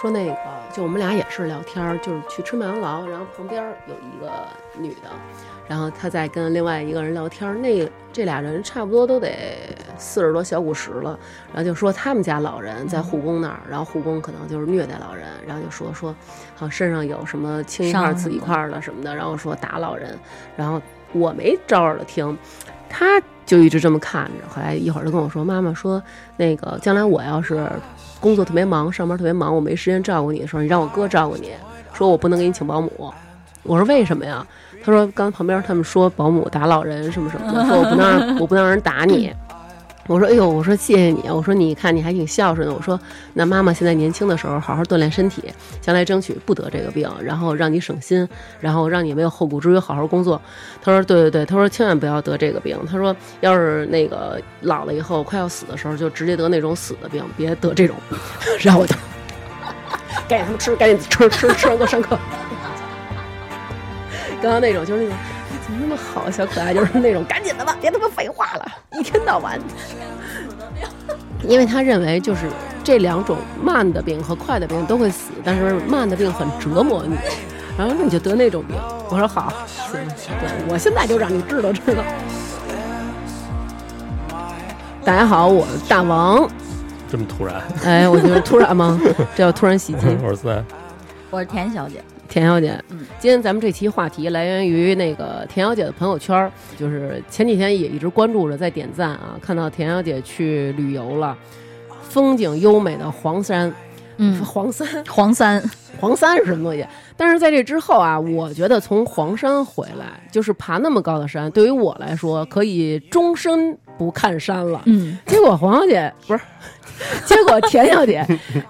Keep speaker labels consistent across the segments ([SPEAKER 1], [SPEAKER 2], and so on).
[SPEAKER 1] 说那个就我们俩也是聊天儿，就是去吃麦当劳，然后旁边儿有一个女的，然后她在跟另外一个人聊天儿，那这俩人差不多都得四十多小五十了，然后就说他们家老人在护工那儿，然后护工可能就是虐待老人，然后就说说好身上有什么青一块儿
[SPEAKER 2] 伤
[SPEAKER 1] 紫
[SPEAKER 2] 什
[SPEAKER 1] 一
[SPEAKER 2] 么
[SPEAKER 1] 块儿的什么的，然后说打老人，然后我没招儿的听，他就一直这么看着，后来一会儿就跟我说妈妈说那个将来我要是工作特别忙，上班特别忙，我没时间照顾你的时候，你让我哥照顾你，说我不能给你请保姆。我说为什么呀？他说刚旁边他们说保姆打老人什么什么的，说我不能让我不能让人打你。我说哎呦，我说谢谢你，我说你看你还挺孝顺的。我说那妈妈现在年轻的时候好好锻炼身体，将来争取不得这个病，然后让你省心，然后让你没有后顾之忧，好好工作。他说对对对，他说千万不要得这个病。他说要是那个老了以后快要死的时候，就直接得那种死的病，别得这种。 然后我就赶紧他们吃，赶紧吃吃吃完给我上课。刚刚那种就是那种哎怎么那么好小可爱，就是那种赶紧的吧，别他妈废话了，一天到晚。因为他认为就是这两种慢的病和快的病都会死，但是慢的病很折磨你，然后你就得那种病。我说好，行，对我现在就让你知道知道。大家好，我大王。
[SPEAKER 3] 这么 突然，
[SPEAKER 1] 哎，我觉得突然吗？这叫突然袭击。
[SPEAKER 3] 我是三，
[SPEAKER 2] 我是田小姐，
[SPEAKER 1] 田小姐，
[SPEAKER 2] 嗯
[SPEAKER 1] 今天咱们这期话题来源于那个田小姐的朋友圈儿，就是前几天也一直关注着，在点赞啊，看到田小姐去旅游了，风景优美的黄山，
[SPEAKER 2] 嗯，
[SPEAKER 1] 黄山，
[SPEAKER 2] 黄三，
[SPEAKER 1] 黄山是什么东西？但是在这之后啊，我觉得从黄山回来，就是爬那么高的山，对于我来说，可以终身不看山了。
[SPEAKER 2] 嗯，
[SPEAKER 1] 结果黄小 姐不是，结果田小姐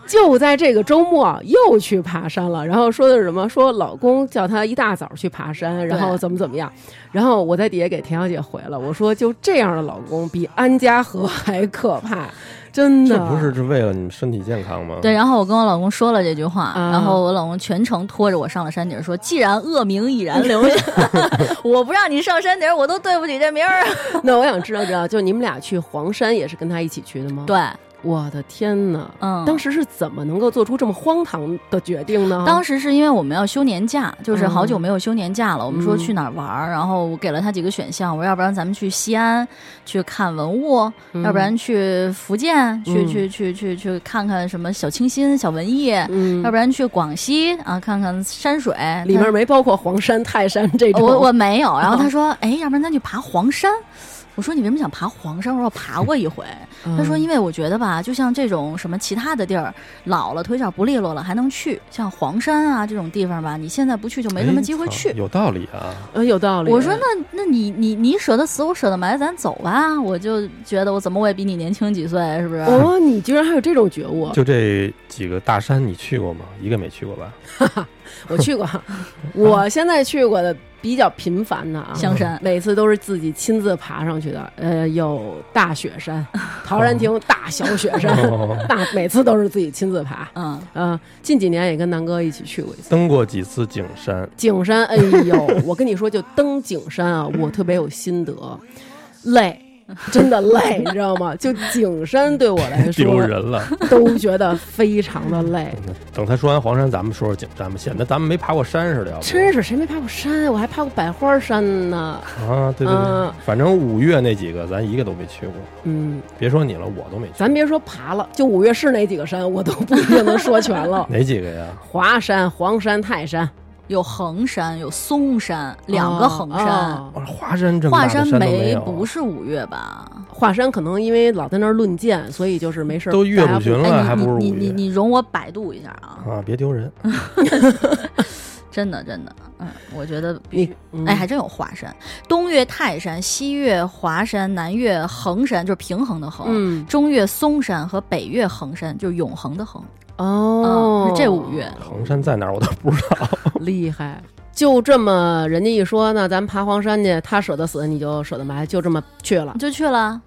[SPEAKER 1] 就在这个周末又去爬山了。然后说的是什么？说老公叫她一大早去爬山，然后怎么怎么样。然后我在底下给田小姐回了，我说就这样的老公比安家和还可怕，真
[SPEAKER 3] 这
[SPEAKER 1] 的。
[SPEAKER 3] 不是是为了你们身体健康吗？
[SPEAKER 2] 啊对。，啊然后我跟我老公说了这句话，
[SPEAKER 1] 啊
[SPEAKER 2] 然后我老公全程拖着我上了山顶，说：“既然恶名已然留下， 我不让你上山顶，我都对不起这名儿。啊
[SPEAKER 1] 那我想知道知道，就你们俩去黄山也是跟他一起去的”吗？，
[SPEAKER 2] 对，
[SPEAKER 1] 我的天哪！
[SPEAKER 2] 嗯，
[SPEAKER 1] 当时是怎么能够做出这么荒唐的决定呢？
[SPEAKER 2] 当时是因为我们要休年假，就是好久
[SPEAKER 1] 嗯
[SPEAKER 2] 没有休年假了。我们说
[SPEAKER 1] 嗯
[SPEAKER 2] 去哪儿玩儿，然后我给了他几个选项，我说要不然咱们去西安去看文物，
[SPEAKER 1] 嗯
[SPEAKER 2] 要不然去福建去、
[SPEAKER 1] 嗯
[SPEAKER 2] 去去去去看看什么小清新、小文艺，
[SPEAKER 1] 嗯
[SPEAKER 2] 要不然去广西啊看看山水
[SPEAKER 1] 里面
[SPEAKER 2] 他
[SPEAKER 1] 没包括黄山、泰山这种。
[SPEAKER 2] 我我没有。然后
[SPEAKER 3] 嗯
[SPEAKER 2] 他说，哎，要不然咱去爬黄山。我说你为什么想爬黄山？我说我爬过一回。
[SPEAKER 3] 嗯
[SPEAKER 2] 他
[SPEAKER 1] 嗯
[SPEAKER 2] 说：“因为我觉得吧，就像这种什么其他的地儿，老了腿脚不利落了还能去，像黄山啊这种地方吧，你现在不去就没什么机会
[SPEAKER 3] 哎
[SPEAKER 2] 去。
[SPEAKER 3] 有道理啊！
[SPEAKER 1] 呃有道理。
[SPEAKER 2] 我说那那你你你舍得死我舍得埋，咱走吧。我就觉得我怎么我也比你年轻几岁，是不是？
[SPEAKER 1] 哦，你居然还有这种觉悟！
[SPEAKER 3] 就这几个大山，你去过吗？一个没去过吧？
[SPEAKER 1] 我去过， 我现在去过的比较频繁的啊，
[SPEAKER 2] 香山，
[SPEAKER 1] 每次都是自己亲自爬上去的。呃，有大雪山、陶然亭、大小雪山，
[SPEAKER 3] 哦
[SPEAKER 1] 大每次都是自己亲自爬。
[SPEAKER 2] 嗯，
[SPEAKER 1] 呃，近几年也跟南哥一起去过一次。
[SPEAKER 3] 登过几次景山，
[SPEAKER 1] 景山，哎呦，我跟你说，就登景山啊，我特别有心得，累，真的累，你知道吗？就景山对我来
[SPEAKER 3] 丢
[SPEAKER 1] 说，
[SPEAKER 3] 人了。
[SPEAKER 1] 都觉得非常的累。
[SPEAKER 3] 等他说完黄山，咱们说说景山吧，显得咱们没爬过山似的。要不
[SPEAKER 1] 真是谁没爬过山？我还爬过百花山呢。
[SPEAKER 3] 啊，对对对
[SPEAKER 1] 嗯，
[SPEAKER 3] 反正五月那几个咱一个都没去过，
[SPEAKER 1] 嗯，
[SPEAKER 3] 别说你了，我都没去。。
[SPEAKER 1] 咱别说爬了，就五岳是哪几个山，我都不一定能说全了
[SPEAKER 3] 哪几个呀？
[SPEAKER 1] 华山、黄山、泰山，
[SPEAKER 2] 有衡山，有嵩山，两个衡山。
[SPEAKER 1] 哦哦
[SPEAKER 3] 哇华山这么
[SPEAKER 2] 华
[SPEAKER 3] 大的
[SPEAKER 2] 山
[SPEAKER 3] 山都没
[SPEAKER 2] 没
[SPEAKER 3] 有啊，
[SPEAKER 2] 不是五岳吧？
[SPEAKER 1] 华山可能因为老在那儿论剑，所以就是没事儿
[SPEAKER 3] 都岳不群
[SPEAKER 1] 大家
[SPEAKER 3] 了，
[SPEAKER 2] 哎，
[SPEAKER 3] 还
[SPEAKER 2] 你
[SPEAKER 3] 不如
[SPEAKER 2] 你
[SPEAKER 3] 五
[SPEAKER 2] 你
[SPEAKER 3] 月
[SPEAKER 2] 你容我百度一下啊，
[SPEAKER 3] 啊！别丢人，
[SPEAKER 2] 真的真的，嗯，我觉得必须
[SPEAKER 1] 你嗯
[SPEAKER 2] 哎，还真有华山，东岳泰山，西岳华山，南岳衡山，就是平衡的衡。
[SPEAKER 1] 嗯
[SPEAKER 2] 中岳嵩山和北岳衡山就是永恒的恒，
[SPEAKER 1] 哦
[SPEAKER 2] 嗯，是这五岳，
[SPEAKER 3] 衡山在哪儿我都不知道。
[SPEAKER 1] 厉害。就这么，人家一说呢，咱爬黄山去，他舍得死，你就舍得埋，就这么去了。
[SPEAKER 2] 就去了。啊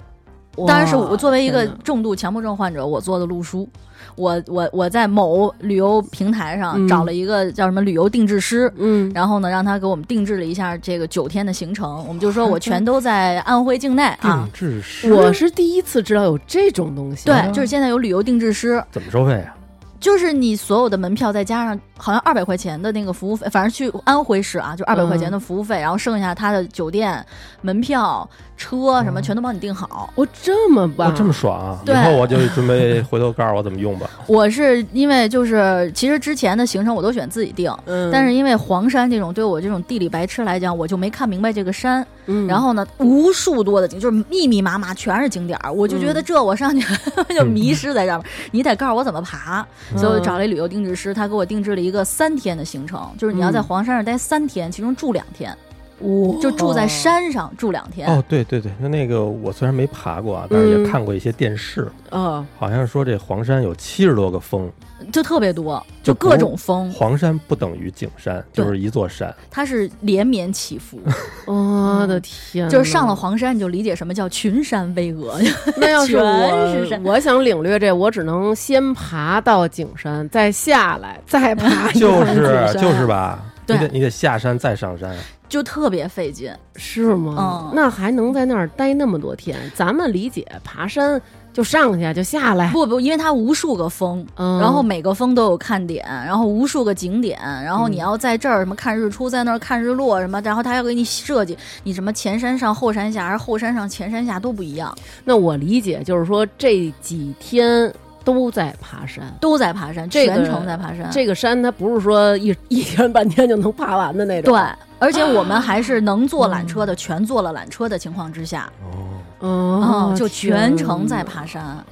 [SPEAKER 2] 当然是我作为一个
[SPEAKER 1] 天哪
[SPEAKER 2] 重度强迫症患者，我做的路书，我我我在某旅游平台上
[SPEAKER 1] 嗯
[SPEAKER 2] 找了一个叫什么旅游定制师，
[SPEAKER 1] 嗯，
[SPEAKER 2] 然后呢让他给我们定制了一下这个九天的行程，我们就说我全都在安徽境内啊
[SPEAKER 3] 定，制师
[SPEAKER 1] 我是第一次知道有这种东西。啊
[SPEAKER 2] 对，就是现在有旅游定制师，
[SPEAKER 3] 怎么收费啊？
[SPEAKER 2] 就是你所有的门票再加上好像二百块钱的那个服务费，反正去安徽市啊，就二百块
[SPEAKER 1] 嗯
[SPEAKER 2] 钱的服务费，然后剩下他的酒店、门票、车
[SPEAKER 1] 嗯
[SPEAKER 2] 什么全都帮你订好。
[SPEAKER 1] 我哦这么棒，
[SPEAKER 3] 哇，这么爽啊！以
[SPEAKER 2] 对
[SPEAKER 3] 后我就准备回头告诉我怎么用吧。
[SPEAKER 2] 我是因为就是其实之前的行程我都选自己定，
[SPEAKER 1] 嗯，
[SPEAKER 2] 但是因为黄山这种对我这种地理白痴来讲，我就没看明白这个山。
[SPEAKER 1] 嗯，
[SPEAKER 2] 然后呢，无数多的景，就是密密麻麻全是景点儿，我就
[SPEAKER 1] 嗯
[SPEAKER 2] 觉得这我上去 就迷失在上面。你得告诉我怎么爬，
[SPEAKER 3] 嗯
[SPEAKER 2] 所以我就找了一旅游定制师，他给我定制了一个三天的行程，就是你要在
[SPEAKER 1] 嗯
[SPEAKER 2] 黄山上待三天，其中住两天，
[SPEAKER 1] 哇
[SPEAKER 2] 就住在山上住两天。
[SPEAKER 3] 哦，对对对，那那个我虽然没爬过啊，但是也
[SPEAKER 1] 嗯
[SPEAKER 3] 看过一些电视，
[SPEAKER 1] 啊，
[SPEAKER 3] 好像说这黄山有七十多个峰，
[SPEAKER 2] 就特别多，
[SPEAKER 3] 就
[SPEAKER 2] 就
[SPEAKER 3] 不
[SPEAKER 2] 各种风，
[SPEAKER 3] 黄山不等于景山，
[SPEAKER 2] 嗯对
[SPEAKER 3] 就是一 座山。
[SPEAKER 2] 它是连绵起伏，
[SPEAKER 3] 哦
[SPEAKER 1] 我的天，
[SPEAKER 2] 就是上了。黄山你就理解什么叫群山巍峨。
[SPEAKER 1] 那要是我
[SPEAKER 2] 全是山
[SPEAKER 1] 我想领略这，我只能先爬到景山，再下 来，再爬一
[SPEAKER 3] 就
[SPEAKER 1] 趟景
[SPEAKER 3] 是
[SPEAKER 1] 山
[SPEAKER 3] 就是吧，你
[SPEAKER 2] 对
[SPEAKER 3] 得你得下山再上山，啊
[SPEAKER 2] 就特别费劲，
[SPEAKER 1] 是吗？
[SPEAKER 2] 嗯
[SPEAKER 1] 那还能在那儿待那么多天？咱们理解爬山就上去就下来，
[SPEAKER 2] 不不，因为它无数个峰，
[SPEAKER 1] 嗯，
[SPEAKER 2] 然后每个峰都有看点，然后无数个景点，然后你要在这儿什么看日出，在那儿看日落什么，然后他要给你设计你什么前山上后山下，还是后山上前山下都不一样，
[SPEAKER 1] 那我理解就是说这几天都在爬山，
[SPEAKER 2] 都在爬山，
[SPEAKER 1] 这个
[SPEAKER 2] 全程在爬山。
[SPEAKER 1] 这个山它不是说一一天半天就能爬完的那种。
[SPEAKER 2] 对，而且我们还是能坐缆
[SPEAKER 1] 啊
[SPEAKER 2] 车的，全坐了缆车的情况之下，
[SPEAKER 3] 哦，
[SPEAKER 1] 哦，
[SPEAKER 2] 嗯，就全程在
[SPEAKER 1] 天
[SPEAKER 2] 爬山。
[SPEAKER 1] 哪，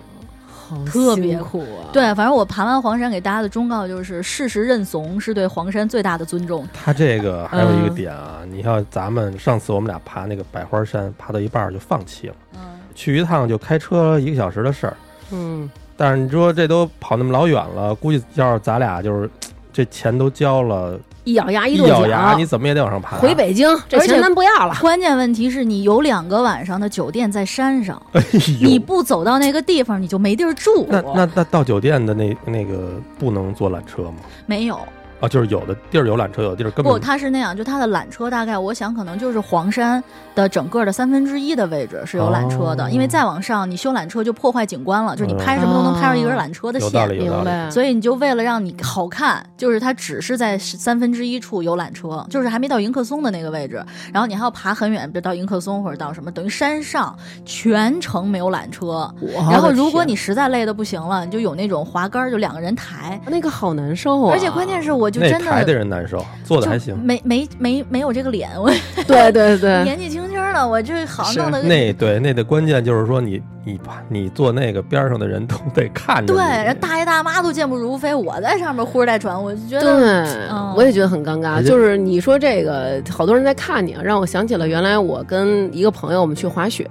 [SPEAKER 1] 好
[SPEAKER 2] 特别
[SPEAKER 1] 辛苦啊！
[SPEAKER 2] 对，反正我爬完黄山给大家的忠告就是：适时认怂是对黄山最大的尊重。
[SPEAKER 3] 它这个还有一个
[SPEAKER 1] 嗯
[SPEAKER 3] 点啊，你像咱们上次我们俩爬那个百花山，爬到一半儿就放弃了，
[SPEAKER 2] 嗯，
[SPEAKER 3] 去一趟就开车一个小时的事儿。
[SPEAKER 1] 嗯，
[SPEAKER 3] 但是你说这都跑那么老远了，估计要是咱俩就是这钱都交了，
[SPEAKER 1] 一咬牙
[SPEAKER 3] 一
[SPEAKER 1] 跺
[SPEAKER 2] 啊
[SPEAKER 3] 咬牙
[SPEAKER 1] 脚
[SPEAKER 3] 你，怎么也得往上爬。
[SPEAKER 1] 回北京，这
[SPEAKER 2] 而且
[SPEAKER 1] 钱咱不要了。
[SPEAKER 2] 关键问题是你有两个晚上的酒店在山上。
[SPEAKER 3] 哎
[SPEAKER 2] 你
[SPEAKER 3] 呦，
[SPEAKER 2] 不走到那个地方，你就没地儿住。
[SPEAKER 3] 那那那到酒店的那那个不能坐缆车吗？
[SPEAKER 2] 没有
[SPEAKER 3] 啊，就是有的地儿有缆车，有的地儿根
[SPEAKER 2] 不，
[SPEAKER 3] 本
[SPEAKER 2] 它是那样，就它的缆车大概，我想可能就是黄山的整个的三分之一的位置是有缆车的，
[SPEAKER 3] 哦嗯
[SPEAKER 2] 因为再往上你修缆车就破坏景观了，就是你拍什么都能拍上一根缆车的
[SPEAKER 3] 有道
[SPEAKER 2] 线。
[SPEAKER 3] 理，有道
[SPEAKER 1] 明
[SPEAKER 3] 理。
[SPEAKER 1] 白，
[SPEAKER 2] 所
[SPEAKER 1] 以
[SPEAKER 2] 以你就为了让你好看，就是它只是在三分之一处有缆车，就是还没到迎客松的那个位置，然后你还要爬很远，比如到迎客松或者到什么，等于山上全程没有缆车。
[SPEAKER 3] 哦
[SPEAKER 2] 然后如果你实在累的不行了，你就有那种滑杆儿，就两个人抬，
[SPEAKER 1] 那个好难受啊，
[SPEAKER 2] 而且关键是，我就
[SPEAKER 3] 那
[SPEAKER 2] 真
[SPEAKER 3] 抬的
[SPEAKER 2] 的
[SPEAKER 3] 人难受，坐的还行。
[SPEAKER 2] 没没没没有这个脸，我
[SPEAKER 1] 对对对，
[SPEAKER 2] 年纪轻轻的，我这好
[SPEAKER 1] 是
[SPEAKER 2] 弄的
[SPEAKER 3] 那对那的关键就是说你你把你坐那个边上的人都得看着
[SPEAKER 2] 对，
[SPEAKER 3] 你。
[SPEAKER 2] 然后大爷大妈都健步如飞，我在上面呼哧带喘，我就觉得
[SPEAKER 1] 对，
[SPEAKER 2] 嗯
[SPEAKER 1] 我也觉得很尴尬。
[SPEAKER 3] 而且
[SPEAKER 1] 就是你说这个，好多人在看你，啊，让我想起了原来我跟一个朋友我们去滑雪，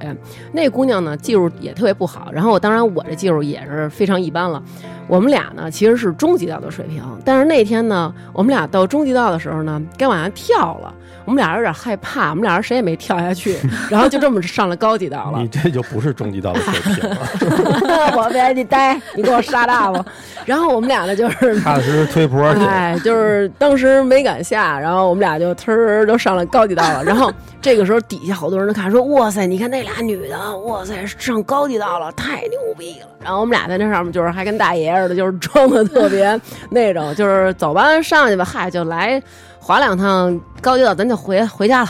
[SPEAKER 1] 那姑娘呢技术也特别不好，然后我当然我这技术也是非常一般了。我们俩呢其实是中级道的水平，但是那天呢，我们俩到中级道的时候呢，该往下跳了，我们俩有点害怕，我们俩人谁也没跳下去，然后就这么上了高级道了
[SPEAKER 3] 你。这就不是终极道的水平了，
[SPEAKER 1] 我别你呆，你给我杀大吧。然后我们俩呢就是
[SPEAKER 3] 踏踏实实推 坡去。
[SPEAKER 1] 哎，就是当时没敢下，然后我们俩就呲儿就上了高级道了。然后这个时候底下好多人都看说：“哇塞，你看那俩女的，哇塞，上高级道了，太牛逼了！”然后我们俩在那上面就是还跟大爷似的，就是装的特别那种，就是走吧，上去吧，嗨，就来滑两趟高级道，咱就回回家了。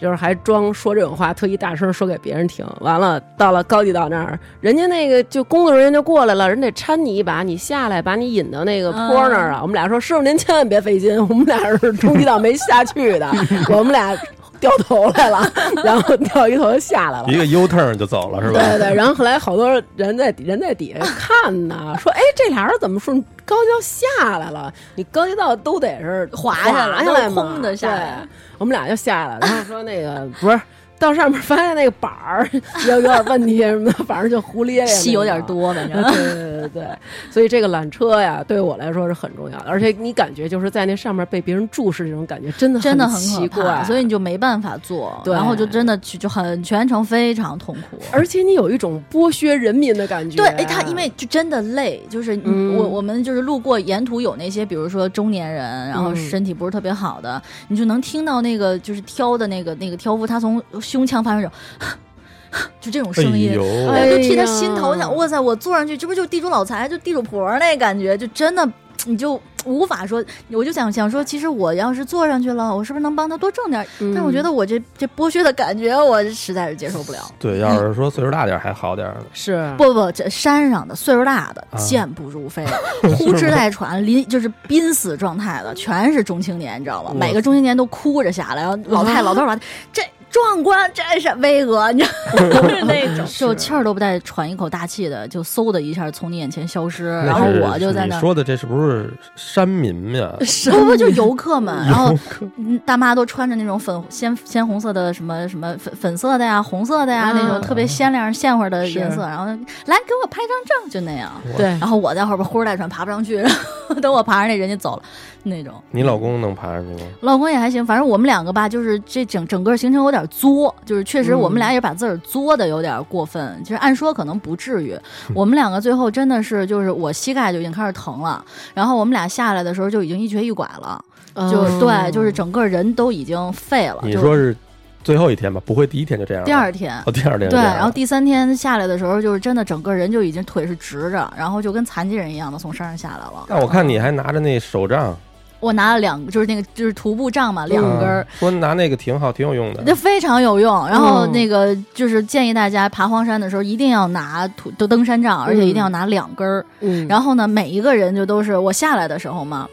[SPEAKER 1] 就是还装说这种话，特意大声说给别人听。完了，到了高级道那儿，人家那个就工作人员就过来了，人得搀你一把，你下来，把你引到那个坡那儿啊。我们俩说：“师傅，您千万别费劲，我们俩是中级道没下去 的，我们俩掉头来了，然后掉一头就下来了。”
[SPEAKER 3] 一个 U turn 就走了是吧？
[SPEAKER 1] 对对对，然后后来好多人在人在底下看呢，说：“哎，这俩人怎么顺高级道下来了？你高级道都得是
[SPEAKER 2] 滑
[SPEAKER 1] 下
[SPEAKER 2] 下来
[SPEAKER 1] 下来
[SPEAKER 2] 都
[SPEAKER 1] 嘛
[SPEAKER 2] 空的下来
[SPEAKER 1] 对我们俩就下来了，然后说那个不是到上面发现那个板儿 有有点问题什么的，反正就胡咧咧，
[SPEAKER 2] 戏有点。多，反
[SPEAKER 1] 对
[SPEAKER 2] 正。
[SPEAKER 1] 对对对，所以这个缆车呀，对我来说是很重要的，而且你感觉就是在那上面被别人注视这种感觉，真的
[SPEAKER 2] 嗯 真的
[SPEAKER 1] 很
[SPEAKER 2] 很
[SPEAKER 1] 奇
[SPEAKER 2] 可怕，
[SPEAKER 1] 怪，
[SPEAKER 2] 所以你就没办法做，
[SPEAKER 1] 对
[SPEAKER 2] 然后就真的就就很全程非常痛苦。
[SPEAKER 1] 而且你有一种剥削人民的感觉。
[SPEAKER 2] 对，哎，他因为就真的累，就是你、
[SPEAKER 1] 嗯
[SPEAKER 2] 我我们就是路过沿途有那些，比如说中年人，然后
[SPEAKER 1] 嗯
[SPEAKER 2] 身体不是特别好的，你就能听到那个就是挑的那个那个挑夫，他从胸腔发出那种 就这种
[SPEAKER 3] 哎
[SPEAKER 2] 声音，
[SPEAKER 3] 呦，
[SPEAKER 1] 哎
[SPEAKER 2] 我就替他
[SPEAKER 1] 呀
[SPEAKER 2] 心疼，我想，哇塞，我坐上去，这不就地主老财，就地主婆那感觉，就真的，你就无法说，我就想想说，其实我要是坐上去了，我是不是能帮他多挣点？
[SPEAKER 1] 嗯
[SPEAKER 2] 但我觉得我这这剥削的感觉，我实在是接受不了。
[SPEAKER 3] 对，要是说岁数大点儿还好点儿呢，
[SPEAKER 2] 嗯
[SPEAKER 1] 是
[SPEAKER 2] 不不，这山上的岁数大的
[SPEAKER 3] 啊
[SPEAKER 2] 健步如 飞，呼哧带喘，临就是濒死状态的，全是中青年，你知道吗？
[SPEAKER 3] 哇
[SPEAKER 2] 每个中青年都哭着下来，然后老太
[SPEAKER 1] 啊
[SPEAKER 2] 老头老太，这壮观，这是巍峨，你知道 吗？是那种，就气儿都不带喘一口大气的，就嗖的一下从你眼前消失，然后
[SPEAKER 3] 那是
[SPEAKER 2] 我就在
[SPEAKER 3] 你
[SPEAKER 2] 那儿。
[SPEAKER 3] 说的这是不是山民呀？
[SPEAKER 1] 是
[SPEAKER 2] 不不，就游客们，然后嗯大妈都穿着那种粉鲜鲜红色的什么什么粉粉色的呀、红色的呀、
[SPEAKER 1] 啊
[SPEAKER 2] 那种特别鲜亮鲜花的
[SPEAKER 1] 是
[SPEAKER 2] 颜色，然后来给我拍张照，就那样。
[SPEAKER 1] 对
[SPEAKER 3] 嗯
[SPEAKER 2] 然后我在后边呼哧带喘爬不上去， 然后等我爬上那人家走了那种。
[SPEAKER 3] 你老公能爬上去吗？
[SPEAKER 2] 我老公也还行，反正我们两个吧，就是这整整个行程有点作，就是确实我们俩也把自个儿作的有点过分。其实按说可能不至于，
[SPEAKER 3] 嗯
[SPEAKER 2] 我们两个最后真的是就是我膝盖就已经开始疼了，然后我们俩下来的时候就已经一瘸一拐了，就
[SPEAKER 1] 哦
[SPEAKER 2] 对，就是整个人都已经废了。
[SPEAKER 3] 哦你
[SPEAKER 2] 就
[SPEAKER 3] 说是最后一天吧？不会第一天就这样吧？
[SPEAKER 2] 第二天，
[SPEAKER 3] 哦，第二天就
[SPEAKER 2] 对，
[SPEAKER 3] 这样
[SPEAKER 2] 然后第三天下来的时候，就是真的整个人就已经腿是直着，然后就跟残疾人一样的从山上下来了。
[SPEAKER 3] 那我看你还拿着那手杖，
[SPEAKER 2] 我拿了两个，就是那个就是徒步杖嘛，两根儿
[SPEAKER 3] 嗯，说拿那个挺好，挺有用的。
[SPEAKER 2] 这非常有用。然后
[SPEAKER 1] 嗯
[SPEAKER 2] 那个就是建议大家爬荒山的时候一定要拿徒登登山杖，而且一定要拿两根儿。
[SPEAKER 1] 嗯
[SPEAKER 2] 然后呢，每一个人就都是我下来的时候嘛。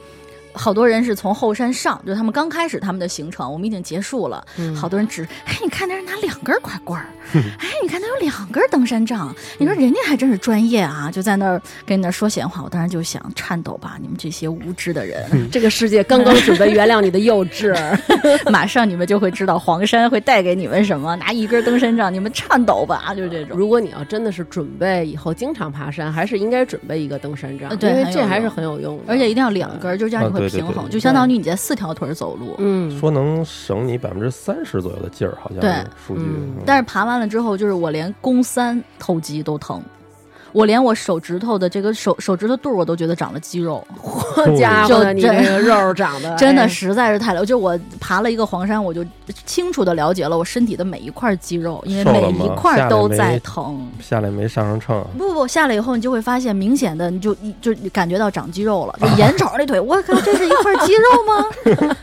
[SPEAKER 2] 好多人是从后山上，就他们刚开始他们的行程，我们已经结束了。
[SPEAKER 1] 嗯
[SPEAKER 2] 好多人指，哎，你看那人拿两根拐棍儿，哎，你看他有两根登山杖，你说
[SPEAKER 1] 嗯
[SPEAKER 2] 人家还真是专业啊，就在那儿跟你那儿说闲话。我当时就想颤抖吧，你们这些无知的人，
[SPEAKER 1] 这个世界刚刚准备原谅你的幼稚，
[SPEAKER 2] 马上你们就会知道黄山会带给你们什么。拿一根登山杖，你们颤抖吧，就是这
[SPEAKER 3] 啊
[SPEAKER 2] 种。
[SPEAKER 1] 如果你要真的是准备以后经常爬山，还是应该准备一个登山
[SPEAKER 2] 呃
[SPEAKER 1] 杖，
[SPEAKER 2] 对
[SPEAKER 1] 因为
[SPEAKER 2] 很有
[SPEAKER 1] 这还是
[SPEAKER 2] 用
[SPEAKER 1] 很有用的，
[SPEAKER 2] 而且一定要两根儿，就这样你
[SPEAKER 3] 啊
[SPEAKER 2] 会
[SPEAKER 3] 对对
[SPEAKER 2] 平衡，
[SPEAKER 3] 对
[SPEAKER 2] 就相当于你在四条腿儿走路。
[SPEAKER 1] 嗯，
[SPEAKER 3] 说能省你百分之三十左右的劲儿，好像
[SPEAKER 2] 对
[SPEAKER 3] 是数据。
[SPEAKER 1] 嗯
[SPEAKER 2] 但是爬完了之后，就是我连肱三头肌都疼，我连我手指头的这个手手指头肚儿我都觉得长了肌肉，
[SPEAKER 1] 好家伙
[SPEAKER 2] 就
[SPEAKER 1] 的，你这
[SPEAKER 2] 真
[SPEAKER 1] 个肉长得
[SPEAKER 2] 真的
[SPEAKER 1] 哎
[SPEAKER 2] 实在是太累。就我爬了一个黄山，我就清楚的了解了我身体的每一块肌肉，因为
[SPEAKER 3] 瘦了
[SPEAKER 2] 每一
[SPEAKER 3] 吗
[SPEAKER 2] 块
[SPEAKER 3] 下
[SPEAKER 2] 儿
[SPEAKER 3] 来
[SPEAKER 2] 都
[SPEAKER 3] 没
[SPEAKER 2] 在疼。
[SPEAKER 3] 下来没上上秤啊，
[SPEAKER 2] 不不，下来以后你就会发现明显的，你就你就你感觉到长肌肉了，就眼瞅着那腿，我靠，这是一块肌肉吗？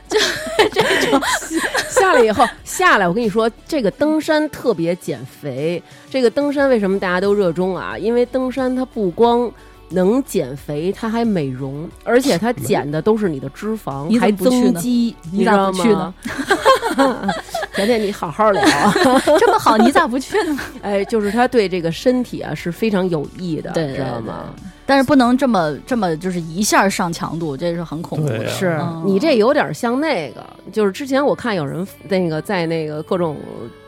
[SPEAKER 1] 下来以后，下来我跟你说，这个登山特别减肥。这个登山为什么大家都热衷啊？因为登山它不光能减肥，它还美容，而且它减的都是你的脂肪
[SPEAKER 2] 你，怎
[SPEAKER 1] 还
[SPEAKER 2] 么不去
[SPEAKER 1] 增
[SPEAKER 2] 呢
[SPEAKER 1] 肌，
[SPEAKER 2] 你
[SPEAKER 1] 知
[SPEAKER 2] 咋
[SPEAKER 1] 道
[SPEAKER 2] 不去
[SPEAKER 1] 吗
[SPEAKER 2] 呢？
[SPEAKER 1] 甜甜，你好好聊啊。
[SPEAKER 2] 这么好，你咋不去呢？
[SPEAKER 1] 哎，就是它对这个身体啊是非常有益的，
[SPEAKER 2] 对对
[SPEAKER 1] 知道吗？
[SPEAKER 2] 但是不能这么这么就是一下上强度，这是很恐怖
[SPEAKER 3] 对
[SPEAKER 2] 的。
[SPEAKER 3] 啊
[SPEAKER 1] 是
[SPEAKER 2] 嗯
[SPEAKER 1] 你这有点像那个，就是之前我看有人那个在那个各种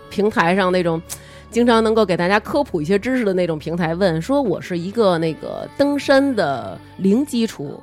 [SPEAKER 1] 平台上那种。经常能够给大家科普一些知识的那种平台问说，我是一个那个登山的零基础，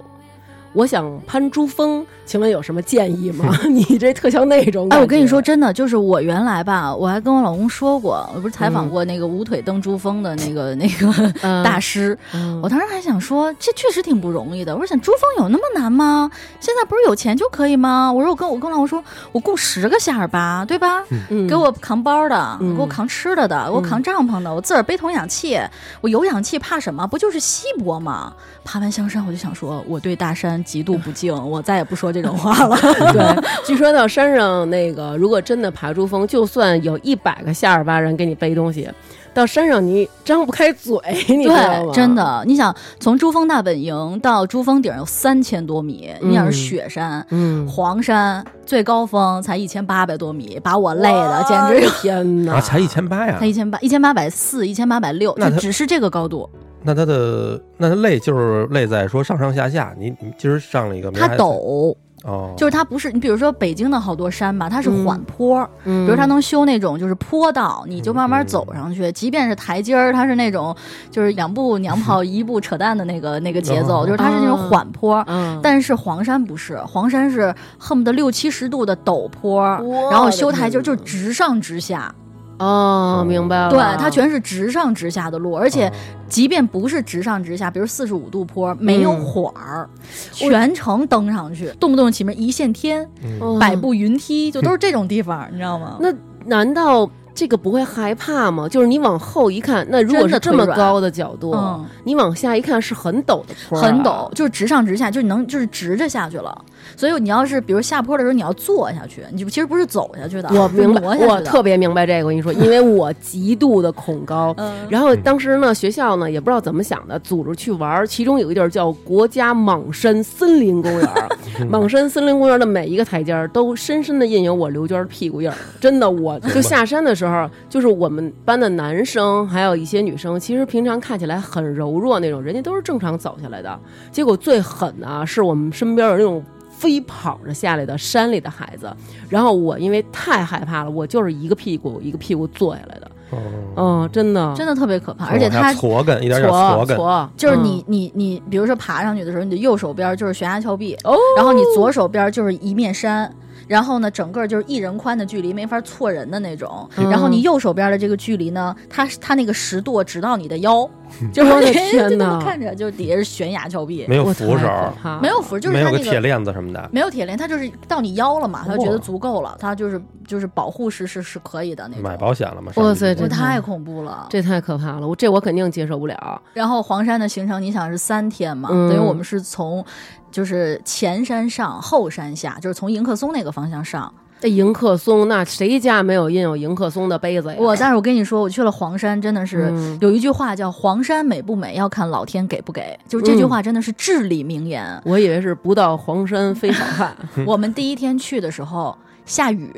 [SPEAKER 1] 我想攀珠峰，请问有什么建议吗？ 你这特像那种感觉。
[SPEAKER 2] 哎，我跟你说，真的，就是我原来吧，我还跟我老公说过，我不是采访过那个无腿登珠峰的那个、那 个
[SPEAKER 1] 嗯
[SPEAKER 2] 大师，
[SPEAKER 1] 嗯
[SPEAKER 2] 我当时还想说，这确实挺不容易的。我说想珠峰有那么难吗？现在不是有钱就可以吗？我说我跟我跟老公说，我雇十个夏尔巴，对吧？
[SPEAKER 1] 嗯
[SPEAKER 2] 给我扛包的，
[SPEAKER 1] 嗯
[SPEAKER 2] 给我扛吃的的，给我扛帐篷的，我自个儿背桶氧气，我有氧气怕什么？不就是稀薄吗？爬完香山，我就想说，我对大山极度 不敬，我再也不说这种话了。
[SPEAKER 1] 对，嗯据说到山上那个，如果真的爬珠峰，就算有一百个夏尔巴人给你背东西，到山上你张不开嘴， 你知道吗？
[SPEAKER 2] 对，真，的，你想从珠峰大本营到珠峰顶有三千多米，你想是雪山、
[SPEAKER 1] 嗯，
[SPEAKER 2] 黄山最高峰才一千八百多米，把我累的简
[SPEAKER 1] 我
[SPEAKER 2] 直
[SPEAKER 1] 的
[SPEAKER 2] 有。
[SPEAKER 1] 天哪！
[SPEAKER 3] 啊，才一千八呀
[SPEAKER 2] 才？一千八，一千八百四，一千八百六，
[SPEAKER 3] 那
[SPEAKER 2] 就
[SPEAKER 3] 他
[SPEAKER 2] 只是这个高度，
[SPEAKER 3] 那他的那他累就是累在说上上下下，你你今儿上了一个，明
[SPEAKER 2] 它
[SPEAKER 3] 儿还
[SPEAKER 2] 陡，
[SPEAKER 3] 哦，
[SPEAKER 2] 就是它不是你，比如说北京的好多山吧，它是
[SPEAKER 1] 嗯
[SPEAKER 2] 缓坡，
[SPEAKER 1] 比
[SPEAKER 2] 比如它能修那种就是坡道，你就慢慢走
[SPEAKER 1] 嗯
[SPEAKER 2] 上去。即便是台阶儿，它是那种就是两步娘 炮一步扯淡的那个那个节奏，
[SPEAKER 3] 哦
[SPEAKER 2] 就是它是那种缓坡。
[SPEAKER 1] 嗯，
[SPEAKER 2] 但是黄山不是，黄山是恨不得六七十度的陡坡，
[SPEAKER 1] 我
[SPEAKER 2] 然后
[SPEAKER 1] 的
[SPEAKER 2] 修台阶儿
[SPEAKER 1] 天
[SPEAKER 2] 就是
[SPEAKER 1] 哪
[SPEAKER 2] 直上直下，
[SPEAKER 1] 哦，明白了，
[SPEAKER 2] 对，它全是直上直下的路，而且
[SPEAKER 1] 嗯
[SPEAKER 3] 哦
[SPEAKER 2] 即便不是直上直下，比如四十五度坡，没有
[SPEAKER 1] 嗯
[SPEAKER 2] 缓儿，全程登上去，动不动起名一线天，
[SPEAKER 3] 嗯
[SPEAKER 1] 哦
[SPEAKER 2] 百步云梯，就都是这种地方，你知道吗？
[SPEAKER 1] 那难道这个不会害怕吗？就是你往后一看，那如果是这么高的角度，
[SPEAKER 2] 嗯，
[SPEAKER 1] 你往下一看是很陡的坡、啊，
[SPEAKER 2] 很陡，就是直上直下，就是能就是直着下去了。所以你要是比如下坡的时候，你要坐下去，你就其实不是走下去的，
[SPEAKER 1] 我 明白
[SPEAKER 2] 是挪，下去的
[SPEAKER 1] 我特别明白这个。我跟你说，因为我极度的恐 高。
[SPEAKER 2] 嗯，
[SPEAKER 1] 然后当时呢，学校呢也不知道怎么想的，组织去玩儿。其中有一个地儿叫国家莽山森林公园儿，莽山森林公园的每一个台阶儿都深深的印有我刘娟儿屁股印儿。真的，我就下山的时候，就是我们班的男生还有一些女生，其实平常看起来很柔弱那种，人家都是正常走下来的。结果最狠的啊，是我们身边有那种。飞跑着下来的山里的孩子，然后我因为太害怕了，我就是一个屁股一个屁股坐下来的，
[SPEAKER 3] 哦，
[SPEAKER 1] 嗯，真的，
[SPEAKER 2] 真的特别可怕，而且
[SPEAKER 3] 往下
[SPEAKER 2] 它
[SPEAKER 3] 矬根，一点点矬
[SPEAKER 1] 矬
[SPEAKER 3] 根，
[SPEAKER 1] 矬，
[SPEAKER 2] 就是
[SPEAKER 1] 嗯
[SPEAKER 2] 你、你你，比如说爬上去的时候，你的右手边就是悬崖峭壁，
[SPEAKER 1] 哦，
[SPEAKER 2] 然后你左手边就是一面山，然后呢，整个就是一人宽的距离，没法错人的那种。
[SPEAKER 1] 嗯
[SPEAKER 2] 然后你右手边的这个距离呢，它它那个石垛直到你的腰，
[SPEAKER 1] 就
[SPEAKER 2] 我
[SPEAKER 1] 我的天哪，
[SPEAKER 2] 呐，看着就底下是悬崖峭壁，
[SPEAKER 3] 没有
[SPEAKER 1] 我
[SPEAKER 3] 扶手，
[SPEAKER 1] 太可怕了
[SPEAKER 2] 没有扶，就是
[SPEAKER 3] 没
[SPEAKER 2] 它
[SPEAKER 3] 有个
[SPEAKER 2] 那
[SPEAKER 3] 铁
[SPEAKER 2] 个。
[SPEAKER 3] 链子什么的，
[SPEAKER 2] 没有铁链，它就是到你腰了嘛，它觉
[SPEAKER 3] 哇
[SPEAKER 2] 得足够了，它就是就是保护是是是可以的那种。
[SPEAKER 3] 买保险了吗？
[SPEAKER 1] 哇
[SPEAKER 3] 上面
[SPEAKER 1] 塞这
[SPEAKER 2] 我太恐怖了。
[SPEAKER 1] 这太可怕了，我这我肯定接受不了，
[SPEAKER 2] 然后黄山的行程，你想是三天嘛？
[SPEAKER 1] 嗯
[SPEAKER 2] 等于我们是从就是前山上，后山下，就是从迎客松那个方向上。
[SPEAKER 1] 这迎客松那谁家没有印有迎客松的杯子呀？
[SPEAKER 2] 我，但是我跟你说，我去了黄山，真的是、
[SPEAKER 1] 嗯
[SPEAKER 2] 有一句话叫“黄山美不美，要看老天给不给”，就是这句话真的是至理名言。
[SPEAKER 1] 我以为是不到黄山非少汉
[SPEAKER 2] 我们第一天去的时候下雨，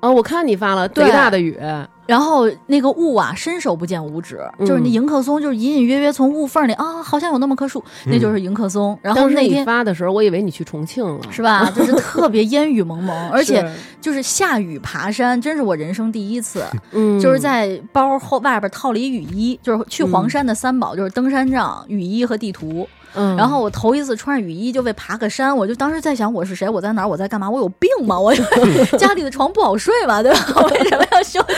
[SPEAKER 1] 哦，我看你发了
[SPEAKER 2] 对
[SPEAKER 1] 贼大的雨，
[SPEAKER 2] 然后那个雾啊，伸手不见五指，
[SPEAKER 1] 嗯
[SPEAKER 2] 就是那迎客松，就是隐隐约约从雾缝里啊，好像有那么棵树，那就是迎客松。然
[SPEAKER 1] 嗯
[SPEAKER 2] 后
[SPEAKER 1] 当时
[SPEAKER 2] 那
[SPEAKER 1] 你
[SPEAKER 2] 天
[SPEAKER 1] 发的时候，我以为你去重庆了，
[SPEAKER 2] 是吧，就是特别烟雨蒙蒙，而且
[SPEAKER 1] 是
[SPEAKER 2] 就是下雨爬山，真是我人生第一次，
[SPEAKER 1] 嗯，
[SPEAKER 2] 就是在包后外边套了一雨衣，就是去黄山的三宝，就是登山杖、雨衣和地图。
[SPEAKER 1] 嗯，
[SPEAKER 2] 然后我头一次穿着雨衣就为爬个山，我就当时在想我是谁，我在哪儿，我在干嘛，我有病吗？ 我家里的床不好睡吧，对吧？我为什么要休假？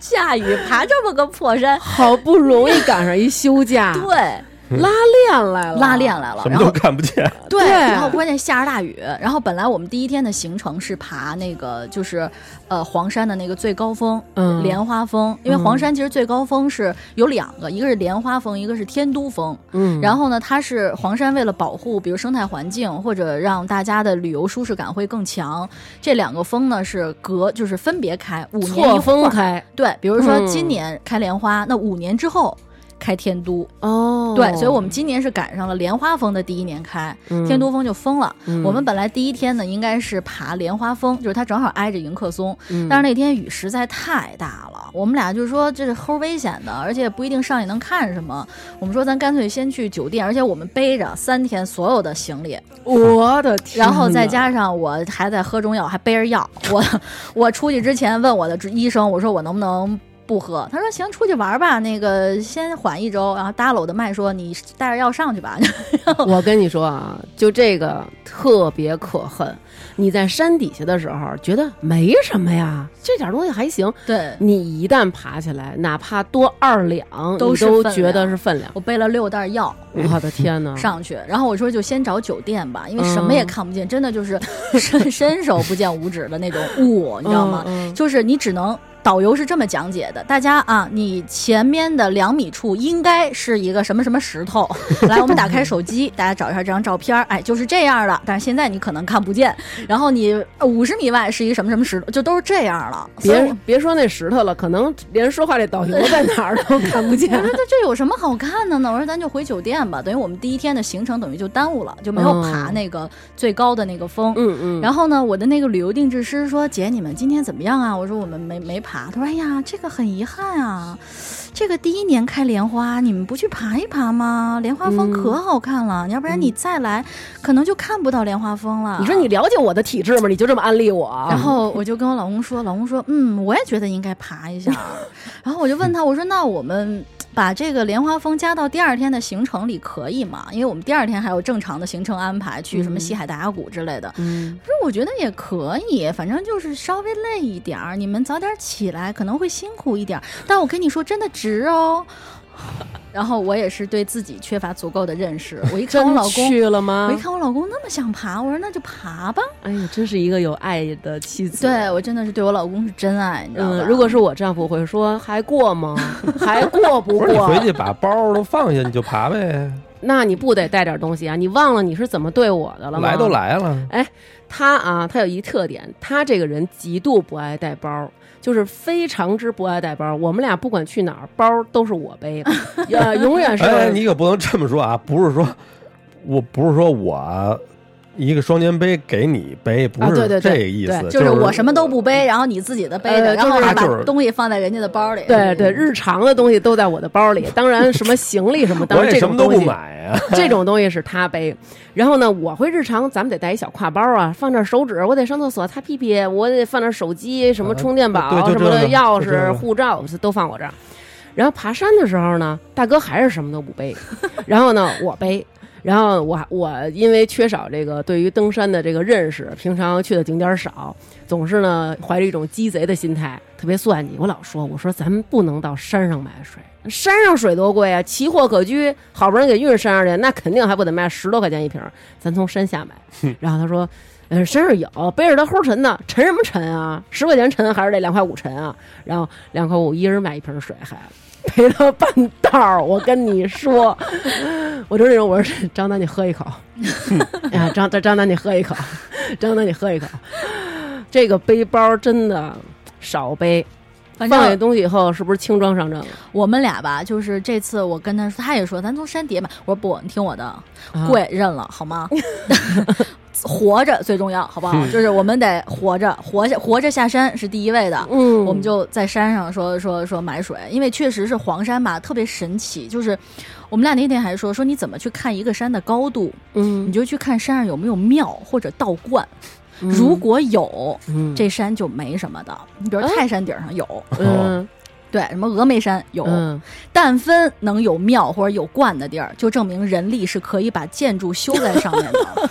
[SPEAKER 2] 下雨爬这么个破山，
[SPEAKER 1] 好不容易赶上一休假，
[SPEAKER 2] 对，
[SPEAKER 1] 拉链来了，
[SPEAKER 2] 啊拉链来了，
[SPEAKER 3] 什么
[SPEAKER 2] 然
[SPEAKER 3] 都
[SPEAKER 2] 后。
[SPEAKER 3] 看不见，
[SPEAKER 2] 对，
[SPEAKER 1] 对
[SPEAKER 2] 然后关键下着大雨，然后本来我们第一天的行程是爬那个就是，呃，黄山的那个最高峰，
[SPEAKER 1] 嗯
[SPEAKER 2] 莲花峰，因为黄山其实最高峰是有两个，一个是莲花峰，一个是天都峰，
[SPEAKER 1] 嗯，
[SPEAKER 2] 然后呢，它是黄山为了保护，比如生态环境或者让大家的旅游舒适感会更强，这两个峰呢是隔就是分别开，五年一
[SPEAKER 1] 错
[SPEAKER 2] 峰
[SPEAKER 1] 峰。开
[SPEAKER 2] 对，比如说
[SPEAKER 1] 嗯
[SPEAKER 2] 今年开莲花，那五年之后开天都。
[SPEAKER 1] 哦，
[SPEAKER 2] 对，所以我们今年是赶上了莲花峰的第一年开，
[SPEAKER 1] 嗯
[SPEAKER 2] 天都峰就封了。
[SPEAKER 1] 嗯
[SPEAKER 2] 我们本来第一天呢应该是爬莲花峰，就是它正好挨着迎客松，
[SPEAKER 1] 嗯
[SPEAKER 2] 但是那天雨实在太大了，我们俩就说这是齁危险的，而且也不一定上去能看什么。我们说咱干脆先去酒店，而且我们背着三天所有的行李，
[SPEAKER 1] 我的天哪，
[SPEAKER 2] 然后再加上我还在喝中药，还背着药。我我出去之前问我的医生，我说我能不能不喝？他说行，出去玩吧，那个先缓一周。然后搭了我的脉说你带着药上去吧。
[SPEAKER 1] 我跟你说啊，就这个特别可恨。你在山底下的时候觉得没什么呀，这点东西还行。
[SPEAKER 2] 对
[SPEAKER 1] 你一旦爬起来，哪怕多二两，
[SPEAKER 2] 都
[SPEAKER 1] 你
[SPEAKER 2] 是
[SPEAKER 1] 都
[SPEAKER 2] 分
[SPEAKER 1] 觉得
[SPEAKER 2] 量
[SPEAKER 1] 是分量。
[SPEAKER 2] 我背了六袋药，
[SPEAKER 1] 我的天哪！
[SPEAKER 2] 上去，然后我说就先找酒店吧，因为什么
[SPEAKER 1] 嗯
[SPEAKER 2] 也看不见，真的就是 伸伸手不见五指的那种雾，你知道吗？
[SPEAKER 1] 嗯嗯
[SPEAKER 2] 就是你只能。导游是这么讲解的，大家啊，你前面的两米处应该是一个什么什么石头。来，我们打开手机，大家找一下这张照片儿，哎，就是这样的。但是现在你可能看不见。然后你五十米外是一个什么什么石头，就都是这样了。所以我
[SPEAKER 1] 别别说那石头了，可能连说话这导游在哪儿都看不 见
[SPEAKER 2] 我。说这这有什么好看的呢？我说咱就回酒店吧，等于我们第一天的行程等于就耽误了，就没有爬那个最高的那个峰。
[SPEAKER 1] 嗯嗯，
[SPEAKER 2] 然后呢，我的那个旅游定制师说：“姐，你们今天怎么样啊？”我说：“我们没没爬。”他说：“哎呀，这个很遗憾啊，这个第一年开莲花，你们不去爬一爬吗？莲花
[SPEAKER 1] 嗯
[SPEAKER 2] 峰可好看了，要不然你再来，可能就看不到莲花峰了。”
[SPEAKER 1] 你说你啊了解我的体质吗？你就这么安利我？
[SPEAKER 2] 然后我就跟我老公说，老公说，嗯，我也觉得应该爬一下。啊 然后我就问他，我说，那我们把这个莲花峰加到第二天的行程里可以吗？因为我们第二天还有正常的行程安排，去什么西海大峡谷之类的。
[SPEAKER 1] 嗯
[SPEAKER 2] 我说我觉得也可以，反正就是稍微累一点儿，你们早点起来可能会辛苦一点儿，但我跟你说，真的值哦。 然后我也是对自己缺乏足够的认识。我 一看
[SPEAKER 1] 真
[SPEAKER 2] 我
[SPEAKER 1] 啊
[SPEAKER 2] 老公，
[SPEAKER 1] 去了吗
[SPEAKER 2] 我一？看我老公那么想爬，我说那就爬吧。
[SPEAKER 1] 哎呀，真是一个有爱的妻子。
[SPEAKER 2] 对我真的是对我老公是真爱，你知道吧？
[SPEAKER 1] 嗯，如果是我丈夫，我会说还过 吗？还过不
[SPEAKER 3] 不是你回
[SPEAKER 1] 过？
[SPEAKER 3] 去把包都放下，你就爬呗，
[SPEAKER 1] 那你不得带点东西啊？你忘了你是怎么对我的了吗？
[SPEAKER 3] 来都来了，
[SPEAKER 1] 他啊，他有一特点，他这个人极度不爱带包，就是非常之不爱带包。我们俩不管去哪儿，包都是我背， 呃，永远是。
[SPEAKER 3] 哎，你可不能这么说啊！不是说，我不是说我一个双肩背给你背，不
[SPEAKER 1] 啊
[SPEAKER 3] 是
[SPEAKER 1] 对对对
[SPEAKER 3] 这意思，
[SPEAKER 1] 对
[SPEAKER 2] 就是
[SPEAKER 3] 是
[SPEAKER 2] 我什么都不背，然后你自己的背着，
[SPEAKER 1] 呃
[SPEAKER 2] 然后
[SPEAKER 3] 就是
[SPEAKER 2] 把
[SPEAKER 3] 就是
[SPEAKER 2] 东西放在人家的包里。嗯
[SPEAKER 1] 对对，日常的东西都在我的包里，当然什么行李什么，当
[SPEAKER 3] 我
[SPEAKER 1] 然
[SPEAKER 3] 也
[SPEAKER 1] 这
[SPEAKER 3] 什
[SPEAKER 1] 种
[SPEAKER 3] 么都
[SPEAKER 1] 东
[SPEAKER 3] 不
[SPEAKER 1] 西，
[SPEAKER 3] 买啊，
[SPEAKER 1] 这种东西是他背。然后呢，我会日常咱们得带一小挎包啊，放点手纸，我得上厕所擦屁屁，我得放点手机，什么
[SPEAKER 3] 啊
[SPEAKER 1] 充电宝、
[SPEAKER 3] 对就
[SPEAKER 1] 什么的
[SPEAKER 3] 这个
[SPEAKER 1] 钥
[SPEAKER 3] 就这
[SPEAKER 1] 匙、
[SPEAKER 3] 个
[SPEAKER 1] 护照都放我这儿。然后爬山的时候呢，大哥还是什么都不背，然后呢我背。然后我我因为缺少这个对于登山的这个认识，平常去的景点少，总是呢怀着一种鸡贼的心态，特别算计。我老说，我说咱们不能到山上买水，山上水多贵啊，奇货可居，好不容易给运山上去，那肯定还不得卖十多块钱一瓶儿，咱从山下买。然后他说，嗯、山上有，背着它齁沉呢，沉什么沉啊？十块钱沉还是得两块五沉啊？然后两块五一人买一瓶水，还。陪他半道儿，我跟你说， 我就是那种，我说张楠你喝一口，哎呀，张张张楠你喝一口，张楠你喝一口，这个背包真的少背，
[SPEAKER 2] 反
[SPEAKER 1] 放下
[SPEAKER 2] 正
[SPEAKER 1] 东西以后是不是轻装上阵了？
[SPEAKER 2] 我们俩吧，就是这次我跟他说，他也说咱从山底下买，我说不，你听我的，
[SPEAKER 1] 啊
[SPEAKER 2] 贵认了好吗？ 活着最重要，好不好？
[SPEAKER 3] 嗯
[SPEAKER 2] 就是我们得活着，活下活着下山是第一位的。
[SPEAKER 1] 嗯，
[SPEAKER 2] 我们就在山上说说说买水，因为确实是黄山吧，特别神奇。就是我们俩那天还说说你怎么去看一个山的高度，你
[SPEAKER 1] 嗯，
[SPEAKER 2] 就去看山上有没有庙或者道观，如果有，
[SPEAKER 1] 嗯
[SPEAKER 2] 这山就没什么的。你比如
[SPEAKER 1] 哎
[SPEAKER 2] 泰山顶上有，
[SPEAKER 1] 嗯
[SPEAKER 2] 对，什么峨眉山有，
[SPEAKER 1] 嗯
[SPEAKER 2] 但分能有庙或者有观的地儿，就证明人力是可以把建筑修在上面的。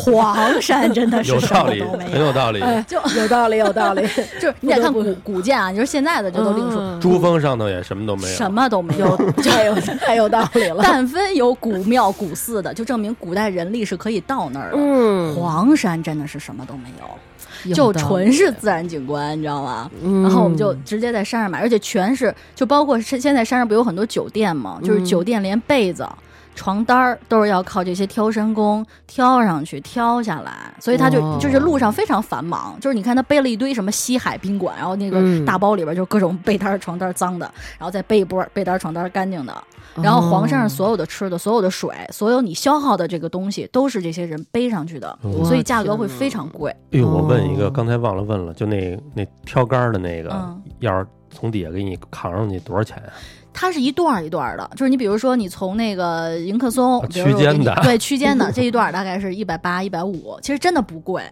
[SPEAKER 2] 黄山真的是
[SPEAKER 3] 有
[SPEAKER 2] 什
[SPEAKER 3] 道
[SPEAKER 2] 么
[SPEAKER 3] 理，
[SPEAKER 2] 都没哎
[SPEAKER 3] 很 有道理。
[SPEAKER 2] 就
[SPEAKER 1] 有道理，有 道理，
[SPEAKER 2] 就是你得看古古建啊，你说现在的这都另说，
[SPEAKER 3] 珠峰上头也什么都没有，
[SPEAKER 2] 什么都没有。
[SPEAKER 1] 太嗯有太有道理了。
[SPEAKER 2] 但分有古庙古寺的，就证明古代人力是可以到那儿的。
[SPEAKER 1] 嗯，
[SPEAKER 2] 黄山真的是什么都没有，
[SPEAKER 1] 有
[SPEAKER 2] 就
[SPEAKER 1] 道理
[SPEAKER 2] 纯是自然景观，你知道吗？
[SPEAKER 1] 嗯
[SPEAKER 2] 然后我们就直接在山上买，而且全是就包括是现在山上不有很多酒店嘛，就是
[SPEAKER 1] 嗯
[SPEAKER 2] 酒店连被子。床单儿都是要靠这些挑山工挑上去、挑下来，所以他就、
[SPEAKER 1] 哦
[SPEAKER 2] 就是路上非常繁忙。就是你看他背了一堆什么西海宾馆，然后那
[SPEAKER 1] 嗯
[SPEAKER 2] 个大包里边就各种被单儿、床单儿脏的，然后再背一波被单儿、床单儿干净
[SPEAKER 1] 哦
[SPEAKER 2] 的。然后黄山上所有的吃的、所有的水、所有你消耗的这个东西，都是这些人背上去的，
[SPEAKER 3] 我
[SPEAKER 2] 所以价格会非常贵。
[SPEAKER 3] 哎呦，我问一个，
[SPEAKER 1] 哦
[SPEAKER 3] 刚才忘了问了，就那那挑杆儿的那个，
[SPEAKER 2] 嗯
[SPEAKER 3] 要是从底下给你扛上去多少钱啊？
[SPEAKER 2] 它是一段儿一段儿的，就是你比如说你从那个迎客松
[SPEAKER 3] 啊，
[SPEAKER 2] 比如说
[SPEAKER 3] 区间
[SPEAKER 2] 我给你
[SPEAKER 3] 的
[SPEAKER 2] 对区间的 这一段儿大概是一百八、一百五，其实真的不贵，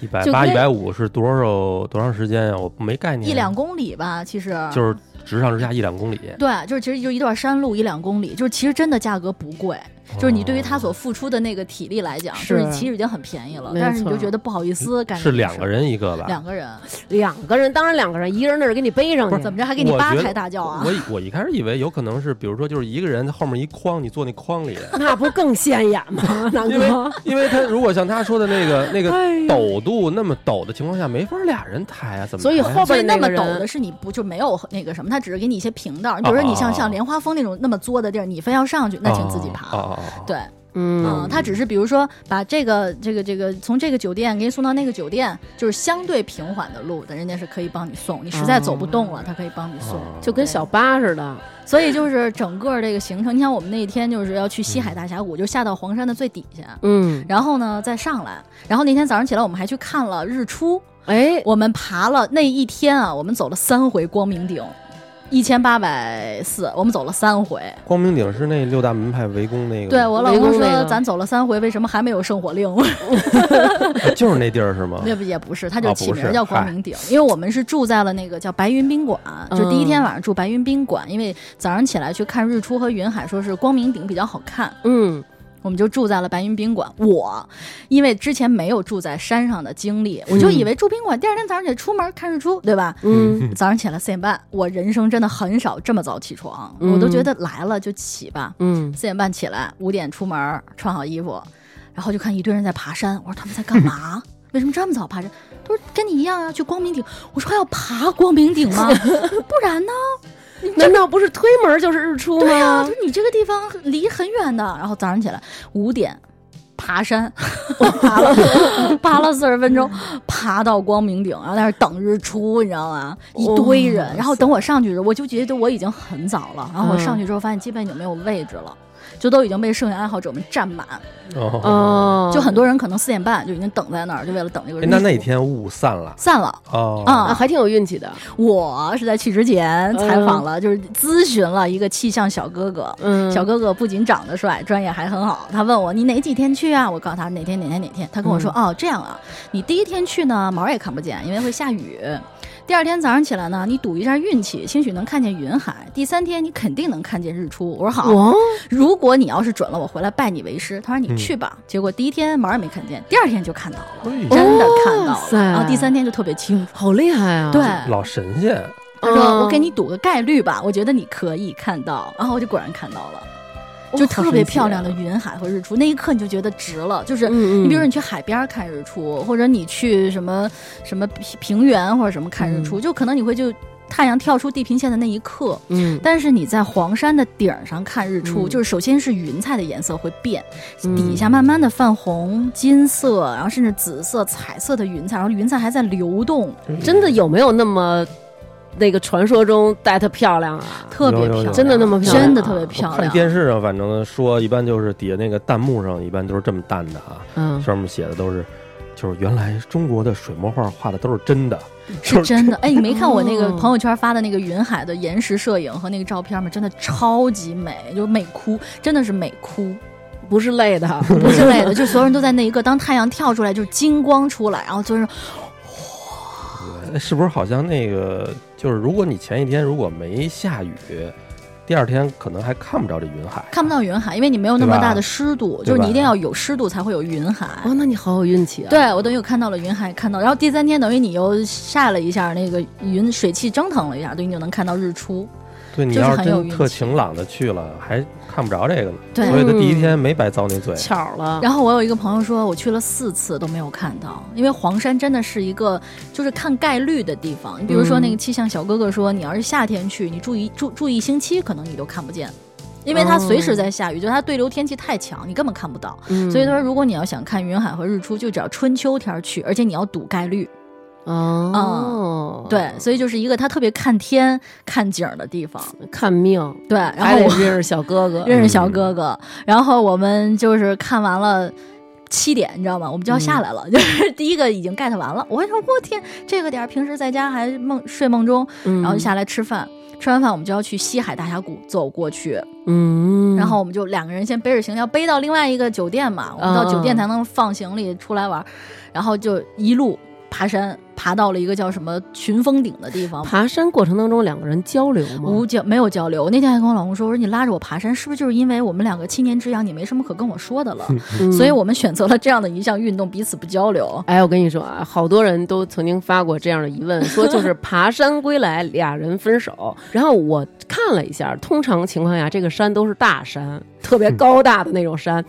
[SPEAKER 3] 一百
[SPEAKER 2] 就
[SPEAKER 3] 八、一
[SPEAKER 2] 跟
[SPEAKER 3] 百五是多少多长时间呀、我没概念。啊
[SPEAKER 2] 一两公里吧，其实
[SPEAKER 3] 嗯就是直上直下一两公里，
[SPEAKER 2] 对，就是其实就一段山路一两公里，就是其实真的价格不贵，
[SPEAKER 3] 哦
[SPEAKER 2] 就是你对于他所付出的那个体力来讲，
[SPEAKER 1] 是
[SPEAKER 2] 就是其实已经很便宜了，
[SPEAKER 1] 没
[SPEAKER 2] 但是你就
[SPEAKER 1] 错
[SPEAKER 2] 觉得不好意思干。
[SPEAKER 3] 嗯是两个，人一个吧？
[SPEAKER 2] 两个人
[SPEAKER 1] 两个人，当然两个人，一人那是给你背上去，
[SPEAKER 2] 怎么着还给你
[SPEAKER 3] 我
[SPEAKER 2] 八
[SPEAKER 3] 觉得
[SPEAKER 2] 抬大轿啊？
[SPEAKER 3] 我以我一开始以为有可能是，比如说就是一个人在后面一筐，你坐那筐里，
[SPEAKER 1] 那不更显眼吗？ 南
[SPEAKER 2] 嗯
[SPEAKER 3] 因为
[SPEAKER 1] 哥，
[SPEAKER 3] 因为他如果像他说的那 个那个
[SPEAKER 1] 哎呀
[SPEAKER 3] 陡度那么陡的情况下，没法俩人抬啊，怎么抬
[SPEAKER 1] 所
[SPEAKER 3] 啊？
[SPEAKER 1] 以后
[SPEAKER 2] 所以
[SPEAKER 1] 边
[SPEAKER 2] 那么
[SPEAKER 1] 个人
[SPEAKER 2] 陡的是你不就没有那个什么，他只是给你一些平道儿。你比如说你像
[SPEAKER 3] 哦
[SPEAKER 2] 像莲花峰那种那么作的地儿，你非要上去，那请自己爬。
[SPEAKER 3] 哦哦哦，
[SPEAKER 2] 对，
[SPEAKER 1] 嗯
[SPEAKER 2] 嗯，他只是比如说把这个这个这个从这个酒店给你送到那个酒店，就是相对平缓的路的，人家是可以帮你送。你实在走不动了，他可以帮你送。
[SPEAKER 3] 哦
[SPEAKER 1] 就跟小巴似的，
[SPEAKER 2] 所以就是整个这个行程，你想我们那一天就是要去西海大峡谷，就下到黄山的最底下，
[SPEAKER 1] 嗯，
[SPEAKER 2] 然后呢再上来。然后那天早上起来，我们还去看了日出。
[SPEAKER 1] 哎，
[SPEAKER 2] 我们爬了那一天啊，我们走了三回光明顶，一千八百四，我们走了三回。
[SPEAKER 3] 光明顶是那六大门派围攻那个，
[SPEAKER 2] 对我老
[SPEAKER 1] 围
[SPEAKER 2] 公
[SPEAKER 1] 攻
[SPEAKER 2] 说，
[SPEAKER 1] 那个
[SPEAKER 2] 咱走了三回，为什么还没有圣火令？
[SPEAKER 3] 啊就是那地儿是吗？
[SPEAKER 2] 那不也不是，它就
[SPEAKER 3] 啊
[SPEAKER 2] 起
[SPEAKER 3] 不是
[SPEAKER 2] 名叫光明顶，因为我们是住在了那个叫白云宾馆，就第一
[SPEAKER 3] 嗯
[SPEAKER 2] 天晚上住白云宾馆，因为早上起来去看日出和云海，说是光明顶比较好看。
[SPEAKER 1] 嗯，
[SPEAKER 2] 我们就住在了白云宾馆。我因为之前没有住在山上的经历，我
[SPEAKER 3] 嗯
[SPEAKER 2] 就以为住宾馆，第二天早上起来出门看日出，对吧？
[SPEAKER 1] 嗯，
[SPEAKER 2] 早上起来四点半，我人生真的很少这么早起床，我
[SPEAKER 3] 嗯
[SPEAKER 2] 都觉得来了就起吧。
[SPEAKER 1] 嗯，
[SPEAKER 2] 四点半起来，五点出门，穿好衣服，然后就看一堆人在爬山。我说他们在干嘛？ 为什么这么早爬山？他说跟你一样啊，去光明顶。我说还要爬光明顶吗？ 不然呢？
[SPEAKER 1] 难道不是推门就是日出
[SPEAKER 2] 对啊，
[SPEAKER 1] 吗
[SPEAKER 2] 就？是你这个地方离很远的。然后早上起来五点爬山，我爬了爬了四十分钟，爬到光明顶，然后在那儿等日出，你知道吗？一堆人。然后等我上去的时候，我就觉得我已经很早了。然后我上去之后发现基本已经没有位置了。就都已经被摄影爱好者们占满，
[SPEAKER 3] 哦，
[SPEAKER 1] 哦，
[SPEAKER 2] 就很多人可能四点半就已经等在那儿，就为了等这个日
[SPEAKER 3] 哎
[SPEAKER 2] 出。
[SPEAKER 3] 那那天雾散了
[SPEAKER 2] 散了，
[SPEAKER 3] 哦
[SPEAKER 2] 啊
[SPEAKER 1] 啊，还挺有运气的。
[SPEAKER 2] 我是在去之前采访了，就是咨询了一个气象小哥哥。
[SPEAKER 1] 嗯，
[SPEAKER 2] 小哥哥不仅长得帅，专业还很好。他问我你哪几天去啊？我告诉他哪天哪天哪天。他跟我说、哦这样啊，你第一天去呢毛儿也看不见，因为会下雨。第二天早上起来呢，你赌一下运气，兴许能看见云海。第三天你肯定能看见日出。我说好，
[SPEAKER 1] 哦，
[SPEAKER 2] 如果你要是准了，我回来拜你为师。他说你
[SPEAKER 3] 嗯
[SPEAKER 2] 去吧。结果第一天毛儿也没看见，第二天就看到了，
[SPEAKER 3] 哎呦
[SPEAKER 2] 真的看到
[SPEAKER 1] 哇
[SPEAKER 2] 了。
[SPEAKER 1] 塞
[SPEAKER 2] 然后第三天就特别清楚。
[SPEAKER 1] 好厉害啊！
[SPEAKER 2] 对，
[SPEAKER 3] 老神仙，
[SPEAKER 2] 他说：“
[SPEAKER 1] 嗯
[SPEAKER 2] 我给你赌个概率吧，我觉得你可以看到。”然后我就果然看到了，就
[SPEAKER 1] 哇
[SPEAKER 2] 特别漂
[SPEAKER 1] 哦
[SPEAKER 2] 亮的。云海和日出。那一刻你就觉得值了，就是
[SPEAKER 1] 嗯嗯
[SPEAKER 2] 你比如说你去海边看日出，或者你去什么什么平平原或者什么看日出，就可能你会就太阳跳出地平线的那一刻。
[SPEAKER 1] 嗯
[SPEAKER 2] 但是你在黄山的顶儿上看日出，
[SPEAKER 1] 嗯
[SPEAKER 2] 就是首先是云彩的颜色会变，
[SPEAKER 1] 嗯
[SPEAKER 2] 底下慢慢的泛红、金色，然后甚至紫色、彩色的云彩，然后云彩还在流动，
[SPEAKER 1] 真的有没有那么那个传说中带她漂亮啊？
[SPEAKER 2] 特别
[SPEAKER 3] 有有有
[SPEAKER 2] 漂
[SPEAKER 3] 啊
[SPEAKER 2] 亮，
[SPEAKER 1] 真的那么漂亮
[SPEAKER 2] 真的特别漂
[SPEAKER 3] 看
[SPEAKER 2] 亮。
[SPEAKER 3] 电视上，反正说一般就是底下那个弹幕上，一般都是这么淡的啊，
[SPEAKER 1] 嗯，
[SPEAKER 3] 上面写的都是，就是原来中国的水墨画画的都是嗯真的，
[SPEAKER 2] 是真的，哎，你没看我那个
[SPEAKER 1] 哦
[SPEAKER 2] 朋友圈发的那个云海的延时摄影和那个照片吗？真的超级美，就美哭，真的是美 哭，
[SPEAKER 1] 不是累 的，
[SPEAKER 2] 不是累的，就所有人都在那一个，当太阳跳出来，就是金光出来，然后就是
[SPEAKER 3] 哎是不是？好像那个就是，如果你前一天如果没下雨，第二天可能还看不着这云海。
[SPEAKER 2] 看不到云海，因为你没有那么
[SPEAKER 3] 对吧
[SPEAKER 2] 大的湿度，
[SPEAKER 3] 对
[SPEAKER 2] 就
[SPEAKER 3] 吧
[SPEAKER 2] 是你一定要有湿度才会有云海。
[SPEAKER 1] 哦，那你好有运气啊！，
[SPEAKER 2] 对，我等于我看到了云海，看到，然后第三天等于你又晒了一下那个云水汽蒸腾了一下，等于你就能看到日出。
[SPEAKER 3] 对你
[SPEAKER 2] 就是
[SPEAKER 3] 要是
[SPEAKER 2] 很有
[SPEAKER 3] 真
[SPEAKER 2] 运
[SPEAKER 3] 特
[SPEAKER 2] 气
[SPEAKER 3] 晴朗的去了，还看不着这个呢。
[SPEAKER 2] 对，
[SPEAKER 3] 所以他第一天没白遭 那罪。
[SPEAKER 1] 巧了。
[SPEAKER 2] 然后我有一个朋友说，我去了四次都没有看到，因为黄山真的是一个就是看概率的地方。你比如说
[SPEAKER 1] 嗯
[SPEAKER 2] 那个气象小哥哥说，你要是夏天去，你住一住住一星期，可能你都看不见，因为它随时在下雨，就是它对流天气太强，你根本看不到。
[SPEAKER 1] 哦嗯
[SPEAKER 2] 所以他说，如果你要想看云海和日出，就只要春秋天儿去，而且你要赌概率。
[SPEAKER 1] 哦，
[SPEAKER 2] 嗯对，所以就是一个他特别看天看景儿的地方。
[SPEAKER 1] 看命，
[SPEAKER 2] 对，然
[SPEAKER 1] 还
[SPEAKER 2] 后
[SPEAKER 1] 得
[SPEAKER 2] 我
[SPEAKER 1] 认识小哥哥。
[SPEAKER 2] 认识小哥哥，然后我们就是看完了。七点，你知道吗？我们就要
[SPEAKER 1] 嗯
[SPEAKER 2] 下来了， 就是第一个已经 get 完了。我说我天，这个点儿平时在家还梦睡梦中，
[SPEAKER 1] 嗯
[SPEAKER 2] 然后就，下来吃饭。吃完饭我们就要去西海大峡谷走过去，
[SPEAKER 1] 嗯，
[SPEAKER 2] 然后我们就两个人先背着行李，要背到另外一个酒店嘛，我们到
[SPEAKER 1] 哦
[SPEAKER 2] 酒店才能放行李出来玩儿，然后就一路爬山，爬到了一个叫什么群峰顶的地方，
[SPEAKER 1] 爬山过程当中两个人交流吗？
[SPEAKER 2] 无交没有交流。我那天还跟我老公说，我说你拉着我爬山，是不是就是因为我们两个七年之痒，你没什么可跟我说的了？
[SPEAKER 1] 嗯
[SPEAKER 2] 所以我们选择了这样的一项运动，彼此不交流。
[SPEAKER 1] 哎，我跟你说啊，好多人都曾经发过这样的疑问，说就是爬山归来，俩人分手。然后我看了一下，通常情况下，这个山都是大山，特别高大的那种山，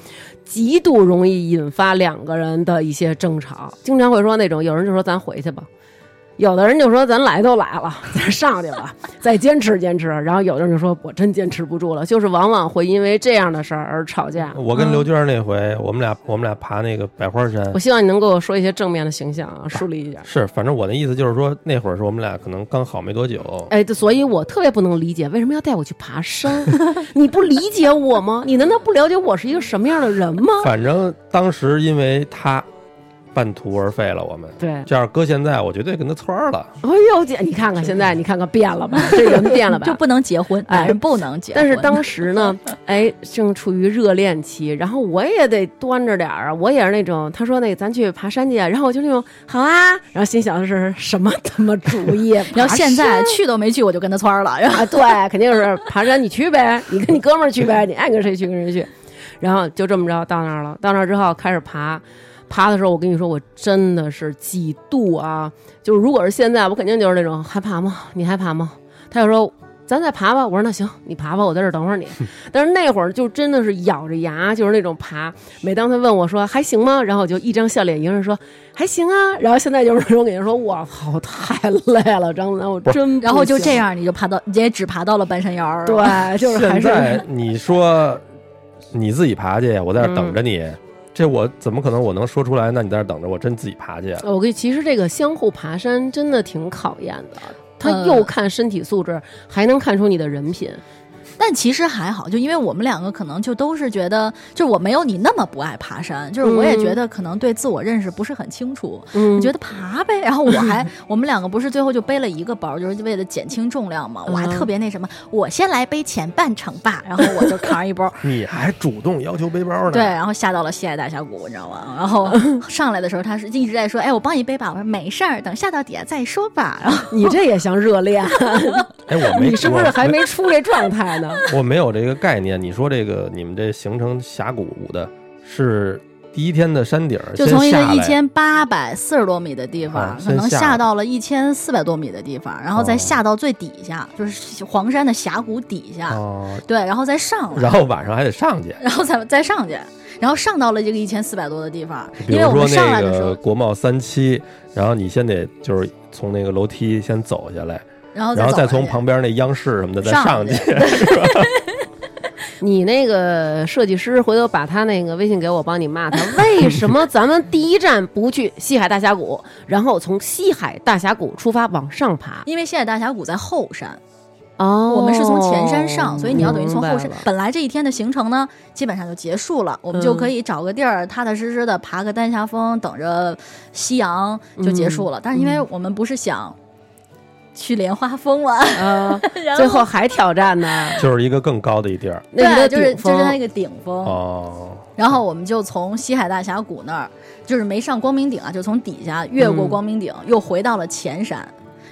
[SPEAKER 1] 极度容易引发两个人的一些争吵。经常会说那种，有人就说咱回去吧。有的人就说咱来都来了，咱上去吧，再坚持坚持。然后有的人就说我真坚持不住了，就是往往会因为这样的事儿而吵架。
[SPEAKER 3] 我跟刘娟那回，我们俩我们俩爬那个百花山
[SPEAKER 1] 嗯我，希望你能给我说一些正面的形象啊，树立一下。
[SPEAKER 3] 是，反正我的意思就是说，那会儿是我们俩可能刚好没多久，
[SPEAKER 1] 哎，对所以我特别不能理解为什么要带我去爬山？ 你不理解我吗？你难道不了解我是一个什么样的人 吗？
[SPEAKER 3] 反正当时因为他半途而废了我们。
[SPEAKER 1] 对，
[SPEAKER 3] 这要是搁现在，我绝对跟他蹿儿了。
[SPEAKER 1] 哎呦姐，你看看现在，你看看变了吧，这人变了吧，
[SPEAKER 2] 就不能结婚，
[SPEAKER 1] 哎
[SPEAKER 2] 男人不能结婚。
[SPEAKER 1] 但是当时呢，哎，正处于热恋期，然后我也得端着点儿啊，我也是那种，他说那咱去爬山去啊，然后我就那种好啊，然后心想的是什么他妈主意？啊
[SPEAKER 2] 然后
[SPEAKER 1] 爬
[SPEAKER 2] 现在
[SPEAKER 1] 山
[SPEAKER 2] 去都没去，我就跟他窜儿了。然后
[SPEAKER 1] 啊，对，肯定是爬山，你去呗，你跟你哥们儿去呗，你爱跟谁去跟谁去。然后就这么着到那儿了，到那儿之后开始爬。爬的时候，我跟你说，我真的是几度啊！就是如果是现在，我肯定就是那种害怕吗？你害怕吗？他就说咱再爬吧。我说那行，你爬吧，我在这儿等会儿 你。但是那会儿就真的是咬着牙，就是那种爬。每当他问我说还行吗，然后我就一张笑脸迎着说还行啊。然后现在就是那种感觉说，我操，太累了，张子楠，我
[SPEAKER 3] 不 是
[SPEAKER 1] 真不
[SPEAKER 2] 然后就
[SPEAKER 1] 行
[SPEAKER 2] 这。样，你就爬到，你也只爬到了半山腰儿。
[SPEAKER 1] 对，就是还是
[SPEAKER 3] 现在你说你自己爬去，我在这儿等着你，
[SPEAKER 1] 嗯
[SPEAKER 3] 这我怎么可能我能说出来？那你在这儿等着，我真自己爬去。啊
[SPEAKER 1] 呃我跟你其实这个相互爬山真的挺考验的，他
[SPEAKER 2] 呃
[SPEAKER 1] 又看身体素质，还能看出你的人品。
[SPEAKER 2] 但其实还好，就因为我们两个可能就都是觉得，就是我没有你那么不爱爬山，就是我也觉得可能对自我认识不是很清楚，
[SPEAKER 1] 嗯
[SPEAKER 2] 你觉得爬呗。然后我 还，我们两个不是最后就背了一个包，就是为了减轻重量嘛。我还
[SPEAKER 3] 嗯
[SPEAKER 2] 特别那什么，我先来背前半程吧，然后我就扛 一包。
[SPEAKER 3] 你还主动要求背包呢？
[SPEAKER 2] 对，，然后下到了西海大峡谷，你知道吗？然 后上来的时候，他是一直在说：“哎，我帮你背吧。”我说：“没事儿，等下到底下再说吧。”然后
[SPEAKER 1] 你这也像热恋，啊
[SPEAKER 3] 哎，我没，
[SPEAKER 1] 你是不是还没出这状态呢？
[SPEAKER 3] 我？我没有这个概念。你说这个你们这行程峡谷的是第一天的山顶儿，
[SPEAKER 2] 就
[SPEAKER 3] 先
[SPEAKER 2] 从一个
[SPEAKER 3] 下来
[SPEAKER 2] 一千八百四十多米的地方
[SPEAKER 3] 啊，
[SPEAKER 2] 可能
[SPEAKER 3] 先下
[SPEAKER 2] 下到了一千四百多米的地方，然后再
[SPEAKER 3] 哦
[SPEAKER 2] 下到最底下，就是黄山的峡谷底下，
[SPEAKER 3] 哦，
[SPEAKER 2] 对，然后再上来，
[SPEAKER 3] 然后晚上还得上去。
[SPEAKER 2] 然后再再上去，然后上到了这个一千四百多的地方，
[SPEAKER 3] 比
[SPEAKER 2] 因为
[SPEAKER 3] 如
[SPEAKER 2] 我
[SPEAKER 3] 说
[SPEAKER 2] 们上
[SPEAKER 3] 那
[SPEAKER 2] 来的时候
[SPEAKER 3] 个，国贸三期，然后你先得就是从那个楼梯先走下来，
[SPEAKER 2] 然后
[SPEAKER 3] 然后
[SPEAKER 2] 哦再
[SPEAKER 3] 再
[SPEAKER 2] 走
[SPEAKER 3] 从
[SPEAKER 2] 下去
[SPEAKER 3] 旁边那央视什么的再
[SPEAKER 2] 上
[SPEAKER 3] 上
[SPEAKER 2] 去
[SPEAKER 3] 去。
[SPEAKER 1] 你那个设计师，回头把他那个微信给我，帮你骂他。为什么咱们第一站不去西海大峡谷，然后从西海大峡谷出发往上爬？
[SPEAKER 2] 因为现在大峡谷在后山，
[SPEAKER 1] 哦
[SPEAKER 2] 我们是从前山上，所以你要等于从后山
[SPEAKER 1] 明白了。
[SPEAKER 2] 本来这一天的行程呢，基本上就结束了，我们
[SPEAKER 1] 嗯
[SPEAKER 2] 就可以找个地儿，踏踏实实的爬个丹霞峰，等着夕阳就结束了。
[SPEAKER 1] 嗯
[SPEAKER 2] 但是因为我们不是想去莲花峰了，
[SPEAKER 1] 呃，
[SPEAKER 2] 然
[SPEAKER 1] 最后还挑战呢，
[SPEAKER 3] 就是一个更高的一地儿
[SPEAKER 1] 那
[SPEAKER 2] 对，
[SPEAKER 1] 个
[SPEAKER 2] 就是
[SPEAKER 1] 顶
[SPEAKER 2] 就
[SPEAKER 1] 峰
[SPEAKER 2] 是那个顶峰，
[SPEAKER 3] 哦。
[SPEAKER 2] 然后我们就从西海大峡谷那儿，就是没上光明顶啊，就从底下越过光明顶，又回到了前山，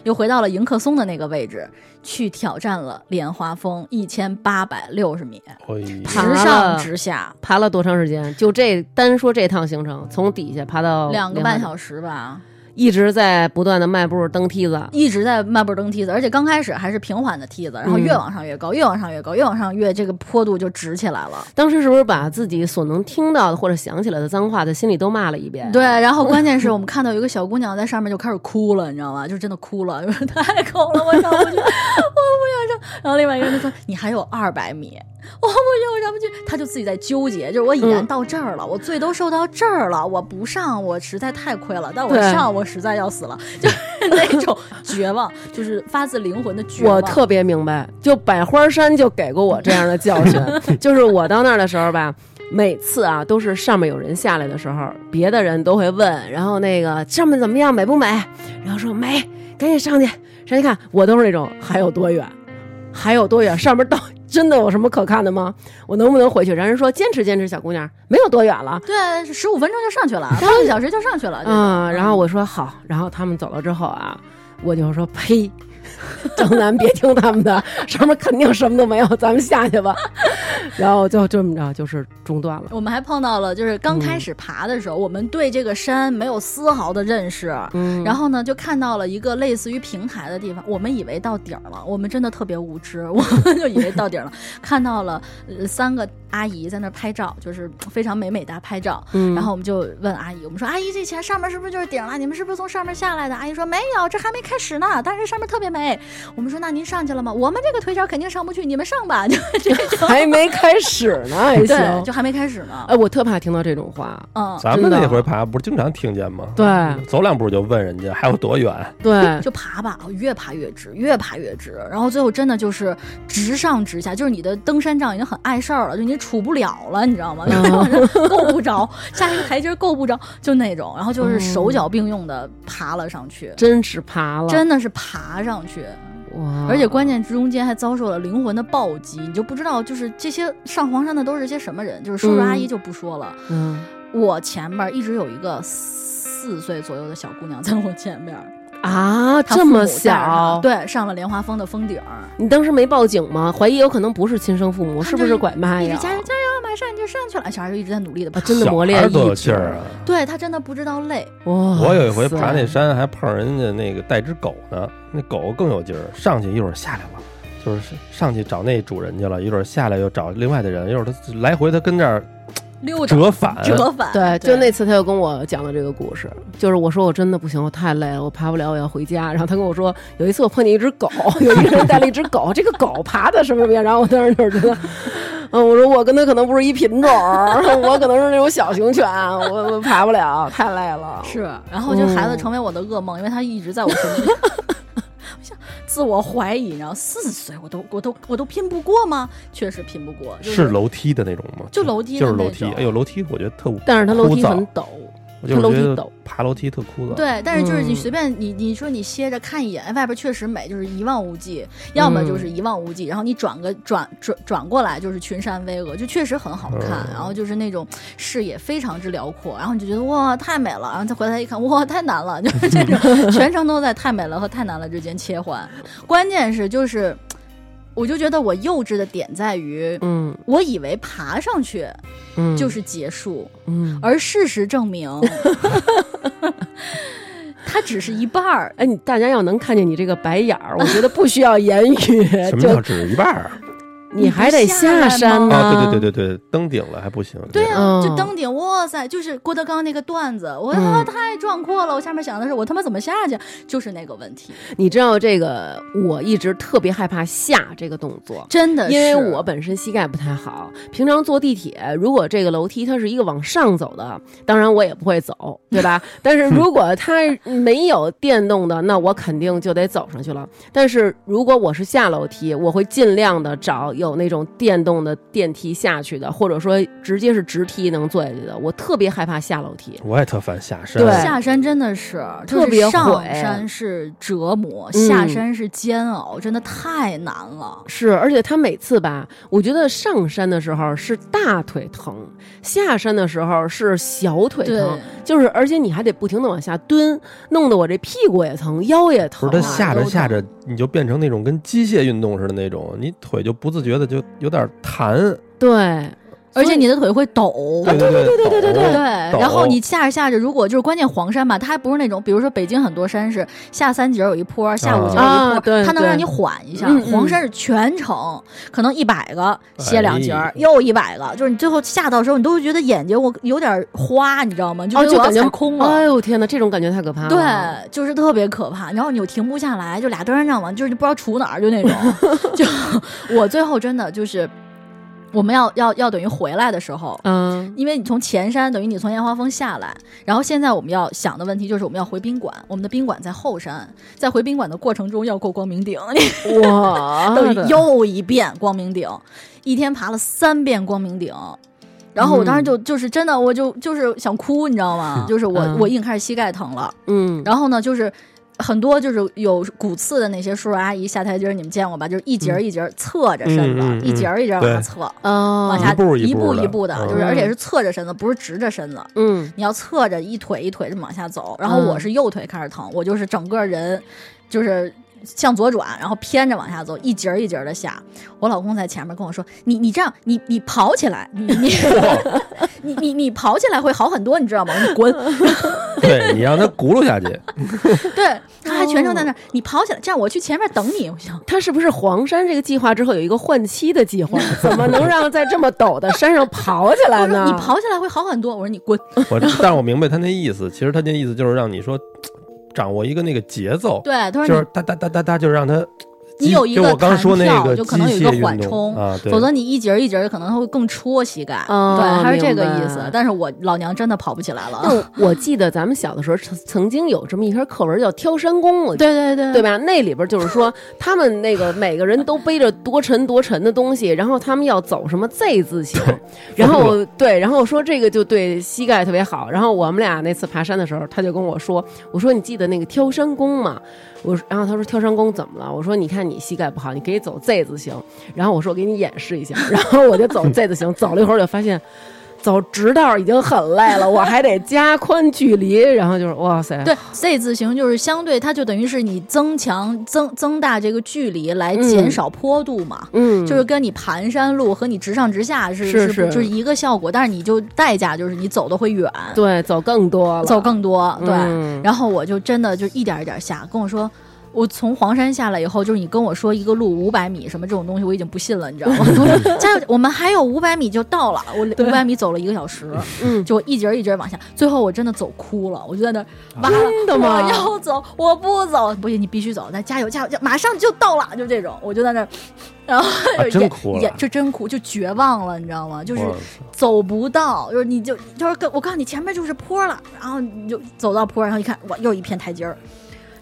[SPEAKER 2] 又回到了迎客松的那个位置，去挑战了莲花峰一千八百六十米，
[SPEAKER 3] 哎呦
[SPEAKER 1] 爬
[SPEAKER 2] 直上
[SPEAKER 1] 了
[SPEAKER 2] 直下，
[SPEAKER 1] 爬了多长时间？就这单说这趟行程，从底下爬到
[SPEAKER 2] 两个半
[SPEAKER 1] 时，
[SPEAKER 2] 小时吧，
[SPEAKER 1] 一直在不断的迈步登梯子。
[SPEAKER 2] 一直在迈步登梯子，而且刚开始还是平缓的梯子，然后越往上越高，越往上越高，越往上越这个坡度就直起来了。
[SPEAKER 1] 当时是不是把自己所能听到的或者想起来的脏话在心里都骂了一遍？
[SPEAKER 2] 对，然后关键是我们看到有一个小姑娘在上面就开始哭了，你知道吗？就真的哭了， 就说太恐了，我上不去，我不想上。然后另外一个人就说你还有二百米，我不行，我上不去。她就自己在纠结，就是我已然
[SPEAKER 1] 嗯
[SPEAKER 2] 到这儿了，我罪都受到这儿了，我不上我实在太亏了，但我
[SPEAKER 1] 对
[SPEAKER 2] 上我实在要死了， 就是那种绝望，就是发自灵魂的绝望。
[SPEAKER 1] 我特别明白，就百花山就给过我这样的教训， 就是我到那儿的时候吧。每次啊，都是上面有人下来的时候，别的人都会问，然后那个上面怎么样，美不美？然后说美，赶紧上去，上去看。我都是那种还有多远，还有多远，上面到真的有什么可看的吗？我能不能回去？然后人说坚持坚持，小姑娘，没有多远了，
[SPEAKER 2] 对，十五分钟就上去 了，半个小时就上去了。这种
[SPEAKER 1] 嗯，然后我说好，然后他们走了之后啊，我就说呸， 张楠别听他们 的，上面肯定什么都没有，咱们下去吧。然后就这么着，就是中断 了。
[SPEAKER 2] 我们还碰到了，就是刚开始爬的时候，我们对这个山没有丝毫的认识，
[SPEAKER 1] 嗯
[SPEAKER 2] 然后呢，就看到了一个类似于平台的地方，我们以为到顶儿了，我们真的特别无知， 我们就以为到顶儿了，看到了、呃、三个阿姨在那儿拍照，就是非常美美哒拍照，
[SPEAKER 1] 嗯
[SPEAKER 2] 然后我们就问阿姨，我们说阿姨这前上面是不是就是顶儿了？你们是不是从上面下来的？阿姨说没有，这还没开始呢，但是上面特别美。我们说那您上去了吗？我们这个腿脚肯定上不去，你们上吧，就这种，
[SPEAKER 1] 还没开始呢，还
[SPEAKER 2] 对，
[SPEAKER 1] 行。
[SPEAKER 2] 就还没开始呢，
[SPEAKER 1] 哎，我特怕听到这种话。
[SPEAKER 2] 嗯。
[SPEAKER 3] 咱们
[SPEAKER 1] 真的
[SPEAKER 3] 那回爬不是经常听见吗？
[SPEAKER 1] 对
[SPEAKER 3] 走两步就问人家还有多远，
[SPEAKER 1] 对，
[SPEAKER 2] 就爬吧，哦越爬越直，越爬越直，然后最后真的就是直上直下，就是你的登山杖已经很碍事儿了，就你杵不了了，你知道吗？就是够不着，下一个台阶够不着，就那种，然后就是手脚并用的爬了上去，
[SPEAKER 1] 真是爬了，
[SPEAKER 2] 真的是爬上去，
[SPEAKER 1] 哇！
[SPEAKER 2] 而且关键中间还遭受了灵魂的暴击，你就不知道就是这些上黄山的都是些什么人，就是叔叔阿姨就不说了，
[SPEAKER 1] 嗯
[SPEAKER 2] 我前边一直有一个四岁左右的小姑娘在我前面。
[SPEAKER 1] 啊，
[SPEAKER 2] 他
[SPEAKER 1] 这
[SPEAKER 2] 父
[SPEAKER 1] 么
[SPEAKER 2] 母带着他
[SPEAKER 1] 小，
[SPEAKER 2] 对，上了莲花峰的峰顶儿，
[SPEAKER 1] 你当时没报警吗？怀疑有可能不是亲生父母，
[SPEAKER 2] 他
[SPEAKER 1] 是不
[SPEAKER 2] 就是
[SPEAKER 1] 拐卖
[SPEAKER 2] 一直
[SPEAKER 1] 呀？
[SPEAKER 2] 加油加油，妈马上你就上去了。哎小孩就一直在努力的爬
[SPEAKER 1] 啊，，真的磨
[SPEAKER 3] 小孩
[SPEAKER 1] 练
[SPEAKER 3] 儿多有
[SPEAKER 1] 意志
[SPEAKER 3] 劲儿啊！！
[SPEAKER 2] 对他真的不知道累。
[SPEAKER 1] 哇，
[SPEAKER 3] 我有一回爬那
[SPEAKER 1] 哎塞，
[SPEAKER 3] 山，还碰上人家那个带只狗呢，那狗更有劲儿，上去一会儿下来了，就是上去找那主人去了，一会儿下来又找另外的人，一会儿它来回它跟这儿
[SPEAKER 2] 溜达
[SPEAKER 3] 折返，
[SPEAKER 2] 折返，
[SPEAKER 1] 对，就那次他又跟我讲了这个故事，就是我说我真的不行，我太累了，我爬不了，我要回家。然后他跟我说，有一次我碰见一只狗， 有一个人带了一只狗，这个狗爬的什么什么样，然后我当时就是觉得。嗯，我说我跟他可能不是一品种儿， 我可能是那种小型犬，我我爬不了，太累了。
[SPEAKER 2] 是，然后就孩子成为我的噩梦，因为他一直在我身边。 我想自我怀疑，然后四岁我都我都我都拼不过吗？确实拼不过，就是
[SPEAKER 3] 楼梯的那种吗？
[SPEAKER 2] 就楼梯的
[SPEAKER 3] 就是
[SPEAKER 2] 那
[SPEAKER 3] 楼梯。
[SPEAKER 2] 种
[SPEAKER 3] 哎呦，楼梯我觉得特，
[SPEAKER 1] 但是它楼梯很陡，
[SPEAKER 3] 我就是
[SPEAKER 1] 楼梯
[SPEAKER 3] 觉得
[SPEAKER 1] 陡
[SPEAKER 3] 爬楼梯特枯燥。
[SPEAKER 2] 对，啊但是就是你
[SPEAKER 1] 嗯
[SPEAKER 2] 随便你你说你歇着看一眼，哎外边确实美，就是一望无际；
[SPEAKER 1] 嗯
[SPEAKER 2] 要么就是一望无际，然后你转个转转转过来就是群山巍峨，就确实很好看。
[SPEAKER 3] 嗯
[SPEAKER 2] 然后就是那种视野非常之辽阔，然后你就觉得哇太美了，啊然后再回来一看哇太难了，就是这种全程都在太美了和太难了之间切换。关键是就是，我就觉得我幼稚的点在于，
[SPEAKER 1] 嗯
[SPEAKER 2] 我以为爬上去
[SPEAKER 1] 嗯，
[SPEAKER 2] 就是结束。
[SPEAKER 1] 嗯。
[SPEAKER 2] 而事实证 明，它只是一半儿。
[SPEAKER 1] 哎，你大家要能看见你这个白眼儿，我觉得不需要言语，
[SPEAKER 3] 什么叫
[SPEAKER 1] 就
[SPEAKER 3] 只一半儿？
[SPEAKER 1] 你还得山呢。
[SPEAKER 3] 啊，对对对对对，登顶了还不行。
[SPEAKER 2] 对啊
[SPEAKER 3] 这
[SPEAKER 2] 呀、
[SPEAKER 1] 嗯
[SPEAKER 3] 样
[SPEAKER 2] 就登顶，哇塞，就是郭德纲那个段子，我、
[SPEAKER 1] 嗯
[SPEAKER 2] 啊太壮阔了。我下面想的是，我他妈怎么下去？就是那个问题，
[SPEAKER 1] 你知道这个，我一直特别害怕下这个动作。
[SPEAKER 2] 真呃的是，
[SPEAKER 1] 因为我本身膝盖不太好，平常坐地铁，如果这个楼梯它是一个往上走的，当然我也不会走，对吧？但是如果它没有电动的，那我肯定就得走上去了。但是如果我是下楼梯，我会尽量的找有那种电动的电梯下去的，或者说直接是直梯能坐下去的。我特别害怕下楼梯，
[SPEAKER 3] 我也特烦下山。
[SPEAKER 1] 对
[SPEAKER 2] 下山真的是
[SPEAKER 1] 特别
[SPEAKER 2] 就是上
[SPEAKER 1] 毁
[SPEAKER 2] 山是折磨，
[SPEAKER 1] 嗯
[SPEAKER 2] 下山是煎熬，真的太难了。
[SPEAKER 1] 是，而且他每次吧，我觉得上山的时候是大腿疼，下山的时候是小腿
[SPEAKER 2] 对
[SPEAKER 1] 疼，就是而且你还得不停的往下蹲，弄得我这屁股也疼，腰也
[SPEAKER 3] 不
[SPEAKER 1] 疼
[SPEAKER 3] 是它
[SPEAKER 1] 啊。
[SPEAKER 3] 下着下着，你就变成那种跟机械运动似的那种，你腿就不自觉的就有点弹。
[SPEAKER 1] 对，
[SPEAKER 2] 而且你的腿会抖，
[SPEAKER 3] 对对对对对对
[SPEAKER 2] 对，然后你下着下着，如果就是关键黄山吧，它还不是那种，比如说北京很多山是下三节有一坡，下五节有
[SPEAKER 1] 啊
[SPEAKER 2] 一坡，
[SPEAKER 1] 对
[SPEAKER 2] 它能让
[SPEAKER 1] 对
[SPEAKER 2] 你缓一下。
[SPEAKER 1] 嗯嗯
[SPEAKER 2] 黄山是全程，可能一百个歇两节，
[SPEAKER 3] 哎
[SPEAKER 2] 又一百个，就是你最后下到的时候，你都会觉得眼睛我有点花，你知道吗？就
[SPEAKER 1] 哦，
[SPEAKER 2] 觉得
[SPEAKER 1] 就
[SPEAKER 2] 我要
[SPEAKER 1] 感觉啊
[SPEAKER 2] 踩空了。
[SPEAKER 1] 哎呦天哪，这种感觉太可怕了。
[SPEAKER 2] 对，就是特别可怕，然后你又停不下来，就俩登山杖往，就是不知道杵哪儿，就 那种。就我最后真的就是，我们要要要等于回来的时候，
[SPEAKER 1] 嗯，
[SPEAKER 2] 因为你从前山，等于你从烟花峰下来，然后现在我们要想的问题就是我们要回宾馆，我们的宾馆在后山，在回宾馆的过程中要过光明 顶，
[SPEAKER 1] 我
[SPEAKER 2] 等于
[SPEAKER 1] 的
[SPEAKER 2] 又一遍光明顶，一天爬了三遍光明顶。然后我当时就就是真的，我就就是想哭，你知道吗？就是我
[SPEAKER 1] 嗯
[SPEAKER 2] 我已经开始膝盖疼了，
[SPEAKER 1] 嗯，
[SPEAKER 2] 然后呢就是。很多就是有骨刺的那些叔叔阿姨下台阶儿，你们见过吧？就是一节儿一节儿侧着身子，
[SPEAKER 3] 嗯嗯嗯嗯
[SPEAKER 2] 一节儿一节儿往下
[SPEAKER 3] 对
[SPEAKER 2] 侧，
[SPEAKER 1] 哦
[SPEAKER 2] 往下
[SPEAKER 3] 一步一
[SPEAKER 2] 一
[SPEAKER 3] 步的
[SPEAKER 2] 一步的，
[SPEAKER 3] 嗯
[SPEAKER 2] 就是而且是侧着身子，不是直着身子。
[SPEAKER 1] 嗯
[SPEAKER 2] 你要侧着一腿一腿这么往下走，然后我是右腿开始疼，我就是整个人就是向左转，然后偏着往下走，一节儿一节的下。我老公在前面跟我说：“你你这样，你你跑起来，你你 你你你跑起来会好很多，你知道吗？你滚！”
[SPEAKER 3] 对你让它轱辘下去，
[SPEAKER 2] 对，他还全程在那儿，你跑起来，这样我去前面等你。我想，
[SPEAKER 1] 他是不是黄山这个计划之后有一个换妻的计划？怎么能让在这么陡的山上跑起来
[SPEAKER 2] 我 说
[SPEAKER 1] 呢？
[SPEAKER 2] 你跑起来会好很多。我说你滚。
[SPEAKER 3] 我但是我明白他那意思，其实他那意思就是让你说掌握一个那个节奏，
[SPEAKER 2] 对，他说
[SPEAKER 3] 就
[SPEAKER 2] 你
[SPEAKER 3] 是哒哒哒哒哒，就让他
[SPEAKER 2] 你有一个
[SPEAKER 3] 就我刚说那
[SPEAKER 2] 弹跳
[SPEAKER 3] 个
[SPEAKER 2] 就可能有一个
[SPEAKER 3] 机械运
[SPEAKER 2] 缓
[SPEAKER 3] 动
[SPEAKER 2] 冲
[SPEAKER 3] 啊，对
[SPEAKER 2] 否则你一节儿一节儿可能会更戳膝盖。
[SPEAKER 1] 哦
[SPEAKER 2] 对，还是这个
[SPEAKER 1] 明白
[SPEAKER 2] 意思。但是我老娘真的跑不起来
[SPEAKER 1] 但
[SPEAKER 2] 了。
[SPEAKER 1] 我我记得咱们小的时候曾曾经有这么一篇课文叫《挑山工》，我记得
[SPEAKER 2] 对对对
[SPEAKER 1] 对吧？那里边就是说，他们那个每个人都背着多沉多沉的东西，然后他们要走什么 Z 字形，然后对，然后说这个就对膝盖特别好。然后我们俩那次爬山的时候，他就跟我说：“我说你记得那个挑山工吗？”我说，然后他说挑山工怎么了？我说你看你膝盖不好，你可以走 Z 字形。然后我说我给你演示一下，然后我就走 Z 字形，走了一会儿我就发现。走直道已经很累了，我还得加宽距离，然后就是哇塞，
[SPEAKER 2] 对 Z 字形就是相对，它就等于是你增强增增大这个距离来减少坡度嘛，
[SPEAKER 1] 嗯，
[SPEAKER 2] 就是跟你盘山路和你直上直下是
[SPEAKER 1] 是
[SPEAKER 2] 不
[SPEAKER 1] 是
[SPEAKER 2] 就是一个效果，但是你就代价就是你走的会远，
[SPEAKER 1] 对，走更多了，
[SPEAKER 2] 走更多，对。
[SPEAKER 1] 嗯
[SPEAKER 2] 然后我就真的就一点一点下，跟我说。我从黄山下来以后，就是你跟我说一个路五百米什么这种东西，我已经不信了，你知道吗？ 我说加油，我们还有五百米就到了，我五百米走了一个小时，
[SPEAKER 1] 嗯
[SPEAKER 2] 就我一节一节往下，最后我真的走哭了，我就在那儿完了，
[SPEAKER 1] 真的吗
[SPEAKER 2] 我要走，我不走，不行，你必须走，那加油加油，马上就到了，就这种，我就在那儿，然后
[SPEAKER 3] 啊
[SPEAKER 2] 就
[SPEAKER 3] 真
[SPEAKER 2] 也、
[SPEAKER 3] 哭了
[SPEAKER 2] 也就真哭，就绝望了，你知道吗？就是
[SPEAKER 3] 哇
[SPEAKER 2] 走不到，就是你就就是跟我告诉你前面就是坡了，然后你就走到坡，然后一看哇又一片台阶儿，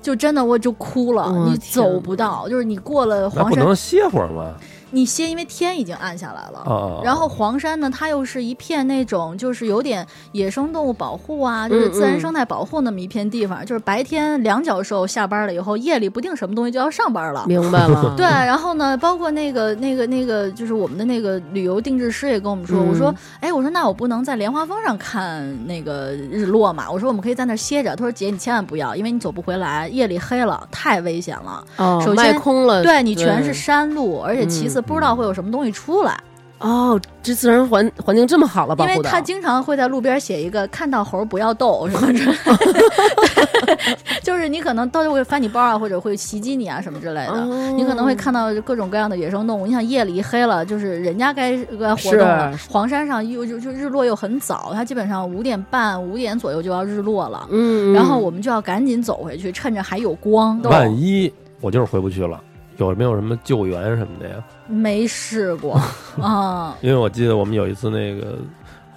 [SPEAKER 2] 就真的我就哭了，
[SPEAKER 1] 哦
[SPEAKER 2] 你
[SPEAKER 1] 天哪
[SPEAKER 2] 走不到，就是你过了
[SPEAKER 3] 啊那
[SPEAKER 2] 黄
[SPEAKER 3] 不
[SPEAKER 2] 山，
[SPEAKER 3] 能歇会儿吗？
[SPEAKER 2] 你歇，因为天已经暗下来了。
[SPEAKER 3] 啊啊！
[SPEAKER 2] 然后黄山呢，它又是一片那种就是有点野生动物保护啊，就是自
[SPEAKER 3] 嗯
[SPEAKER 2] 然生态保护那么一片地方。就是白天两角兽下班了以后，夜里不定什么东西就要上班了。
[SPEAKER 1] 明白了，
[SPEAKER 2] 对，然后呢，包括那个、那个、那个，就是我们的那个旅游定制师也跟我们说，
[SPEAKER 1] 嗯
[SPEAKER 2] 我说，哎，我说那我不能在莲花峰上看那个日落嘛？我说我们可以在那儿歇着。他说姐，你千万不要，因为你走不回来，夜里黑了，太危险了。
[SPEAKER 1] 哦，
[SPEAKER 2] 首
[SPEAKER 1] 卖
[SPEAKER 2] 先
[SPEAKER 1] 空了，
[SPEAKER 2] 对你全是山路，而且其
[SPEAKER 1] 嗯
[SPEAKER 2] 次不知道会有什么东西出来，
[SPEAKER 1] 哦，这自然环环境这么好了，保
[SPEAKER 2] 因为
[SPEAKER 1] 护的
[SPEAKER 2] 他经常会在路边写一个“看到猴儿不 要逗”什么之类 的，就是你可能到时候会翻你包啊，或者会袭击你啊什么之类的。
[SPEAKER 1] 哦
[SPEAKER 2] 你可能会
[SPEAKER 3] 嗯
[SPEAKER 2] 看到各种各样的野生动物。你想夜里一黑了，就是人家该该活动
[SPEAKER 3] 啊
[SPEAKER 2] 了。黄山上又就就日落又很早，它基本上五点半、五点左右就要日落了。
[SPEAKER 1] 嗯，
[SPEAKER 2] 然后我们就要赶紧走回去，趁着还有光。都
[SPEAKER 3] 万一我就是回不去了，有没有什么救援什么的呀？
[SPEAKER 2] 没试过 啊、
[SPEAKER 3] 因为我记得我们有一次那个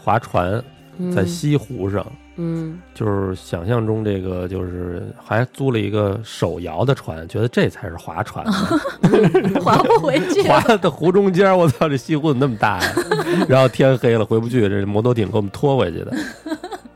[SPEAKER 3] 划船
[SPEAKER 1] 嗯
[SPEAKER 3] 在西湖上，
[SPEAKER 1] 嗯
[SPEAKER 3] 就是想象中这个就是还租了一个手摇的船，觉得这才是划船呢，
[SPEAKER 2] 划不回去。
[SPEAKER 3] 划到湖中间，我操，这西湖怎么那么大 呀？然后天黑了回不去，这摩托艇给我们拖回 去的。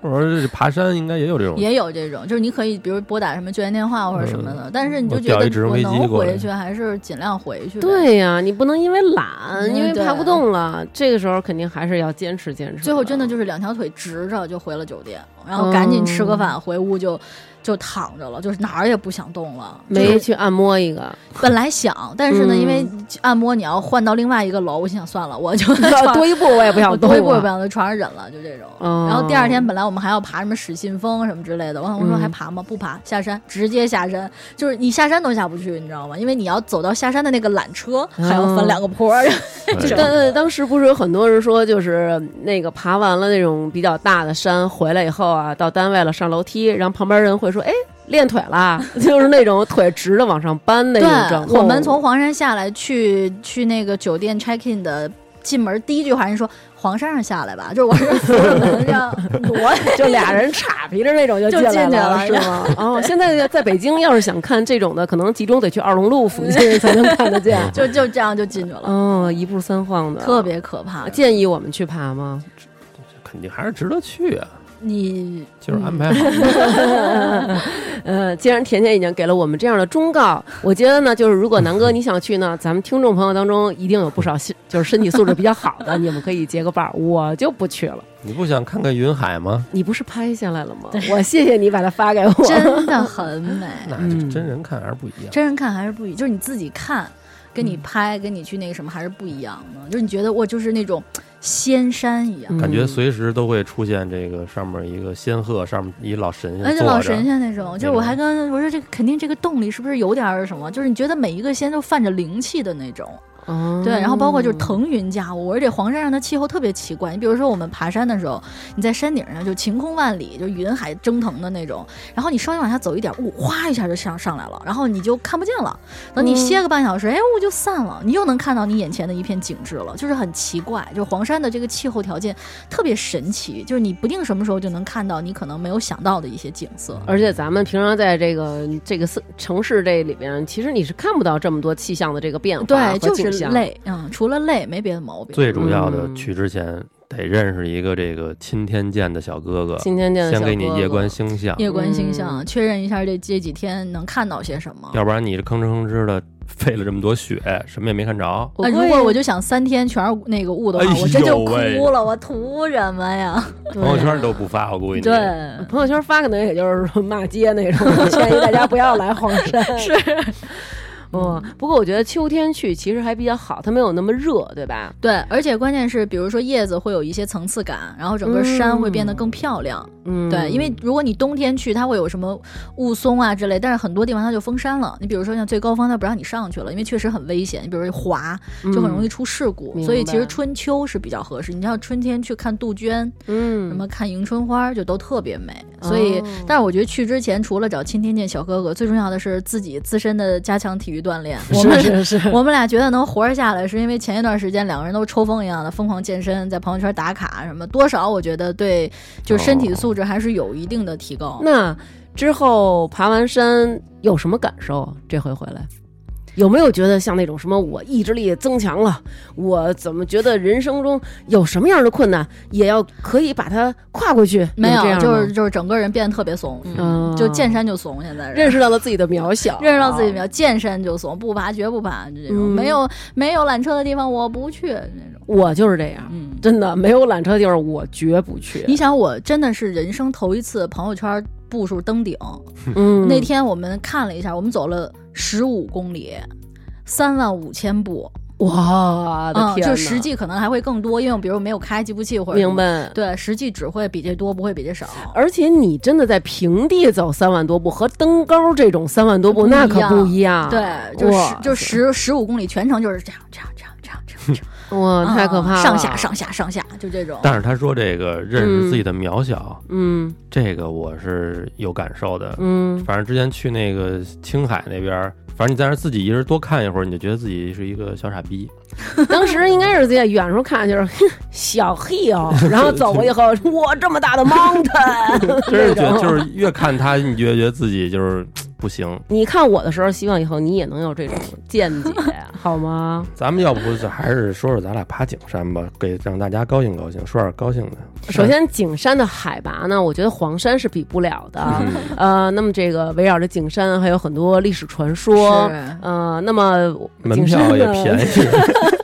[SPEAKER 3] 我说这爬山应该也有这种，
[SPEAKER 2] 也有这种，就是你可以比如拨打什么救援电话或者什么的，但是你就
[SPEAKER 3] 嗯我
[SPEAKER 2] 觉
[SPEAKER 3] 调一直
[SPEAKER 2] 得
[SPEAKER 3] 升
[SPEAKER 2] 我
[SPEAKER 3] 飞机
[SPEAKER 2] 能
[SPEAKER 3] 过来
[SPEAKER 2] 回去还是尽量回去。，
[SPEAKER 1] 对呀、你不能因为懒，
[SPEAKER 2] 嗯
[SPEAKER 1] 因为
[SPEAKER 2] 对
[SPEAKER 1] 爬不动了，这个时候肯定还是要坚持坚持。
[SPEAKER 2] 最后真的就是两条腿直着就回了酒店，然后赶紧
[SPEAKER 3] 嗯
[SPEAKER 2] 吃个饭回屋就就躺着了，就是哪儿也不想动了。
[SPEAKER 1] 没去按摩一 个，
[SPEAKER 2] 本来想，但是呢，
[SPEAKER 1] 嗯
[SPEAKER 2] 因为按摩你要换到另外一个楼，我心想算了，我就
[SPEAKER 1] 多一步我也不
[SPEAKER 2] 我
[SPEAKER 1] 想动
[SPEAKER 2] 多
[SPEAKER 1] 啊。
[SPEAKER 2] 一步也不想在床上忍了，就这种。
[SPEAKER 1] 哦
[SPEAKER 2] 然后第二天本来我们还要爬什么始信峰什么之类的，我想我说
[SPEAKER 1] 嗯
[SPEAKER 2] 还爬吗？不爬，下山直接下山，就是你下山都下不去，你知道吗？因为你要走到下山的那个缆车，还要翻两个坡儿。
[SPEAKER 3] 哎
[SPEAKER 1] 但但当时不是有很多人说，就是那个爬完了那种比较大的山回来以后啊，到单位了上楼梯，然后旁边人会说：“哎，练腿 啦！”就是那种腿直的往上搬那
[SPEAKER 2] 对
[SPEAKER 1] 种状，况。
[SPEAKER 2] 我们从黄山下来去去那个酒店 check in 的。进门第一句话，人说黄山上下来吧，就是我是 扶着门这样挪，
[SPEAKER 1] 就俩人岔皮着那 种就
[SPEAKER 2] 就进
[SPEAKER 1] 来
[SPEAKER 2] 去
[SPEAKER 1] 了，
[SPEAKER 2] 了
[SPEAKER 1] 是吗？哦，现在在北京要是想看这种的，可能集中得去二龙路附近才能看得 见。
[SPEAKER 2] 就就这样就进去了，
[SPEAKER 1] 哦，一步三晃的，
[SPEAKER 2] 特别可怕。
[SPEAKER 1] 建议我们去爬吗？
[SPEAKER 3] 肯定还是值得去啊，
[SPEAKER 2] 你
[SPEAKER 3] 就是安排好。
[SPEAKER 2] 嗯
[SPEAKER 1] 呃，既然甜甜已经给了我们这样的忠告，我觉得呢，就是如果南哥你想去呢，咱们听众朋友当中一定有不少心就是身体素质比较好的，你们可以结个伴儿。我就不去了，
[SPEAKER 3] 你不想看看云海吗？
[SPEAKER 1] 你不是拍下来了吗？我谢谢你把它发给我。
[SPEAKER 2] 真的很美，
[SPEAKER 3] 那
[SPEAKER 1] 嗯
[SPEAKER 3] 就真人看还是不一 样。
[SPEAKER 2] 真人看还是不一，就是你自己看，跟你拍，跟你去那个什么还是不一样的。就是你觉得我就是那种仙山一样，
[SPEAKER 1] 嗯
[SPEAKER 3] 感觉随时都会出现这个上面一个仙鹤，上面一老神
[SPEAKER 2] 而
[SPEAKER 3] 仙
[SPEAKER 2] 且
[SPEAKER 3] 坐
[SPEAKER 2] 哎老
[SPEAKER 3] 着
[SPEAKER 2] 神，仙那种。就是我还跟我说这个肯定这个洞里是不是有点儿什么？就是你觉得每一个仙都泛着灵气的那种。
[SPEAKER 1] 哦
[SPEAKER 2] 对，然后包括就是腾云驾雾，而且黄山上的气候特别奇怪。你比如说我们爬山的时候，你在山顶上就晴空万里，就云海蒸腾的那种，然后你稍微往下走一点，雾哗一下就上上来了，然后你就看不见了。等
[SPEAKER 1] 嗯
[SPEAKER 2] 你歇个半小时，哎，雾就散了，你又能看到你眼前的一片景致了，就是很奇怪。就是黄山的这个气候条件特别神奇，就是你不定什么时候就能看到你可能没有想到的一些景色。
[SPEAKER 1] 而且咱们平常在这个这个四城市这里边，其实你是看不到这么多气象的这个变化
[SPEAKER 2] 对，
[SPEAKER 1] 嗯和
[SPEAKER 2] 就是
[SPEAKER 1] 景象。
[SPEAKER 3] 呃
[SPEAKER 2] 累，嗯，除了累没别的毛病。
[SPEAKER 3] 最主要的
[SPEAKER 1] 嗯
[SPEAKER 3] 去之前得认识一个这个钦天监的小哥哥，
[SPEAKER 1] 今天见的
[SPEAKER 3] 先
[SPEAKER 1] 小
[SPEAKER 3] 给你
[SPEAKER 1] 哥
[SPEAKER 3] 夜
[SPEAKER 1] 哥
[SPEAKER 3] 观星象，
[SPEAKER 2] 夜观星
[SPEAKER 1] 嗯
[SPEAKER 2] 象，确认一下这这几天能看到些什么。啊
[SPEAKER 3] 要不然你吭哧吭哧的 费了这么多血，什么也没看着。
[SPEAKER 4] 我
[SPEAKER 2] 啊，
[SPEAKER 4] 估
[SPEAKER 2] 如
[SPEAKER 4] 计
[SPEAKER 2] 果我就想三天全是那个雾的话，
[SPEAKER 3] 哎呦
[SPEAKER 2] 我这就
[SPEAKER 3] 喂
[SPEAKER 2] 哭了，我图什么呀？
[SPEAKER 3] 朋友圈都不发，我估计你。
[SPEAKER 2] 对，
[SPEAKER 1] 朋友圈发可能也就是说骂街那种， 建议大家不要来黄 山。哦是，
[SPEAKER 4] 嗯，不过我觉得秋天去其实还比较好，它没有那么热，对吧？
[SPEAKER 2] 对，而且关键是，比如说叶子会有一些层次感，然后整个山会变得更漂亮。
[SPEAKER 4] 嗯
[SPEAKER 2] 对，因为如果你冬天去，它会有什么雾凇啊之类，但是很多地方它就封山了。你比如说像最高峰，它不让你上去了，因为确实很危险。你比如说滑，
[SPEAKER 1] 嗯
[SPEAKER 2] 就很容易出事故。
[SPEAKER 4] 嗯明
[SPEAKER 2] 所以其实
[SPEAKER 4] 白
[SPEAKER 2] 春秋是比较合适。你像春天去看杜鹃，
[SPEAKER 4] 嗯
[SPEAKER 2] 什么看迎春花，就都特别美。所以，
[SPEAKER 4] 哦
[SPEAKER 2] 但是我觉得去之前，除了找青天剑小哥哥，最重要的是自己自身的加强体育 锻炼。我们
[SPEAKER 1] 是是是，
[SPEAKER 2] 我们俩觉得能活着下来，是因为前一段时间两个人都抽风一样的疯狂健身，在朋友圈打卡什么，多少我觉得对，就是身
[SPEAKER 1] 哦
[SPEAKER 2] 体素质还是有一定的提高。
[SPEAKER 4] 那之后爬完山有什么感受？这回回来
[SPEAKER 1] 有没有觉得像那种什么我意志力增强了，我怎么觉得人生中有什么样的困难也要可以把它跨过去？
[SPEAKER 2] 没
[SPEAKER 1] 这
[SPEAKER 2] 有，
[SPEAKER 1] 样
[SPEAKER 2] 就
[SPEAKER 1] 吗
[SPEAKER 2] 是就是整个人变得特别怂，
[SPEAKER 1] 嗯
[SPEAKER 2] 就见山就怂，现在
[SPEAKER 1] 认
[SPEAKER 2] 识。
[SPEAKER 1] 识到了自己的渺小，
[SPEAKER 2] 认识到自己比较见山就怂，不爬绝不爬，就这种、
[SPEAKER 1] 嗯
[SPEAKER 2] 没有没有缆车的地方我不去那种。
[SPEAKER 1] 我就是这样，
[SPEAKER 2] 嗯，
[SPEAKER 1] 真的没有缆车的地方我绝不去。
[SPEAKER 2] 你想，我真的是人生头一次朋友圈步数登顶，
[SPEAKER 1] 嗯，
[SPEAKER 2] 那天我们看了一下，我们走了十五公里，三万五千步，
[SPEAKER 1] 我的
[SPEAKER 2] 嗯，
[SPEAKER 1] 天哪，
[SPEAKER 2] 就实际可能还会更多，因为我比如没有开计步器或者什么
[SPEAKER 1] 明。白。
[SPEAKER 2] 对，实际只会比这多，不会比这少。
[SPEAKER 1] 而且你真的在平地走三万多步和登高这种三万多步
[SPEAKER 2] 不一
[SPEAKER 1] 那
[SPEAKER 2] 样
[SPEAKER 1] 可不一样，
[SPEAKER 2] 对，就十
[SPEAKER 1] 啊哇
[SPEAKER 2] 就十十五公里全程就是这样这样这样这样这 样这样，
[SPEAKER 1] 哇嗯太可怕
[SPEAKER 2] 啊
[SPEAKER 1] 了，
[SPEAKER 2] 上下上下上下就这种。
[SPEAKER 3] 但是他说这个认识自己的渺小，
[SPEAKER 1] 嗯
[SPEAKER 3] 这个我是有感受的。
[SPEAKER 1] 嗯
[SPEAKER 3] 反正之前去那个青海那边儿，反正你在那儿自己一人多看一会儿，你就觉得自己是一个小 傻逼。，
[SPEAKER 1] 当时应该是在远处看就是哼小 hill，然后走过以后，哇，这么大的 mountain，
[SPEAKER 3] 真是觉得就是越看他，你就觉得自己就是不行。
[SPEAKER 1] 你看我的时候，希望以后你也能有这种见解， 好吗？
[SPEAKER 3] 咱们要不就还是说说咱俩爬景山吧，给让大家高兴高兴，说点高兴的。
[SPEAKER 1] 首先，景山的海拔呢，我觉得黄山是比不了的。
[SPEAKER 3] 嗯，
[SPEAKER 1] 呃，那么这个围绕着景山还有很多历史传说。
[SPEAKER 2] 是
[SPEAKER 1] 呃，那么
[SPEAKER 3] 门
[SPEAKER 1] 景山
[SPEAKER 3] 票也
[SPEAKER 1] 呢
[SPEAKER 3] 便宜。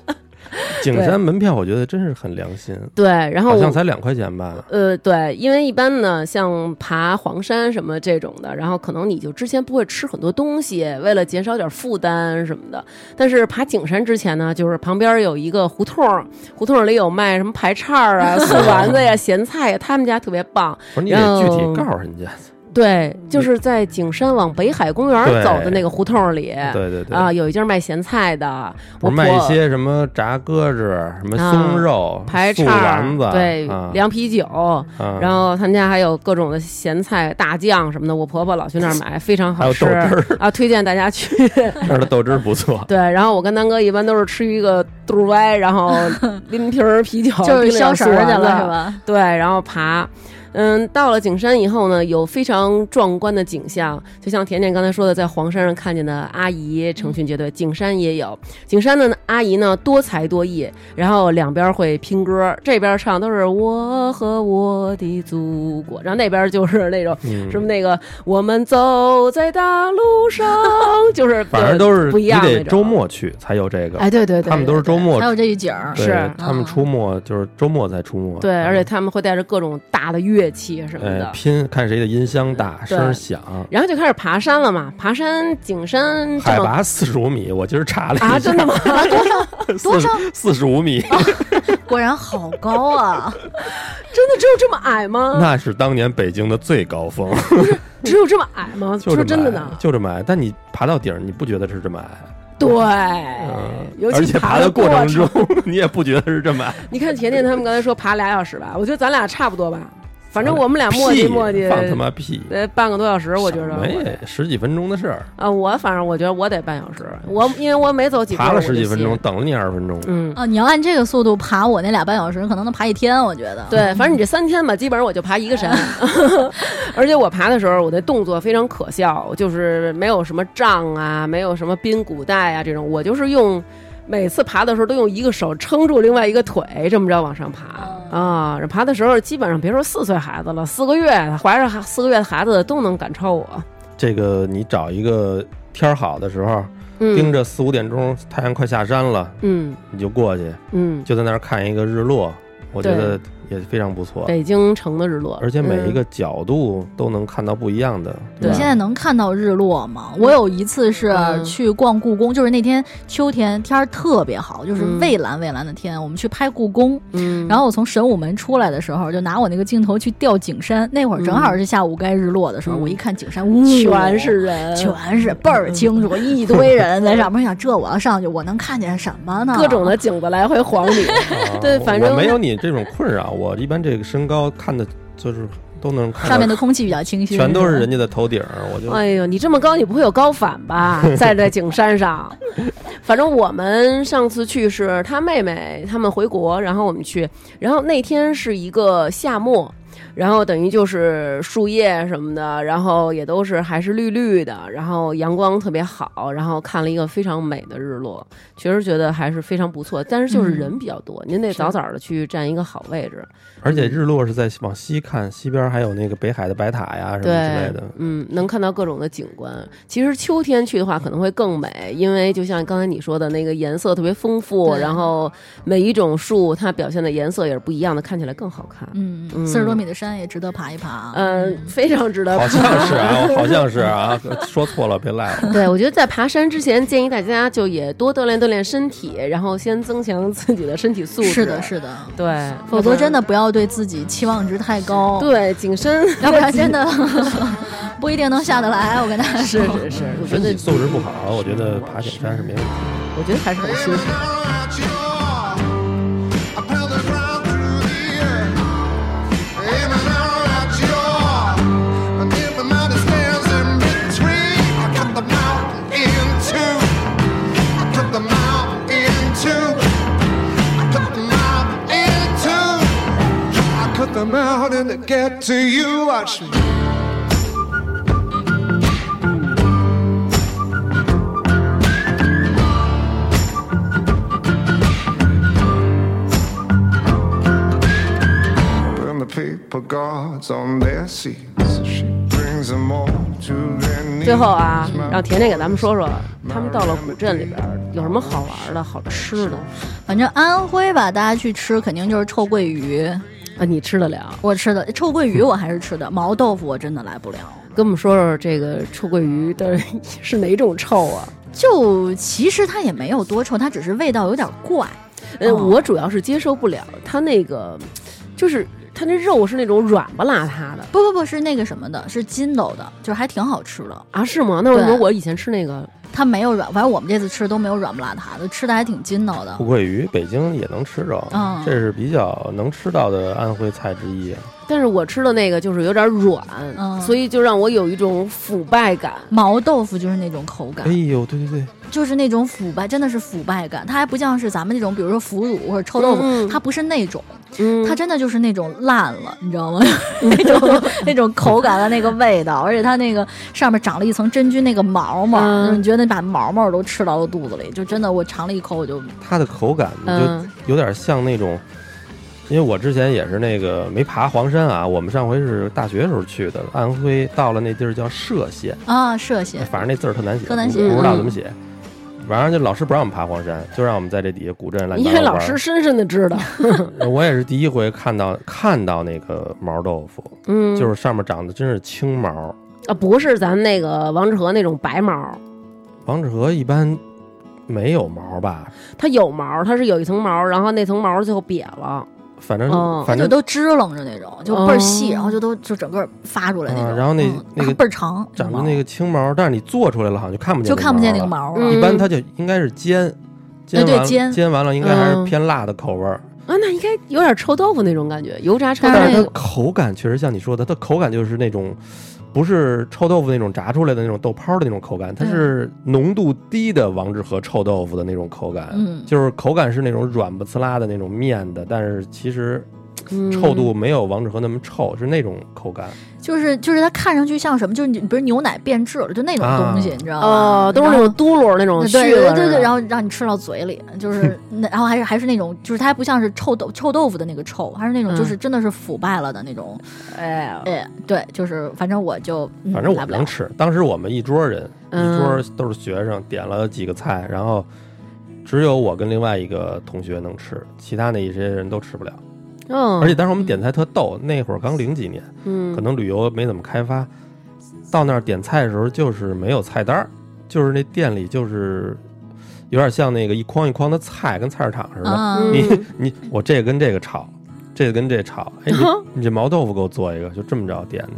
[SPEAKER 3] 景山门票我觉得真是很良心，
[SPEAKER 1] 对，然后
[SPEAKER 3] 好像
[SPEAKER 1] 我
[SPEAKER 3] 才两块钱吧。
[SPEAKER 1] 呃，对，因为一般呢，像爬黄山什么这种的，然后可能你就之前不会吃很多东西，为了减少点负担什么的。但是爬景山之前呢，就是旁边有一个胡同儿，胡同里有卖什么排叉儿啊、素丸子呀、咸菜呀，他们家特别棒。
[SPEAKER 3] 不是你得具体
[SPEAKER 1] 然后
[SPEAKER 3] 告诉人家。
[SPEAKER 1] 对，就是在景山往北海公园
[SPEAKER 3] 嗯对
[SPEAKER 1] 走的那个胡同里。
[SPEAKER 3] 对对对
[SPEAKER 1] 啊，有一家卖咸菜的，
[SPEAKER 3] 不
[SPEAKER 1] 我
[SPEAKER 3] 是卖一
[SPEAKER 1] 婆
[SPEAKER 3] 些什么炸鸽子、什么松肉、
[SPEAKER 1] 排
[SPEAKER 3] 素
[SPEAKER 1] 叉儿
[SPEAKER 3] 丸子，
[SPEAKER 1] 对，
[SPEAKER 3] 啊，
[SPEAKER 1] 凉啤酒，
[SPEAKER 3] 啊
[SPEAKER 1] 然后他们家还有各种的咸菜、大酱什么的，我婆婆老去那儿买，非常
[SPEAKER 3] 还
[SPEAKER 1] 好
[SPEAKER 3] 有
[SPEAKER 1] 吃
[SPEAKER 3] 豆汁儿，
[SPEAKER 1] 啊，推荐大家去。
[SPEAKER 3] 那儿的豆汁儿不错。
[SPEAKER 1] 对，然后我跟南哥一般都是吃一个肚儿歪，然后拎瓶儿啤酒，
[SPEAKER 2] 就是
[SPEAKER 1] 拎两
[SPEAKER 2] 消食
[SPEAKER 1] 素
[SPEAKER 2] 儿去
[SPEAKER 1] 丸
[SPEAKER 2] 了
[SPEAKER 1] 子
[SPEAKER 2] 是？吧？
[SPEAKER 1] 对，然后爬。嗯，到了景山以后呢，有非常壮观的景象，就像甜甜刚才说的，在黄山上看见的阿姨成群结队，景山也有。景山的阿姨呢，多才多艺，然后两边会拼歌，这边唱都是我和我的祖国，然后那边就是那种
[SPEAKER 3] 嗯
[SPEAKER 1] 什么那个我们走在大路上，就是
[SPEAKER 3] 反正都是
[SPEAKER 1] 不一
[SPEAKER 3] 你
[SPEAKER 1] 样那
[SPEAKER 3] 得
[SPEAKER 1] 种
[SPEAKER 3] 周，末去才有这个，
[SPEAKER 1] 哎，对对对，
[SPEAKER 3] 他们都是周末
[SPEAKER 2] 还有这一 景儿，
[SPEAKER 3] 对
[SPEAKER 1] 是
[SPEAKER 3] 他
[SPEAKER 2] 嗯
[SPEAKER 3] 们出没就是周末才出没，
[SPEAKER 1] 啊
[SPEAKER 3] 嗯
[SPEAKER 1] 对，而且他们会带着各种大的乐器什么
[SPEAKER 3] 哎
[SPEAKER 1] 的。
[SPEAKER 3] 拼看谁的音箱大，声儿响。
[SPEAKER 1] 然后就开始爬山了嘛，爬山景山这
[SPEAKER 3] 海
[SPEAKER 1] 么
[SPEAKER 3] 拔四十五米，我今儿查了一下，
[SPEAKER 1] 啊，真的吗？
[SPEAKER 2] 多少？
[SPEAKER 3] 四十五
[SPEAKER 1] 啊
[SPEAKER 3] 米，
[SPEAKER 2] 果然好高啊！
[SPEAKER 1] 真的只有这么矮吗？
[SPEAKER 3] 那是当年北京的最高 峰。
[SPEAKER 1] 只有这么矮吗？
[SPEAKER 3] 就
[SPEAKER 1] 说
[SPEAKER 3] 这
[SPEAKER 1] 真
[SPEAKER 3] 么
[SPEAKER 1] 的
[SPEAKER 3] 矮
[SPEAKER 1] 呢，
[SPEAKER 3] 就这么矮。但你爬到顶儿，你不觉得是这么矮，
[SPEAKER 1] 对
[SPEAKER 3] 嗯，
[SPEAKER 1] 哎尤
[SPEAKER 3] 而
[SPEAKER 1] 其
[SPEAKER 3] 且爬
[SPEAKER 1] 的
[SPEAKER 3] 过
[SPEAKER 1] 程
[SPEAKER 3] 程，中， 你也不觉得是这么矮。
[SPEAKER 1] 你看甜甜他们刚才说爬俩小时吧，我觉得咱俩差不多吧，反正我们俩磨
[SPEAKER 3] 啊屁
[SPEAKER 1] 叽磨叽，
[SPEAKER 3] 放他妈屁，
[SPEAKER 1] 呃，半个多小时，我觉
[SPEAKER 3] 什
[SPEAKER 1] 着
[SPEAKER 3] 么呀，十几分钟的事儿，
[SPEAKER 1] 啊，我反正我觉得我得半小时，我因为我每走几步
[SPEAKER 3] 爬了
[SPEAKER 1] 我
[SPEAKER 3] 十
[SPEAKER 1] 就
[SPEAKER 3] 几分
[SPEAKER 1] 歇
[SPEAKER 3] 钟，，等了你二十分钟。
[SPEAKER 1] 嗯。
[SPEAKER 2] 啊，你要按这个速度爬我那俩半小时，可能能爬一天，我觉 得。
[SPEAKER 1] 对，反正你这三天吧，基本上我就爬一个 山，而且我爬的时候，我那动作非常可笑，就是没有什么杖啊，没有什么髌骨带啊这种，我就是用每次爬的时候都用一个手撑住另外一个腿，这么着往上爬
[SPEAKER 2] 嗯
[SPEAKER 1] 啊。爬的时候基本上别说四岁孩子了，四个月怀着孩四个月的孩子都能赶超我。
[SPEAKER 3] 这个你找一个天儿好的时候，盯
[SPEAKER 1] 着，
[SPEAKER 3] 着四五点钟太阳快下山了，
[SPEAKER 1] 嗯
[SPEAKER 3] 你就过去，
[SPEAKER 1] 嗯，
[SPEAKER 3] 就在那儿看一个日落，我觉
[SPEAKER 1] 对
[SPEAKER 3] 得也非常不错。
[SPEAKER 1] 北京城的日落，
[SPEAKER 3] 而且每一
[SPEAKER 1] 嗯
[SPEAKER 3] 个角度都能看到不一样的。
[SPEAKER 2] 你
[SPEAKER 3] 吧
[SPEAKER 2] 现在能看到日落吗？我有一次是
[SPEAKER 1] 嗯
[SPEAKER 2] 去逛故宫，就是那天秋天天儿特别好，就是
[SPEAKER 1] 嗯
[SPEAKER 2] 蔚蓝蔚蓝的天，我们去拍故宫。
[SPEAKER 1] 嗯，
[SPEAKER 2] 然后我从神武门出来的时候，就拿我那个镜头去调景山，那会儿正好是下午该日落的时候，
[SPEAKER 1] 嗯
[SPEAKER 2] 我一看景山，呜
[SPEAKER 1] 全是人，
[SPEAKER 2] 全是倍儿清楚，一堆人在上面。我想这我要上去，我能看见什么呢？
[SPEAKER 1] 各种的景子来回晃你，
[SPEAKER 3] 啊
[SPEAKER 1] 对
[SPEAKER 3] 我
[SPEAKER 1] 反正
[SPEAKER 3] 我没有你这种困扰，我一般这个身高看的就是都能看到
[SPEAKER 2] 上面的空气比较清新，
[SPEAKER 3] 全都是
[SPEAKER 2] 吧
[SPEAKER 3] 人。家的头顶儿，我就
[SPEAKER 1] 哎呦，你这么高，你不会有高反 吧？在这景山上，反正我们上次去是他妹妹他们回国，然后我们去，然后那天是一个夏末。然后等于就是树叶什么的，然后也都是还是绿绿的，然后阳光特别好，然后看了一个非常美的日落，确实觉得还是非常不错。但是就是
[SPEAKER 2] 嗯
[SPEAKER 1] 人比较多，您得
[SPEAKER 2] 是
[SPEAKER 1] 早早的去占一个好位置。
[SPEAKER 3] 而且日落是在往西看，西边还有那个北海的白塔呀什么之类的。
[SPEAKER 1] 嗯，能看到各种的景观。其实秋天去的话可能会更美，因为就像刚才你说的那个颜色特别丰富，
[SPEAKER 2] 对
[SPEAKER 1] 然后每一种树它表现的颜色也是不一样的，看起来更好看。
[SPEAKER 2] 嗯，
[SPEAKER 1] 嗯
[SPEAKER 2] 四十多米的山也值得爬一啊爬。
[SPEAKER 1] 嗯、非常值得
[SPEAKER 3] 好
[SPEAKER 1] 爬。
[SPEAKER 3] 像是啊，我好像是啊，说错了，别赖 我。
[SPEAKER 1] 对，我觉得在爬山之前，建议大家就也多锻炼锻炼身体，然后先增强自己的身体素质。
[SPEAKER 2] 是的，是的，
[SPEAKER 1] 对，
[SPEAKER 2] 否则真的不要对自己期望值太高，
[SPEAKER 1] 对景深，
[SPEAKER 2] 要 不然真的 不一定能下得来。我跟大家说，
[SPEAKER 1] 是是，我觉
[SPEAKER 3] 身体
[SPEAKER 1] 得
[SPEAKER 3] 素质不好，我觉得爬雪山是没问题的。
[SPEAKER 1] 我觉得还是很休
[SPEAKER 5] Baby,
[SPEAKER 1] 闲。
[SPEAKER 5] now that you're a pellet ground through the air. Baby, now that you're a different mountain stands in between. I cut the mountain in two. I cut the mountain in two. I cut the mountain in two. I cut the mountain to get to you. I should. When the people guards on their seats, she brings them all to their knees.
[SPEAKER 1] 最后啊，
[SPEAKER 5] 嗯
[SPEAKER 1] 让甜甜给咱们说说，他们到了古镇里边儿有什么好玩的、好吃的
[SPEAKER 2] 反正安徽吧，大家去吃肯定就是臭鳜鱼，
[SPEAKER 1] 啊？你吃得了？
[SPEAKER 2] 我吃的臭鳜鱼我还是吃的，毛豆腐我真的来不了。
[SPEAKER 1] 跟我们说说这个臭鳜鱼的是哪种臭啊？
[SPEAKER 2] 就其实它也没有多臭，它只是味道有点怪。
[SPEAKER 1] 呃，
[SPEAKER 2] 哦
[SPEAKER 1] 我主要是接受不了它那个，就是它那肉是那种软不拉塌的
[SPEAKER 2] 不不不是那个什么的，是筋斗的，就是还挺好吃的。
[SPEAKER 1] 啊？是吗？那为什么
[SPEAKER 2] 对
[SPEAKER 1] 我以前吃那个
[SPEAKER 2] 它没有软，反正我们这次吃都没有软不拉塌的，吃的还挺筋道的
[SPEAKER 3] 富。贵鱼北京也能吃着，
[SPEAKER 2] 嗯
[SPEAKER 3] 这是比较能吃到的安徽菜之一。
[SPEAKER 1] 但是我吃的那个就是有点软，
[SPEAKER 2] 嗯
[SPEAKER 1] 所以就让我有一种腐败感。
[SPEAKER 2] 毛豆腐就是那种口感
[SPEAKER 3] 哎，呦，对对对，
[SPEAKER 2] 就是那种腐败，真的是腐败感。它还不像是咱们那种，比如说腐乳或者臭豆腐，
[SPEAKER 1] 嗯
[SPEAKER 2] 它不是那种，
[SPEAKER 1] 嗯，
[SPEAKER 2] 它真的就是那种烂了，你知道吗？ 那种那种口感的那个味道，而且它那个上面长了一层真菌那个毛毛，
[SPEAKER 1] 嗯
[SPEAKER 2] 就是你觉得你把毛毛都吃到了肚子里，就真的我尝了一口我就
[SPEAKER 3] 它的口感你就
[SPEAKER 1] 嗯
[SPEAKER 3] 有点像那种，因为我之前也是那个没爬黄山啊，我们上回是大学时候去的，安徽到了那地儿叫歙县，
[SPEAKER 2] 啊涉嫌
[SPEAKER 3] 反正那字儿特难写，
[SPEAKER 2] 特难
[SPEAKER 3] 不
[SPEAKER 2] 写嗯
[SPEAKER 3] 不知道
[SPEAKER 1] 嗯
[SPEAKER 3] 怎么写。完了，就老师不让我们爬黄山，就让我们在这底下古镇来。
[SPEAKER 1] 因为老师，深深的知道，
[SPEAKER 3] 我也是第一回看到看到那个毛豆腐，
[SPEAKER 1] 嗯，
[SPEAKER 3] 就是上面长得真是青毛。
[SPEAKER 1] 啊，不是咱们那个王致和那种白毛，
[SPEAKER 3] 王致和一般没有毛吧，
[SPEAKER 1] 它有毛，它是有一层毛，然后那层毛最后瘪了。
[SPEAKER 3] 反正、
[SPEAKER 1] 哦
[SPEAKER 2] 它
[SPEAKER 3] 反
[SPEAKER 2] 就
[SPEAKER 3] 正
[SPEAKER 2] 都支棱着那种，就倍儿
[SPEAKER 1] 哦
[SPEAKER 2] 细，然后就都就整个发出来那种，
[SPEAKER 3] 啊然后那
[SPEAKER 2] 嗯
[SPEAKER 3] 那个
[SPEAKER 2] 倍儿长，
[SPEAKER 3] 长着
[SPEAKER 2] 毛
[SPEAKER 3] 那个青毛，但是你做出来了好像就看不见，
[SPEAKER 2] 就看不见那个
[SPEAKER 3] 毛了。
[SPEAKER 1] 嗯
[SPEAKER 2] 毛了。
[SPEAKER 3] 一般它就应该是煎，煎
[SPEAKER 2] 哎对
[SPEAKER 3] 完
[SPEAKER 2] 煎
[SPEAKER 3] 煎完了应该还是
[SPEAKER 1] 嗯
[SPEAKER 3] 偏辣的口味儿，
[SPEAKER 1] 啊，那应该有点臭豆腐那种感觉，油炸臭豆
[SPEAKER 2] 但
[SPEAKER 3] 但
[SPEAKER 2] 是
[SPEAKER 3] 是
[SPEAKER 1] 腐
[SPEAKER 2] 那
[SPEAKER 3] 它口感确实像你说的，它口感就是那种。不是臭豆腐那种炸出来的那种豆泡的那种口感，它是浓度低的王致和臭豆腐的那种口感，
[SPEAKER 2] 嗯
[SPEAKER 3] 就是口感是那种软不呲啦的那种面的，但是其实
[SPEAKER 2] 嗯
[SPEAKER 3] 臭度没有王致和那么臭，是那种口感。
[SPEAKER 2] 就是就是它看上去像什么，就是你比如牛奶变质了，就那种东西，
[SPEAKER 3] 啊
[SPEAKER 2] 你知道吧？
[SPEAKER 1] 哦，都是那
[SPEAKER 2] 然后
[SPEAKER 1] 种嘟噜那种絮
[SPEAKER 2] 对
[SPEAKER 1] 了
[SPEAKER 2] 对
[SPEAKER 1] 似
[SPEAKER 2] 对
[SPEAKER 1] 的
[SPEAKER 2] 对，然后让你吃到嘴里， 就是那，然后还是还是那种，就是它还不像是臭豆臭豆腐的那个臭，还是那种
[SPEAKER 1] 嗯
[SPEAKER 2] 就是真的是腐败了的那种。
[SPEAKER 1] 哎呀，
[SPEAKER 2] 哎，对，就是反正我就、嗯、
[SPEAKER 3] 反正我
[SPEAKER 2] 来不
[SPEAKER 3] 能
[SPEAKER 2] 了。
[SPEAKER 3] 吃。当时我们一桌人，
[SPEAKER 1] 嗯
[SPEAKER 3] 一桌都是学生，点了几个菜，然后只有我跟另外一个同学能吃，其他那一些人都吃不了。
[SPEAKER 1] 嗯，
[SPEAKER 3] 而且当时我们点菜特逗，那会儿刚零几年，
[SPEAKER 1] 嗯
[SPEAKER 3] 可能旅游没怎么开发，到那儿点菜的时候就是没有菜单儿，就是那店里就是有点像那个一筐一筐的菜，跟菜市场似的。
[SPEAKER 2] 嗯，
[SPEAKER 3] 你你我这个跟这个炒，这个跟这炒，哎，你你这毛豆腐给我做一个，就这么着点的。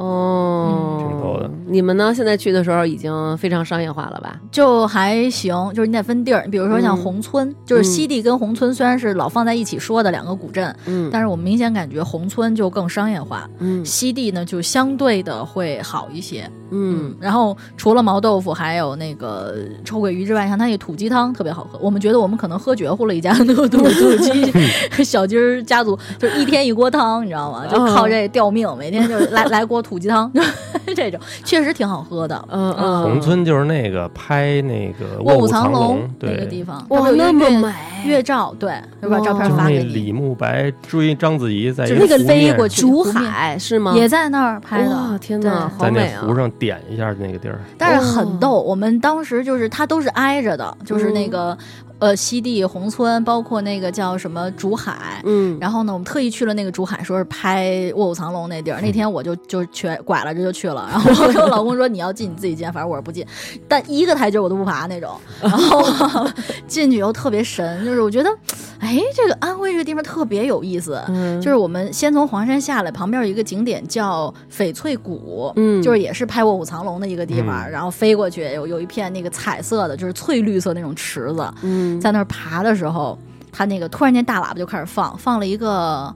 [SPEAKER 1] 哦，
[SPEAKER 3] 嗯挺逗的
[SPEAKER 1] 你们呢？现在去的时候已经非常商业化了吧？
[SPEAKER 2] 就还行，就是你得分地儿，比如说像
[SPEAKER 1] 嗯
[SPEAKER 2] 宏村，就是西递跟宏村虽然是老放在一起说的两个古镇，
[SPEAKER 1] 嗯，
[SPEAKER 2] 但是我明显感觉宏村就更商业化，
[SPEAKER 1] 嗯
[SPEAKER 2] 西递呢就相对的会好一些。
[SPEAKER 1] 嗯，
[SPEAKER 2] 然后除了毛豆腐，还有那个臭鳜鱼之外，像它那土鸡汤特别好喝。我们觉得我们可能喝绝户了一家土 土土鸡 小鸡儿家族，就是一天一锅汤，你知道吗？就靠
[SPEAKER 1] 哦
[SPEAKER 2] 这吊命，每天就是来来锅土鸡汤， 这种确实挺好喝的。
[SPEAKER 1] 嗯嗯，
[SPEAKER 3] 宏村就是那个拍那个《
[SPEAKER 2] 卧
[SPEAKER 3] 卧
[SPEAKER 2] 虎
[SPEAKER 3] 藏
[SPEAKER 2] 龙那个
[SPEAKER 3] 对，
[SPEAKER 2] 地方，
[SPEAKER 1] 哇，
[SPEAKER 2] 它不有
[SPEAKER 1] 那
[SPEAKER 2] 一
[SPEAKER 1] 么
[SPEAKER 2] 个
[SPEAKER 1] 美，
[SPEAKER 2] 月月照，对，就把照
[SPEAKER 1] 哇
[SPEAKER 2] 片
[SPEAKER 3] 就是
[SPEAKER 2] 发
[SPEAKER 3] 那
[SPEAKER 2] 给你，
[SPEAKER 3] 李慕白追章子怡在一
[SPEAKER 2] 就
[SPEAKER 3] 个
[SPEAKER 2] 是那
[SPEAKER 3] 湖
[SPEAKER 2] 个飞
[SPEAKER 3] 面
[SPEAKER 2] 过
[SPEAKER 3] 上
[SPEAKER 2] 去
[SPEAKER 1] 竹
[SPEAKER 2] 湖面
[SPEAKER 1] 海是吗？
[SPEAKER 2] 也在那儿拍的
[SPEAKER 1] 哇，。天哪，
[SPEAKER 2] 对
[SPEAKER 1] 好
[SPEAKER 3] 在
[SPEAKER 1] 美
[SPEAKER 3] 那
[SPEAKER 1] 啊
[SPEAKER 3] 湖！上点一下那个地儿，
[SPEAKER 2] 但是很逗，我们当时就是它都是挨着的，就是那个、呃西递、宏村，包括那个叫什么竹海。
[SPEAKER 1] 嗯，
[SPEAKER 2] 然后呢，我们特意去了那个竹海，说是拍《卧虎藏龙》那地儿。那天我就就全拐了，这就去了。 然后我跟我老公说：“你要进你自己进，反正我是不进。”但一个台阶我都不爬那种。 然后进去以后特别神，就是我觉得，哎，这个安徽这个地方特别有意思。
[SPEAKER 1] 嗯
[SPEAKER 2] 就是我们先从黄山下来，旁边有一个景点叫翡翠谷，
[SPEAKER 1] 嗯
[SPEAKER 2] 就是也是拍《卧虎藏龙》的一个地方，
[SPEAKER 3] 嗯
[SPEAKER 2] 然后飞过去有有一片那个彩色的，就是翠绿色那种池子，
[SPEAKER 1] 嗯
[SPEAKER 2] 在那儿爬的时候，他那个突然间大喇叭就开始放，放了一个。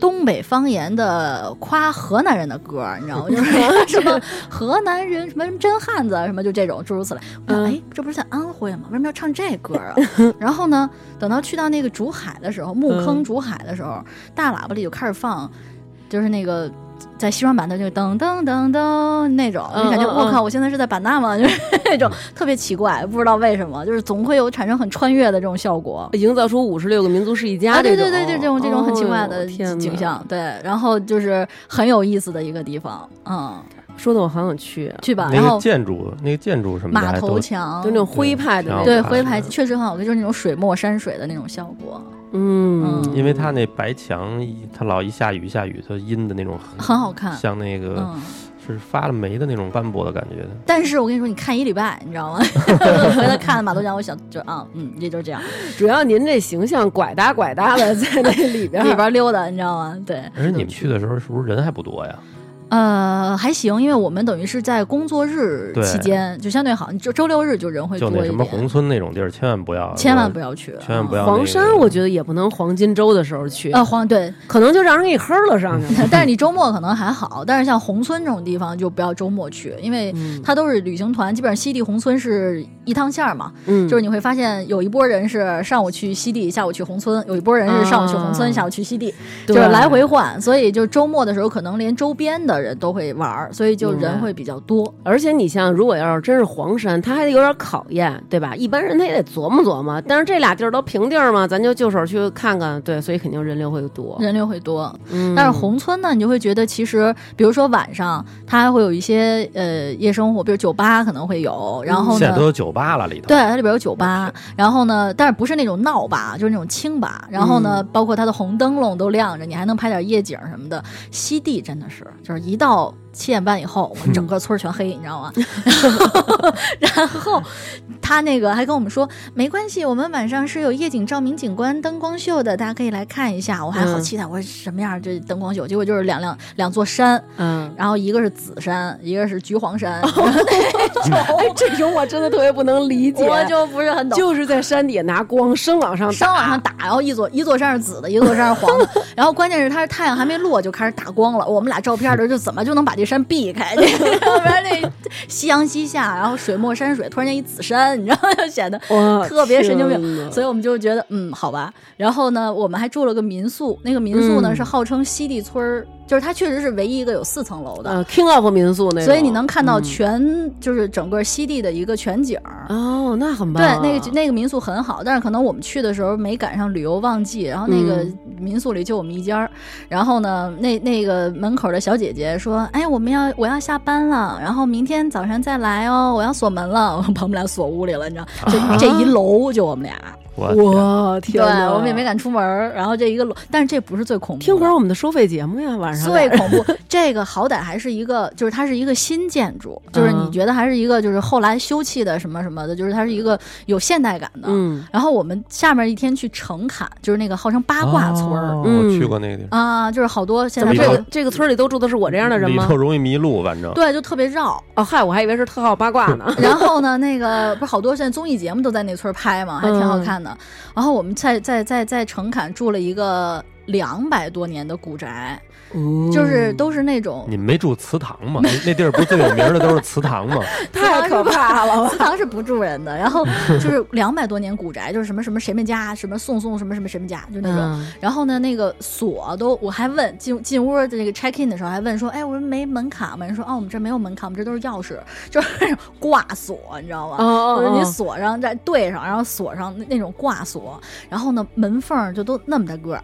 [SPEAKER 2] 东北方言的夸河南人的歌儿，你知道 吗？就是什么河南人什么什么真汉子啊，什么就这种诸如此类。我想，
[SPEAKER 1] 嗯
[SPEAKER 2] 哎，这不是在安徽吗？为什么要唱这歌儿啊？然后呢，等到去到那个竹海的时候，木
[SPEAKER 1] 嗯
[SPEAKER 2] 坑竹海的时候，大喇叭里就开始放，就是那个在西双版纳就噔噔噔噔那种，
[SPEAKER 1] 嗯
[SPEAKER 2] 就感觉
[SPEAKER 1] 嗯
[SPEAKER 2] 我
[SPEAKER 1] 嗯
[SPEAKER 2] 靠，我现在是在版纳吗？ 就是那种特别奇怪，不知道为什么，就是总会有产生很穿越的这种效果。
[SPEAKER 1] 营造出五十六个民族是一家
[SPEAKER 2] 啊，对
[SPEAKER 1] 这种，
[SPEAKER 2] 对对，对，这种这种很奇怪的
[SPEAKER 1] 哦天哪
[SPEAKER 2] 景象，对，然后就是很有意思的一个地方，嗯，
[SPEAKER 1] 说的我好想去啊，
[SPEAKER 2] 去吧，
[SPEAKER 3] 那
[SPEAKER 2] 然
[SPEAKER 3] 个
[SPEAKER 2] 后
[SPEAKER 3] 建筑那个建筑什么的
[SPEAKER 2] 马
[SPEAKER 3] 还
[SPEAKER 2] 头
[SPEAKER 3] 都
[SPEAKER 2] 墙
[SPEAKER 1] 就那，种徽派的
[SPEAKER 3] 挺
[SPEAKER 1] 那种，
[SPEAKER 3] 好
[SPEAKER 2] 对，
[SPEAKER 3] 看
[SPEAKER 2] 徽牌确实很好，就是那种水墨山水的那种效果，
[SPEAKER 1] 嗯
[SPEAKER 2] 嗯
[SPEAKER 3] 因为它那白墙，一它老一下雨下雨，它阴的那种很
[SPEAKER 2] 很好看，
[SPEAKER 3] 像那个、
[SPEAKER 2] 嗯。
[SPEAKER 3] 是发了霉的那种斑驳的感觉的。
[SPEAKER 2] 但是我跟你说，你看一礼拜，你知道吗？ 回来看了马头墙，我想就啊，嗯，也就这样，
[SPEAKER 1] 主要您这形象拐搭拐搭的在那里 边
[SPEAKER 2] 里
[SPEAKER 1] 儿，
[SPEAKER 2] 边溜达，你知道吗？对，
[SPEAKER 3] 而且你们去的时候是不是人还不多呀？
[SPEAKER 2] 呃，还行，因为我们等于是在工作日
[SPEAKER 3] 对
[SPEAKER 2] 期间，就相对好，你就周六日就人会
[SPEAKER 3] 就
[SPEAKER 2] 多
[SPEAKER 3] 那
[SPEAKER 2] 一
[SPEAKER 3] 什么
[SPEAKER 2] 点
[SPEAKER 3] 宏，村那种地儿，千万不要，
[SPEAKER 2] 千万不要去，
[SPEAKER 3] 千万不要那个
[SPEAKER 1] 黄山我觉得也不能黄金周的时候去
[SPEAKER 2] 嗯。，呃，黄对，
[SPEAKER 1] 可能就让人给黑了上去 了。
[SPEAKER 2] 但是你周末可能还好，但是像宏村这种地方就不要周末去，因为
[SPEAKER 1] 嗯
[SPEAKER 2] 它都是旅行团，基本上西递宏村是一趟线儿嘛，
[SPEAKER 1] 嗯
[SPEAKER 2] 就是你会发现有一波人是上午去西递，下午去宏村；有一波人是上午去宏村，
[SPEAKER 1] 啊
[SPEAKER 2] 下午去西递，就
[SPEAKER 1] 对
[SPEAKER 2] 是来回换。所以就周末的时候，可能连周边的人都会玩儿，所以就
[SPEAKER 1] 明白
[SPEAKER 3] 嗯
[SPEAKER 2] 人会比较多。
[SPEAKER 1] 而且你像，如果要是真是黄山，它还得有点考验，对吧？一般人他也得琢磨琢磨。但是这俩地儿都平地儿嘛，咱就就手去看看，对，所以肯定人流会多。
[SPEAKER 2] 人流会多，
[SPEAKER 1] 嗯
[SPEAKER 2] 但是宏村呢，你就会觉得其实，比如说晚上，它还会有一些呃夜生活，比如酒吧可能会有，然后
[SPEAKER 3] 嗯现在
[SPEAKER 2] 呢
[SPEAKER 3] 都，有酒吧了里头。
[SPEAKER 2] 对，，它里边有酒吧，然后呢，但是不是那种闹吧，就是那种清吧。然后呢，包括它的红灯笼都亮着，你还能拍点夜景什么的。西递真的是，就是一到七点半以后，我们整个村儿全黑，你知道 吗？然后他那个还跟我们说，没关系，我们晚上是有夜景照明景观灯光秀的，大家可以来看一下。我还好
[SPEAKER 1] 嗯
[SPEAKER 2] 期待，我说什么样儿这灯光秀？结果就是两两两座山，
[SPEAKER 1] 嗯，
[SPEAKER 2] 然后一个是紫山，一个是橘黄 山，然后那 种
[SPEAKER 1] 哎这种我真的特别不能理解，
[SPEAKER 2] 我就不是很懂。
[SPEAKER 1] 就是在山底下拿光生往上打
[SPEAKER 2] 山往上打，然后一座一座山是 紫的，一座山是黄的，然后关键是它是太阳还没落就开始打光了，我们俩照片的时候就怎么就能把这这山避开去， 要不然那夕阳西下，然后水墨山水，突然间一紫山，你知道吗，就显得
[SPEAKER 1] 哇
[SPEAKER 2] 特别神经病
[SPEAKER 1] 天哪
[SPEAKER 2] 所以我们就觉得，嗯，好吧。然后呢，我们还住了个民宿，那个民宿呢、
[SPEAKER 1] 嗯
[SPEAKER 2] 是号称西地村儿，就是它确实是唯一一个有四层楼的，
[SPEAKER 1] 呃，King of 民宿那种，
[SPEAKER 2] 所以你能看到
[SPEAKER 1] 嗯
[SPEAKER 2] 全、就是整个西地的一个全景儿。
[SPEAKER 1] 哦，那很棒
[SPEAKER 2] 对
[SPEAKER 1] 啊。，
[SPEAKER 2] 那个那个民宿很好，但是可能我们去的时候没赶上旅游旺季，然后那个
[SPEAKER 1] 嗯
[SPEAKER 2] 民宿里就我们一家儿。然后呢，那那个门口的小姐姐说：“哎，我们要我要下班了，然后明天早上再来哦，我要锁门了。”我把我们俩锁屋里了，你知道，就、这一楼就我 们俩，
[SPEAKER 3] 我
[SPEAKER 1] 我
[SPEAKER 2] 对
[SPEAKER 1] 啊天哪，
[SPEAKER 2] 我们也没敢出门儿。然后这一个楼，但是这不是最恐怖的，
[SPEAKER 1] 听会儿我们的收费节目呀，晚上
[SPEAKER 2] 最
[SPEAKER 1] 来
[SPEAKER 2] 恐 怖，这个好歹还是一个，就是它是一个新建筑，就是你
[SPEAKER 1] 嗯
[SPEAKER 2] 觉得还是一个，就是后来修葺的什么什么的，就是它是一个有现代感的。
[SPEAKER 1] 嗯
[SPEAKER 2] 然后我们下面一天去城坎，就是那个号称八卦村儿
[SPEAKER 3] 哦
[SPEAKER 1] 嗯
[SPEAKER 3] 我去过那个地方，
[SPEAKER 2] 啊、就是好多现
[SPEAKER 1] 怎么
[SPEAKER 2] 在
[SPEAKER 3] 里
[SPEAKER 1] 这
[SPEAKER 3] 头
[SPEAKER 1] 个这个村儿里都住的是我这样的人
[SPEAKER 3] 里
[SPEAKER 1] 吗
[SPEAKER 3] 头？容易迷路，反正
[SPEAKER 2] 对，就特别绕。
[SPEAKER 1] 哦，嗨，我还以为是特号八卦 呢。
[SPEAKER 2] 然后呢，那个不是好多现在综艺节目都在那村儿拍嘛，还挺好看的。然后我们在在在在城坎住了一个两百多年的古宅，
[SPEAKER 1] 哦嗯
[SPEAKER 2] 就是都是那种
[SPEAKER 3] 你们没住祠堂吗？那那地儿不是最有名的都是祠堂 吗？
[SPEAKER 1] 太可怕 了吧
[SPEAKER 2] 祠堂是不住人的，然后就是两百多年古宅，就是什么什么谁们家，什么宋宋什么什么谁们家，就那种。
[SPEAKER 1] 嗯
[SPEAKER 2] 然后呢，那个锁都我还问进进屋的这个 check in 的时候还问说，哎，我说没门卡吗？人说哦，我们这没有门卡，我们这都是钥匙， 就是挂锁，你知道吗？
[SPEAKER 1] 哦哦
[SPEAKER 2] 就是你
[SPEAKER 1] 哦
[SPEAKER 2] 锁上再对上，然后锁上那那种挂锁，然后呢门缝儿就都那么大个儿，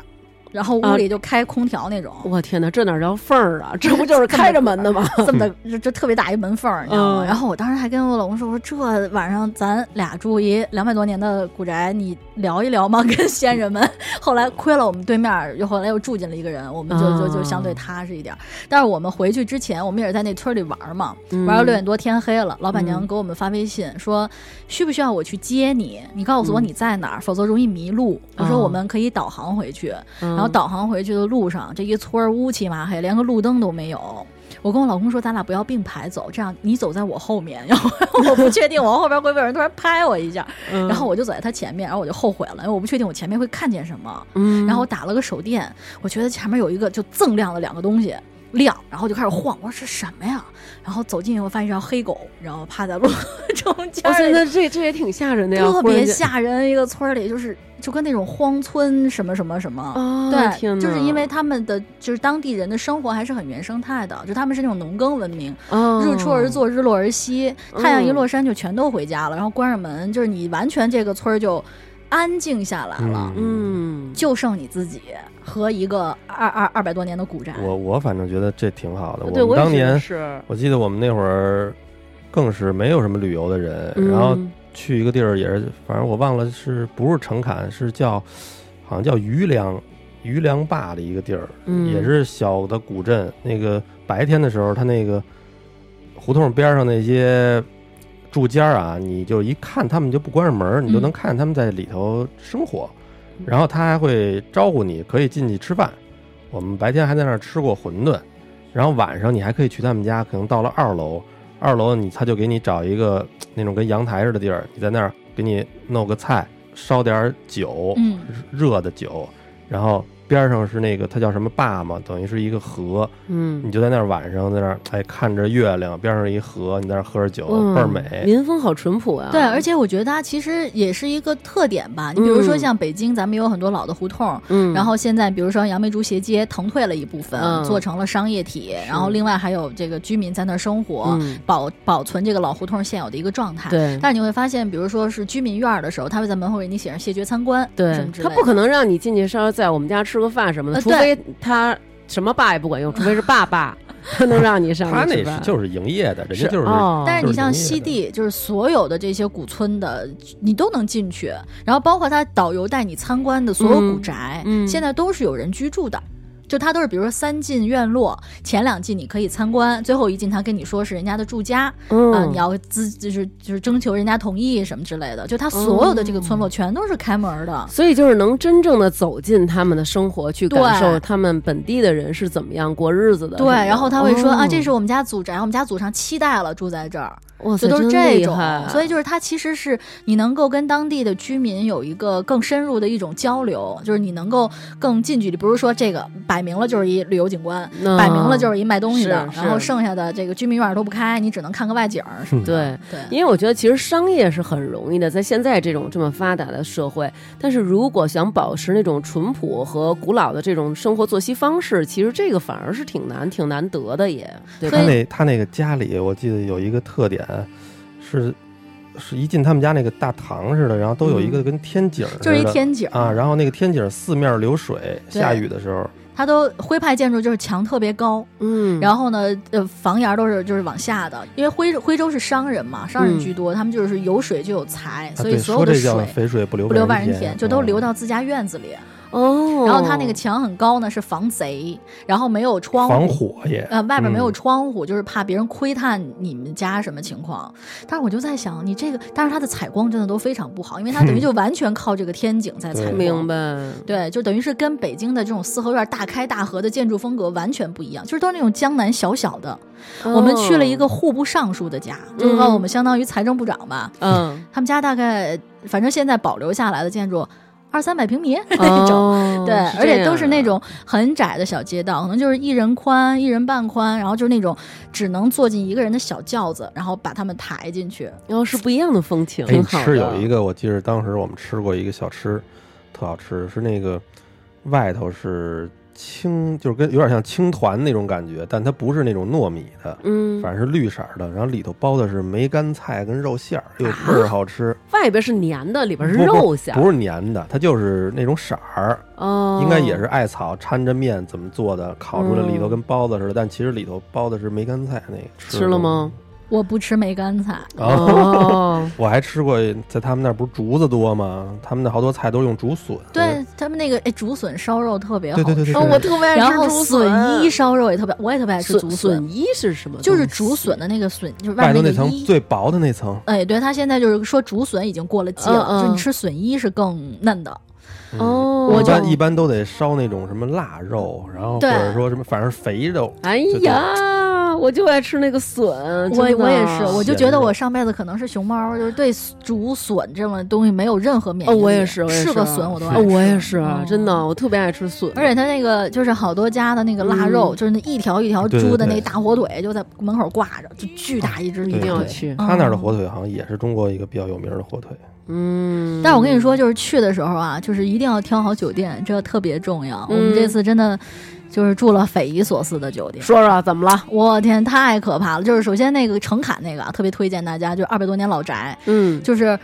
[SPEAKER 2] 然后屋
[SPEAKER 1] 啊
[SPEAKER 2] 里就开空调那种。
[SPEAKER 1] 我天哪，这哪叫缝儿啊？这不就是开着门的吗？
[SPEAKER 2] 这么大，这这特别大一门缝儿，你知道吗？
[SPEAKER 1] 嗯
[SPEAKER 2] 然后我当时还跟我老公说：“我说这晚上咱俩住一两百多年的古宅，你聊一聊吗？ 跟先人们。”后来亏了我们对面儿，又后来又住进了一个人，我们就就就
[SPEAKER 1] 啊
[SPEAKER 2] 相对踏实一点儿。但是我们回去之前，我们也是在那村儿里玩儿嘛，
[SPEAKER 1] 嗯
[SPEAKER 2] 玩到六点多天黑了，老板娘给我们发微信说，需不需要我去接你？你告
[SPEAKER 1] 嗯
[SPEAKER 2] 诉我你在哪儿，否则容易迷路。我说
[SPEAKER 1] 哦
[SPEAKER 2] 我们可以导航回去。
[SPEAKER 1] 嗯
[SPEAKER 2] 然后导航回去的路上，这一村儿乌漆麻黑，连个路灯都没有。我跟我老公说，咱俩不要并排走，这样你走在我后面，然后我不确定我后边会不会有人突然拍我一下，
[SPEAKER 1] 嗯
[SPEAKER 2] 然后我就走在他前面，然后我就后悔了，因为我不确定我前面会看见什么。
[SPEAKER 1] 嗯
[SPEAKER 2] 然后我打了个手电，我觉得前面有一个就锃亮的两个东西亮，然后就开始晃，我说是什么呀？然后走近以后发现一条黑狗，然后趴在路 中间
[SPEAKER 1] 我
[SPEAKER 2] 儿
[SPEAKER 1] 现
[SPEAKER 2] 里，
[SPEAKER 1] 在哦这这也挺吓人的呀，
[SPEAKER 2] 特
[SPEAKER 1] 忽然
[SPEAKER 2] 别
[SPEAKER 1] 间
[SPEAKER 2] 吓人。一个村儿里就是就跟那种荒村什么什么什么。
[SPEAKER 1] 啊！天
[SPEAKER 2] 对，
[SPEAKER 1] 哪，
[SPEAKER 2] 就是因为他们的就是当地人的生活还是很原生态的，就他们是那种农耕文明，
[SPEAKER 1] 哦
[SPEAKER 2] 日出而，作，日落而息，太阳一
[SPEAKER 1] 嗯
[SPEAKER 2] 落山就全都回家了，然后关上门，就是你完全这个村儿就安静下来了。
[SPEAKER 1] 嗯，
[SPEAKER 2] 就剩你自己和一个二二二百多年的古宅。
[SPEAKER 3] 我我反正觉得这挺好的。
[SPEAKER 1] 啊对，
[SPEAKER 3] 呃们
[SPEAKER 1] 我也
[SPEAKER 3] 当
[SPEAKER 1] 觉得
[SPEAKER 3] 年
[SPEAKER 1] 是，
[SPEAKER 3] 我记得我们那会儿更是没有什么旅游的人，
[SPEAKER 1] 嗯
[SPEAKER 3] 然后去一个地儿也是，反正我忘了是不是城坎，是叫好像叫余梁余梁坝的一个地儿，
[SPEAKER 1] 嗯
[SPEAKER 3] 也是小的古镇。那个白天的时候，它那个胡同边上那些住家啊，你就一看他们就不关上门儿，你就
[SPEAKER 2] 嗯
[SPEAKER 3] 能看他们在里头生活，
[SPEAKER 1] 嗯
[SPEAKER 3] 然后他还会招呼你，可以进去吃饭。我们白天还在那儿吃过馄饨，然后晚上你还可以去他们家，可能到了二楼，二楼你他就给你找一个那种跟阳台似的地儿，你在那儿给你弄个菜，烧点儿酒，
[SPEAKER 2] 嗯
[SPEAKER 3] 热的酒，然后边上是那个它叫什么坝嘛，等于是一个河，
[SPEAKER 1] 嗯
[SPEAKER 3] 你就在那儿晚上在那儿哎看着月亮，边上一河，你在那儿喝着酒，
[SPEAKER 1] 嗯
[SPEAKER 3] 倍儿美。
[SPEAKER 1] 民风好淳朴啊。
[SPEAKER 2] 对，而且我觉得它其实也是一个特点吧。你比如说
[SPEAKER 1] 嗯
[SPEAKER 2] 像北京，咱们有很多老的胡同，
[SPEAKER 1] 嗯，
[SPEAKER 2] 然后现在比如说杨梅竹斜街腾退了一部分，
[SPEAKER 1] 嗯
[SPEAKER 2] 做成了商业体，然后另外还有这个居民在那儿生活，
[SPEAKER 1] 嗯
[SPEAKER 2] 保保存这个老胡同现有的一个状态。
[SPEAKER 1] 对
[SPEAKER 2] 但是你会发现，比如说是居民院儿的时候，他会在门口给你写上“谢绝参观”什
[SPEAKER 1] 对
[SPEAKER 2] 么之，
[SPEAKER 1] 他
[SPEAKER 2] 类的。
[SPEAKER 1] 不可能让你进去稍微在我们家吃个饭什么的，
[SPEAKER 2] 呃
[SPEAKER 1] 除
[SPEAKER 2] 对
[SPEAKER 1] 非他什么爸也不管用，除非是爸爸，他能让你上
[SPEAKER 3] 他
[SPEAKER 1] 去
[SPEAKER 3] 那
[SPEAKER 1] 吃饭。
[SPEAKER 3] 是就是营业的，人
[SPEAKER 1] 是
[SPEAKER 3] 家就是
[SPEAKER 1] 哦
[SPEAKER 2] 但是你像
[SPEAKER 3] 就是营业
[SPEAKER 2] 西
[SPEAKER 3] 的
[SPEAKER 2] 地，就是所有的这些古村的，你都能进去，然后包括他导游带你参观的所有古宅，
[SPEAKER 1] 嗯嗯
[SPEAKER 2] 现在都是有人居住的。就它都是，比如说三进院落，前两进你可以参观，最后一进他跟你说是人家的住家啊、
[SPEAKER 1] 嗯
[SPEAKER 2] 你要资就是就是征求人家同意什么之类的。
[SPEAKER 1] 嗯
[SPEAKER 2] 就他所有的这个村落全都是开门的，
[SPEAKER 1] 所以就是能真正的走进他们的生活，去
[SPEAKER 2] 对
[SPEAKER 1] 感受他们本地的人是怎么样过日子的。
[SPEAKER 2] 对。
[SPEAKER 1] 是吗
[SPEAKER 2] 然后他会说、
[SPEAKER 1] 哦
[SPEAKER 2] 啊，这是我们家祖宅，我们家祖上七代了住在这儿，
[SPEAKER 4] 嗯
[SPEAKER 2] 就
[SPEAKER 4] 哇塞，
[SPEAKER 2] 都是
[SPEAKER 4] 真
[SPEAKER 2] 这
[SPEAKER 4] 厉
[SPEAKER 2] 种
[SPEAKER 4] 害，
[SPEAKER 2] 所以就是它其实是你能够跟当地的居民有一个更深入的一种交流，就是你能够更近距离，不是说这个摆明了就是一旅游景观，
[SPEAKER 4] 那
[SPEAKER 2] 摆明了就是一卖东西的，
[SPEAKER 4] 嗯是
[SPEAKER 2] 然后
[SPEAKER 4] 是
[SPEAKER 2] 剩下的这个居民院都不开，你只能看个外景儿
[SPEAKER 3] 嗯
[SPEAKER 2] 什么的。对
[SPEAKER 4] 因为我觉得其实商业是很容易的，在现在这种这么发达的社会，但是如果想保持那种淳朴和古老的这种生活作息方式，其实这个反而是挺难、挺难得的也。对吧
[SPEAKER 3] 他那他那个家里，我记得有一个特点是，是一进他们家那个大堂似的，然后都有一个跟天井似的，
[SPEAKER 2] 就是一天嗯景
[SPEAKER 3] 啊，然后那个天井四面流水，
[SPEAKER 2] 对
[SPEAKER 3] 下雨的时候，
[SPEAKER 2] 它都徽派建筑就是墙特别高，
[SPEAKER 4] 嗯，
[SPEAKER 2] 然后呢，呃，房檐儿都是就是往下的，因为徽徽州是商人嘛，商人居多，他们就是有水就有财，
[SPEAKER 3] 嗯啊
[SPEAKER 2] 所以
[SPEAKER 3] 对，
[SPEAKER 2] 所
[SPEAKER 3] 说
[SPEAKER 2] 有的
[SPEAKER 3] 这
[SPEAKER 2] 水
[SPEAKER 3] 叫肥水不流
[SPEAKER 2] 不流外
[SPEAKER 3] 人
[SPEAKER 2] 人田，就都流
[SPEAKER 3] 嗯
[SPEAKER 2] 到自家院子里。
[SPEAKER 4] 哦，
[SPEAKER 2] 然后它那个墙很高呢，是防贼，然后没有窗
[SPEAKER 3] 防
[SPEAKER 2] 户。
[SPEAKER 3] 火也。
[SPEAKER 2] 呃，外边没有
[SPEAKER 3] 嗯
[SPEAKER 2] 窗户，就是怕别人窥探你们家什么情况。但是我就在想，你这个，但是它的采光真的都非常不好，因为它等于就完全靠这个天井在采
[SPEAKER 3] 对
[SPEAKER 2] 光。
[SPEAKER 4] 明白，
[SPEAKER 2] 对，就等于是跟北京的这种四合院大开大合的建筑风格完全不一样，就是都是那种江南小小的。我们去了一
[SPEAKER 1] 哦
[SPEAKER 4] 个，
[SPEAKER 2] 个户部尚书的家，就是说
[SPEAKER 4] 嗯
[SPEAKER 2] 我们相当于财政部长吧，
[SPEAKER 4] 嗯，
[SPEAKER 2] 他们家大概反正现在保留下来的建筑二三百平米那种。
[SPEAKER 4] 哦，
[SPEAKER 2] 对，
[SPEAKER 4] 这
[SPEAKER 2] 而且
[SPEAKER 1] 啊
[SPEAKER 2] 都是
[SPEAKER 4] 样
[SPEAKER 2] 那种很窄的小街道，可能就是一人宽、一人半宽，然后就是那种只能坐进一个人的小轿子，然后把他们抬进去。
[SPEAKER 4] 然后哦是不一样的风情，
[SPEAKER 3] 哎，你
[SPEAKER 4] 挺好
[SPEAKER 3] 吃有
[SPEAKER 4] 的
[SPEAKER 3] 一个，我记得当时我们吃过一个小吃，特好吃，是那个外头是青，就是跟有点像青团那种感觉，但它不是那种糯米的，
[SPEAKER 4] 嗯，
[SPEAKER 3] 反正是绿色儿的，然后里头包的是梅干菜跟肉馅儿，又倍儿好吃。
[SPEAKER 4] 外边是黏的，里边是
[SPEAKER 3] 不不
[SPEAKER 4] 啊肉馅儿，
[SPEAKER 3] 不是粘的，它就是那种色儿，
[SPEAKER 4] 哦，
[SPEAKER 3] 应该也是艾草掺着面怎么做的，烤出来
[SPEAKER 4] 嗯
[SPEAKER 3] 里头跟包子似的，但其实里头包的是梅干菜那个。
[SPEAKER 4] 吃了吗？
[SPEAKER 2] 我不吃梅干菜，
[SPEAKER 3] 啊，
[SPEAKER 4] 哦，
[SPEAKER 3] 我还吃过，在他们那儿不是竹子多吗？他们那好多菜都用竹笋。
[SPEAKER 2] 对他们那个哎竹笋烧肉特别好吃，
[SPEAKER 3] 对对对对，
[SPEAKER 1] 哦，
[SPEAKER 3] 对
[SPEAKER 1] 我特别爱
[SPEAKER 2] 然
[SPEAKER 1] 吃
[SPEAKER 2] 后
[SPEAKER 1] 竹笋嗯
[SPEAKER 2] 笋衣烧肉也特别，我也特别爱吃哎竹
[SPEAKER 4] 笋笋衣是什么东西？
[SPEAKER 2] 就是竹笋的那个笋，就是
[SPEAKER 3] 外头
[SPEAKER 2] 面
[SPEAKER 3] 那
[SPEAKER 2] 那
[SPEAKER 3] 层
[SPEAKER 2] 个衣。
[SPEAKER 3] 最薄的那层，
[SPEAKER 2] 哎，对，他现在就是说竹笋已经过了季了，
[SPEAKER 4] 嗯嗯
[SPEAKER 2] 就你吃笋衣是更嫩的。
[SPEAKER 3] 嗯
[SPEAKER 4] 哦，
[SPEAKER 3] 一般一般都得烧那种什么腊肉，然后或
[SPEAKER 2] 对
[SPEAKER 3] 者说什么，反正肥肉。
[SPEAKER 4] 哎呀，我就爱吃那个笋，
[SPEAKER 2] 我
[SPEAKER 4] 嗯真的
[SPEAKER 2] 我也是，我就觉
[SPEAKER 3] 咸
[SPEAKER 2] 得
[SPEAKER 3] 肉
[SPEAKER 2] 我上辈子可能是熊猫，就是对竹笋这种东西没有任何免疫
[SPEAKER 4] 哦，
[SPEAKER 2] 力。
[SPEAKER 4] 我也是，我也
[SPEAKER 2] 是
[SPEAKER 4] 是
[SPEAKER 2] 个笋我都爱
[SPEAKER 4] 哦
[SPEAKER 2] 吃。
[SPEAKER 4] 我也是
[SPEAKER 1] 啊
[SPEAKER 2] 嗯，
[SPEAKER 4] 真的，我特别爱吃笋，
[SPEAKER 2] 而且他那个就是好多家的那个腊肉，
[SPEAKER 4] 嗯
[SPEAKER 2] 就是那一条一条
[SPEAKER 3] 对对
[SPEAKER 2] 猪的
[SPEAKER 3] 对啊
[SPEAKER 2] 那大火腿，就在门口挂着，就巨大一只
[SPEAKER 3] 对
[SPEAKER 2] 一
[SPEAKER 4] 一定要
[SPEAKER 3] 对
[SPEAKER 4] 去，
[SPEAKER 3] 他那儿的
[SPEAKER 2] 哦
[SPEAKER 3] 火腿好像也是中国一个比较有名的火腿。
[SPEAKER 4] 嗯，
[SPEAKER 2] 但是我跟你说，就是去的时候啊，就是一定要挑好酒店，这个特别重要。我们
[SPEAKER 4] 嗯
[SPEAKER 2] 这次真的就是住了匪夷所思的酒店。
[SPEAKER 4] 说说怎么了？
[SPEAKER 2] 我天，太可怕了！就是首先那个城坎那个啊，特别推荐大家，就二百多年老宅，
[SPEAKER 4] 嗯，
[SPEAKER 2] 就是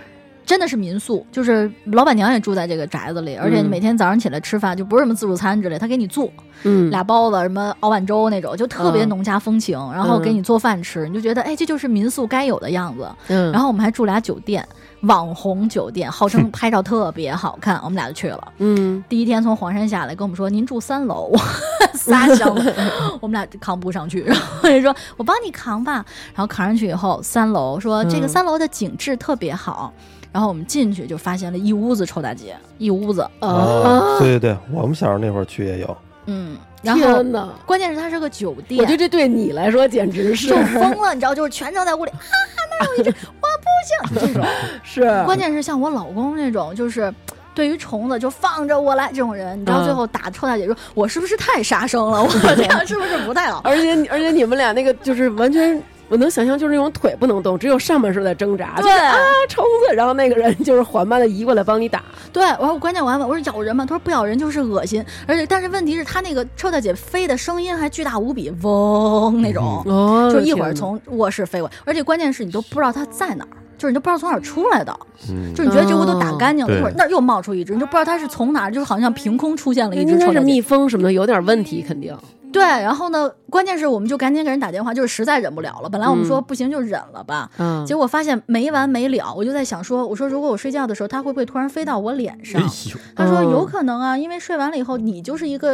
[SPEAKER 2] 真的是民宿，就是老板娘也住在这个宅子里，而且
[SPEAKER 4] 嗯
[SPEAKER 2] 每天早上起来吃饭就不是什么自助餐之类，她给你做
[SPEAKER 4] 嗯，
[SPEAKER 2] 俩包子，什么熬碗粥那种，就特别
[SPEAKER 4] 嗯
[SPEAKER 2] 农家风情，然后给
[SPEAKER 4] 嗯
[SPEAKER 2] 你做饭吃，你就觉得哎，这就是民宿该有的样子。
[SPEAKER 4] 嗯，
[SPEAKER 2] 然
[SPEAKER 4] 后
[SPEAKER 2] 后我们还住俩酒店，网红酒店，号 称拍照特别好看，我们俩就去了。
[SPEAKER 4] 嗯，
[SPEAKER 2] 第一天从黄山下来，跟我们说您住 三楼，仨箱子，我们俩扛不上去，然后人说我帮你扛吧，然后扛上去以后，三楼说这个
[SPEAKER 4] 嗯
[SPEAKER 2] 三楼的景致特别好。然后我们进去就发现了一屋子臭大街，一屋子，
[SPEAKER 3] 哦，对对对，我们小时候那会儿去也有。
[SPEAKER 2] 嗯，然后
[SPEAKER 1] 天哪！
[SPEAKER 2] 关键是它是个酒店，
[SPEAKER 1] 我觉得这对你来说简直是
[SPEAKER 2] 就疯了，你知道，就是全程在屋里啊，那儿有一只，我不行，这种。
[SPEAKER 1] 是
[SPEAKER 2] 关键是像我老公那种，就是对于虫子就放着我来这种人，你知道
[SPEAKER 4] 嗯
[SPEAKER 2] 最后打臭大姐说，我是不是太杀生了？我这样是不是不太好？
[SPEAKER 1] 而且你而且你们俩那个就是完全，我能想象就是那种腿不能动，只有上半身在挣扎，就是
[SPEAKER 2] 对
[SPEAKER 1] 啊虫子，然后那个人就是缓慢的移过来帮你打，
[SPEAKER 2] 对，然后关键我还问我说咬人吗？他说不咬人就是恶心，而且但是问题是他那个臭大姐飞的声音还巨大无比，嗡那种，
[SPEAKER 4] 哦，
[SPEAKER 2] 就一会儿
[SPEAKER 4] 天哪
[SPEAKER 2] 从卧室飞过来，而且关键是你都不知道它在哪儿。就是你都不知道从哪儿出来的，
[SPEAKER 3] 嗯
[SPEAKER 2] 就，是你觉得这屋都打干净了，
[SPEAKER 4] 嗯
[SPEAKER 3] 哦
[SPEAKER 2] 一会儿
[SPEAKER 3] 对
[SPEAKER 2] 那儿又冒出一只，你就不知道它是从哪儿，就是好像凭空出现了一只
[SPEAKER 4] 应该
[SPEAKER 2] 臭
[SPEAKER 4] 嗯是
[SPEAKER 2] 大姐。
[SPEAKER 4] 蜜蜂什么的有点问题，肯定
[SPEAKER 2] 对，然后呢，关键是我们就赶紧给人打电话，就是实在忍不了了。本来我们
[SPEAKER 4] 嗯
[SPEAKER 2] 说不行就忍了吧，
[SPEAKER 4] 嗯
[SPEAKER 2] 结果发现没完没了。我就在想说，我说如果我睡觉的时候，它会不会突然飞到我脸
[SPEAKER 3] 哎
[SPEAKER 2] 上？他说
[SPEAKER 4] 嗯
[SPEAKER 2] 有可能啊，因为睡完了以后你就是一个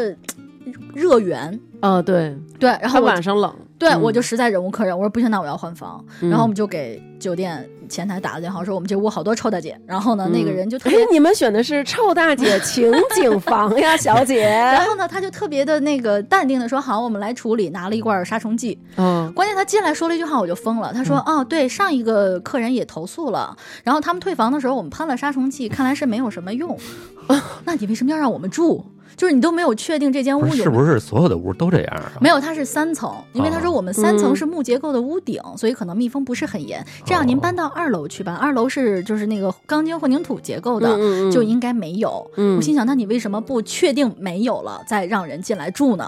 [SPEAKER 2] 呃热源。
[SPEAKER 4] 哦，对，
[SPEAKER 2] 对，然
[SPEAKER 4] 他
[SPEAKER 2] 后我
[SPEAKER 4] 晚上冷，
[SPEAKER 2] 对，
[SPEAKER 4] 嗯
[SPEAKER 2] 我就实在忍无可忍，我说不行，那我要换房。
[SPEAKER 1] 嗯
[SPEAKER 2] 然后我们就给酒店前台打了电话，说我们这屋好多臭大姐。然后呢，那个人 就特
[SPEAKER 1] 哎
[SPEAKER 2] 别，，
[SPEAKER 1] 你们选的是臭大姐情景房呀，小 姐。
[SPEAKER 2] 然后呢，他就特别的那个淡定的说：“好，我们来处理。”拿了一罐杀虫剂。
[SPEAKER 1] 哦
[SPEAKER 4] 嗯，
[SPEAKER 2] 关键他进来说了一句话，我就疯了。他说：“哦，对，上一个客人也投诉了，然后他们退房的时候，我们喷了杀虫剂，看来是没有什么用。 那你为什么要让我们住？就是你都没有确定这间屋
[SPEAKER 3] 不
[SPEAKER 2] 有没
[SPEAKER 3] 是
[SPEAKER 2] 有
[SPEAKER 3] 是不是所有的屋都这样啊？
[SPEAKER 2] 没有，它是三层，因为他
[SPEAKER 3] 哦
[SPEAKER 2] 说我们三层是木结构的屋顶，所以可能密封不是很严。这样您
[SPEAKER 3] 哦
[SPEAKER 2] 搬到二楼去吧，二楼是就是那个钢筋混凝土结
[SPEAKER 1] 嗯
[SPEAKER 2] 构的，就应该没有。我心想，那你为什么不确定没有了再让人进来住呢？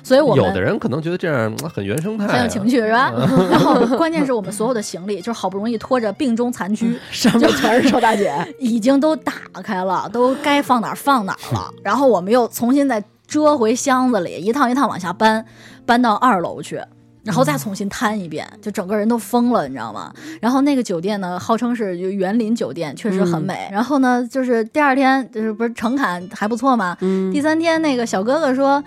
[SPEAKER 2] 所以我们
[SPEAKER 3] 有的人可能觉得这样嗯很原生态、啊，
[SPEAKER 2] 很有情趣是 吧？然后关键是我们所有的行李，就是好不容易拖着病中残躯，
[SPEAKER 1] 上面全是臭大 姐，
[SPEAKER 2] 已经都打开了，都该放哪儿放哪儿了。然后我们又重新再折回箱子里，一趟一趟往下搬，搬到二楼去。然后再重新摊一遍，就整个人都疯了，你知道吗？然后那个酒店呢，号称是就园林酒店，确实很美。然后呢，就是第二天就是不是诚侃还不错嘛，第三天那个小哥哥说。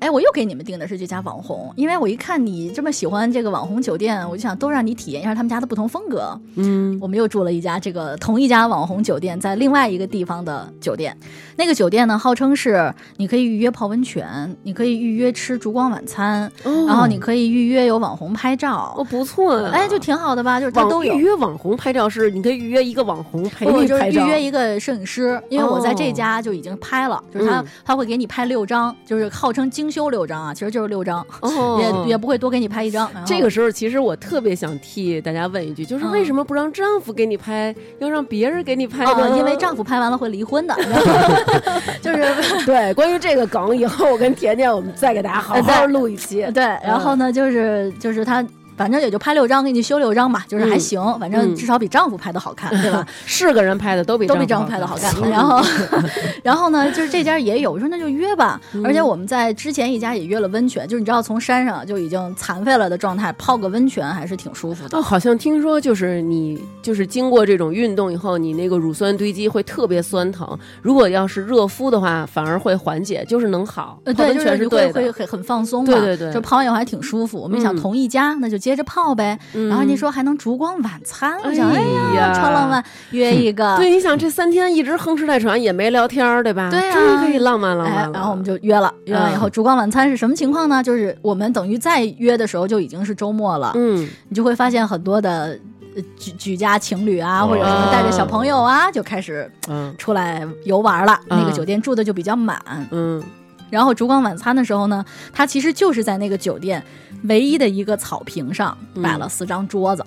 [SPEAKER 2] 哎，我又给你们订的是这家网红，因为我一看你这么喜欢这个网红酒店，我就想都让你体验一下他们家的不同风格。嗯，我们又住了一家这个同一家网红酒店，在另外一个地方的酒店。那个酒店呢，号称是你可以预约泡温泉，你可以预约吃烛光晚餐，然后你可以预约有网红拍
[SPEAKER 1] 哦，
[SPEAKER 2] 照。
[SPEAKER 1] 不错呀，
[SPEAKER 2] 哎，就挺好的吧，就是它
[SPEAKER 1] 网
[SPEAKER 2] 都有
[SPEAKER 1] 预。约网红拍照是，你可以预约一个网红陪
[SPEAKER 2] 我
[SPEAKER 1] 你
[SPEAKER 2] 就是
[SPEAKER 1] 拍
[SPEAKER 2] 预
[SPEAKER 1] 照。
[SPEAKER 2] 约一个摄影师，因为我在这
[SPEAKER 1] 哦
[SPEAKER 2] 家就已经拍了，就是他、
[SPEAKER 1] 嗯
[SPEAKER 2] 他会给你拍六张，就是号称精修六张啊，其实就是六张，
[SPEAKER 1] 哦
[SPEAKER 2] 也也不会多给你拍一张。然后
[SPEAKER 1] 这个时候，其实我特别想替大家问一句，就是
[SPEAKER 2] 嗯
[SPEAKER 1] 为什么不让丈夫给你拍，要让别人给你拍
[SPEAKER 2] 啊、
[SPEAKER 1] 呢？
[SPEAKER 2] 因为丈夫拍完了会离婚的， 就是
[SPEAKER 1] 对，关于这个梗，以后我跟甜甜我们再给大家好好
[SPEAKER 2] 呃对
[SPEAKER 1] 录一期。
[SPEAKER 2] 对。然后呢，就是就是他。反正也就拍六张，给你修六张吧，就是还行，反正
[SPEAKER 1] 嗯
[SPEAKER 2] 至少比丈夫拍的好看，对吧？
[SPEAKER 1] 是个人拍的都 比
[SPEAKER 2] 都比丈夫拍的好看。然后，然后呢，就是这家也有，我说那就约吧。
[SPEAKER 1] 嗯
[SPEAKER 2] 而且我们在之前一家也约了温泉，就是你知道从山上就已经残废了的状态，泡个温泉还是挺舒服 的。
[SPEAKER 1] 哦，好像听说就是你就是经过这种运动以后，你那个乳酸堆积会特别酸疼。如果要是热敷的话，反而会缓解，就是能好。
[SPEAKER 2] 呃，
[SPEAKER 1] 泡
[SPEAKER 2] 对，
[SPEAKER 1] 温
[SPEAKER 2] 就是
[SPEAKER 1] 泉
[SPEAKER 2] 你会
[SPEAKER 1] 对
[SPEAKER 2] 会
[SPEAKER 1] 的。
[SPEAKER 2] 很很放松嘛，
[SPEAKER 1] 对对对
[SPEAKER 2] 就泡完以后还挺舒服。我们想
[SPEAKER 1] 嗯
[SPEAKER 2] 同一家，那就接着泡呗。然后人家说还能烛光晚餐，我想哎呀，
[SPEAKER 1] 呀
[SPEAKER 2] 超 浪漫，约一个。
[SPEAKER 1] 对，你想这三天一直哼哧带喘，也没聊天儿，对吧？
[SPEAKER 2] 对啊
[SPEAKER 1] 终于可以浪漫浪漫
[SPEAKER 2] 哎
[SPEAKER 1] 了。，嗯
[SPEAKER 2] 然后我们就约了，约完以后，烛光晚餐是什么情况呢？就是我们等于再约的时候就已经是周末了，
[SPEAKER 1] 嗯，
[SPEAKER 2] 你就会发现很多的呃举举家情侣
[SPEAKER 1] 哦
[SPEAKER 2] 啊，或者什么带着小朋友啊，就开始
[SPEAKER 1] 嗯
[SPEAKER 2] 出来游玩了。那个
[SPEAKER 1] 嗯
[SPEAKER 2] 酒店住的就比较满，
[SPEAKER 1] 嗯，
[SPEAKER 2] 然后烛光晚餐的时候呢，它其实就是在那个酒店唯一的一个草坪上摆了四张桌子，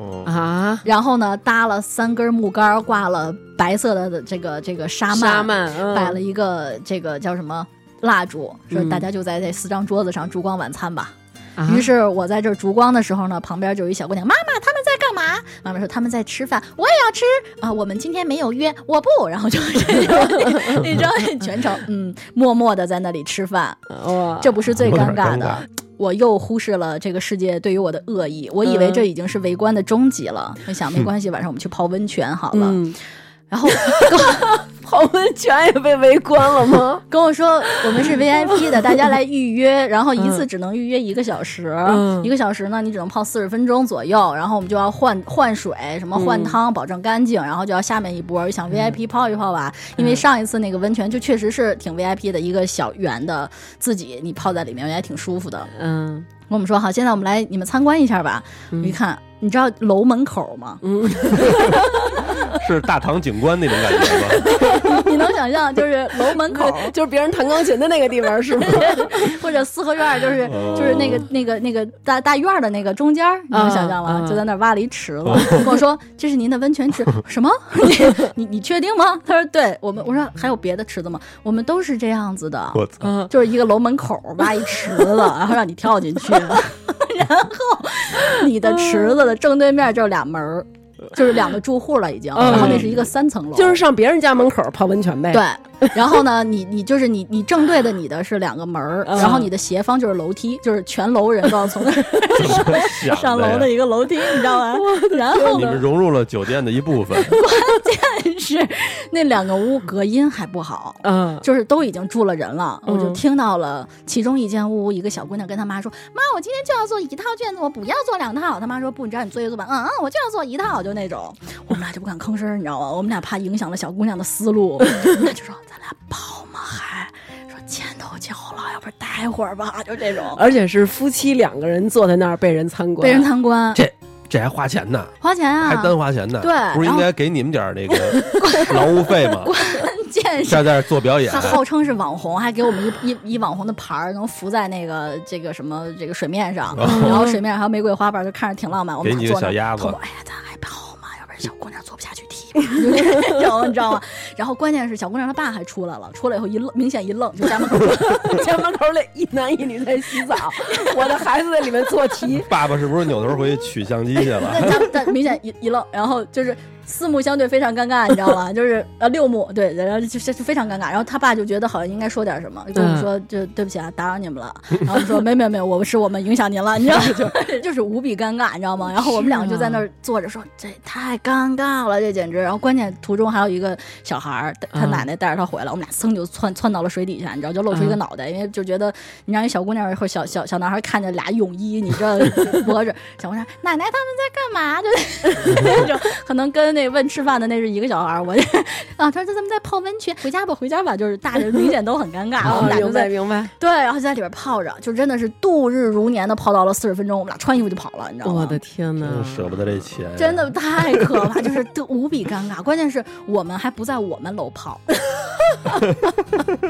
[SPEAKER 3] 嗯
[SPEAKER 1] 啊，
[SPEAKER 2] 然后呢搭了三根木杆儿，挂了白色的这个这个纱
[SPEAKER 1] 沙
[SPEAKER 2] 幔，
[SPEAKER 1] 曼嗯
[SPEAKER 2] 摆了一个这个叫什么蜡烛，说
[SPEAKER 1] 嗯
[SPEAKER 2] 大家就在这四张桌子上烛光晚餐吧。
[SPEAKER 1] 啊
[SPEAKER 2] 于是我在这儿烛光的时候呢，旁边就有一小姑娘，妈妈他们在干嘛？妈妈说他们在吃饭，我也要吃啊、我们今天没有约，我不。然后就 这种，你知道全程嗯，默默的在那里吃饭，
[SPEAKER 1] 哇，
[SPEAKER 2] 这不是最
[SPEAKER 3] 有点
[SPEAKER 2] 尴尬
[SPEAKER 3] 尴尬
[SPEAKER 2] 的。我又忽视了这个世界对于我的恶意，我以为这已经是围观的终极了。我想没关系，晚上我们去泡温泉好了。
[SPEAKER 1] 嗯，
[SPEAKER 2] 然后
[SPEAKER 1] 泡温泉也被围观了 吗？
[SPEAKER 2] 跟我说我们是 VIP 的，大家来预约，然后一次只能预约一个小时，
[SPEAKER 1] 嗯
[SPEAKER 2] 一个小时呢你只能泡四十分钟左右，然后我们就要换换水，什么换汤，保证干净，然后就要下面一波，想 VIP 泡一泡吧，因为上一次那个温泉就确实是挺 VIP 的一个小圆的，自己你泡在里面也挺舒服的。
[SPEAKER 1] 嗯
[SPEAKER 2] 我们说好，现在我们来你们参观一下吧，一看。你知道楼门口吗？
[SPEAKER 3] 是大唐景观那种感觉 吧？
[SPEAKER 2] 你能想象，就是楼门口
[SPEAKER 1] 就是别人弹钢琴的那个地方 是吗？
[SPEAKER 2] 或者四合院儿，就是
[SPEAKER 3] 哦
[SPEAKER 2] 就是那个那个那个大大院儿的那个中间儿，你能想象吗？
[SPEAKER 1] 嗯哦
[SPEAKER 2] 就在那儿挖了一池子，跟我说这是您的温泉 池，什么？ 你你你确定吗？他说对我们，我说还有别的池子吗？我们都是这样子的，
[SPEAKER 3] 我操！
[SPEAKER 2] 就是一个楼门口儿挖一池子，然后让你跳进 去，然后你的池子的正对面就是俩门儿，就是两个住户了已经，
[SPEAKER 1] 嗯
[SPEAKER 2] 然后那是一个三层楼，
[SPEAKER 1] 就是上别人家门口泡温泉呗。，
[SPEAKER 2] 对，然后呢，你你就是你你正对的你的是两个门儿，然后你的斜方就是楼梯，就是全楼人都要从那儿
[SPEAKER 3] 想
[SPEAKER 2] 上楼
[SPEAKER 3] 呀哦
[SPEAKER 2] 的一个楼梯，你知道吗？然后
[SPEAKER 3] 你们融入了酒店的一部分，
[SPEAKER 2] 是那两个屋隔音还不好，
[SPEAKER 1] 嗯，
[SPEAKER 2] 就是都已经住了人了，我就
[SPEAKER 1] 嗯
[SPEAKER 2] 听到了其中一间屋一个小姑娘跟她妈说：“妈，我今天就要做一套卷子，我不要做两套。”她妈说：“不，你知道你作业做吧？嗯嗯，我就要做一套，就那种。”我们俩就不敢吭声，你知道吗？我们俩怕影响了小姑娘的思路，我们俩就说：“咱俩跑嘛，还说钱都交了，要不然待会儿吧，就这种。”
[SPEAKER 1] 而且是夫妻两个人坐在那儿被人参观，
[SPEAKER 2] 被人参观，
[SPEAKER 3] 这 这还花钱呢，
[SPEAKER 2] 花钱啊，
[SPEAKER 3] 还单花钱呢，
[SPEAKER 2] 对
[SPEAKER 3] 不是应该给你们点儿那 个劳务费吗？
[SPEAKER 2] 见识
[SPEAKER 3] 在这儿做表演
[SPEAKER 2] 他，号称是网红，还给我们一一一网红的牌儿，能浮在那个这个什么这个水面上， 然后水面上还有玫瑰花瓣，就看着挺浪漫。我们
[SPEAKER 3] 哦给你
[SPEAKER 2] 俩坐
[SPEAKER 3] 个小
[SPEAKER 2] 那儿
[SPEAKER 3] 鸭子
[SPEAKER 2] 他说哎呀，咱还跑嘛，要不然小姑娘做不下去题吧， 就这种你知道吗？然后关键是小姑娘她爸还出来了，出来以后一愣，明显一愣，就家门口
[SPEAKER 1] 家门口里一男一女在洗澡，我的孩子在里面做题，
[SPEAKER 3] 爸爸是不是扭头回去取相机 去了？
[SPEAKER 2] 但但但明显一一愣，然后就是四目相对非常尴尬，你知道吗？就是呃六目对，然后就就就非常尴尬。然后他爸就觉得好像应该说点什么，就
[SPEAKER 1] 嗯
[SPEAKER 2] 跟我们说就对不起啊，打扰你们了。然后我们说没没没，我是我们影响您了，你知道吗？ 就就是无比尴尬，你知道吗？然后我们两个就在那
[SPEAKER 1] 啊
[SPEAKER 2] 儿坐着说，这太尴尬了，这简直。然后关键途中还有一个小孩儿，他
[SPEAKER 1] 嗯
[SPEAKER 2] 奶奶带着他回来，我们俩噌就窜窜到了水底下，你知道，就露出一个
[SPEAKER 1] 嗯
[SPEAKER 2] 脑袋，因为就觉得你让一小姑娘或小小小男孩看见俩泳衣，你 这脖子，小姑娘奶奶他们在干嘛？就那 种可能跟那问吃饭的那是一个小孩儿，我这啊，他说咱们在泡温泉，回家吧，回家吧，就是大人明显都很尴尬，我们俩
[SPEAKER 1] 哦啊
[SPEAKER 2] 就
[SPEAKER 1] 明白
[SPEAKER 2] 在
[SPEAKER 1] 明白，
[SPEAKER 2] 对，然后就在里边泡着，就真的是度日如年的泡到了四十分钟，我们俩穿衣服就跑了，你知道吗？
[SPEAKER 1] 我的天哪
[SPEAKER 3] 真，舍不得这钱，
[SPEAKER 2] 真的太可怕，就是都无比尴尬。关键是我们还不在我们楼泡，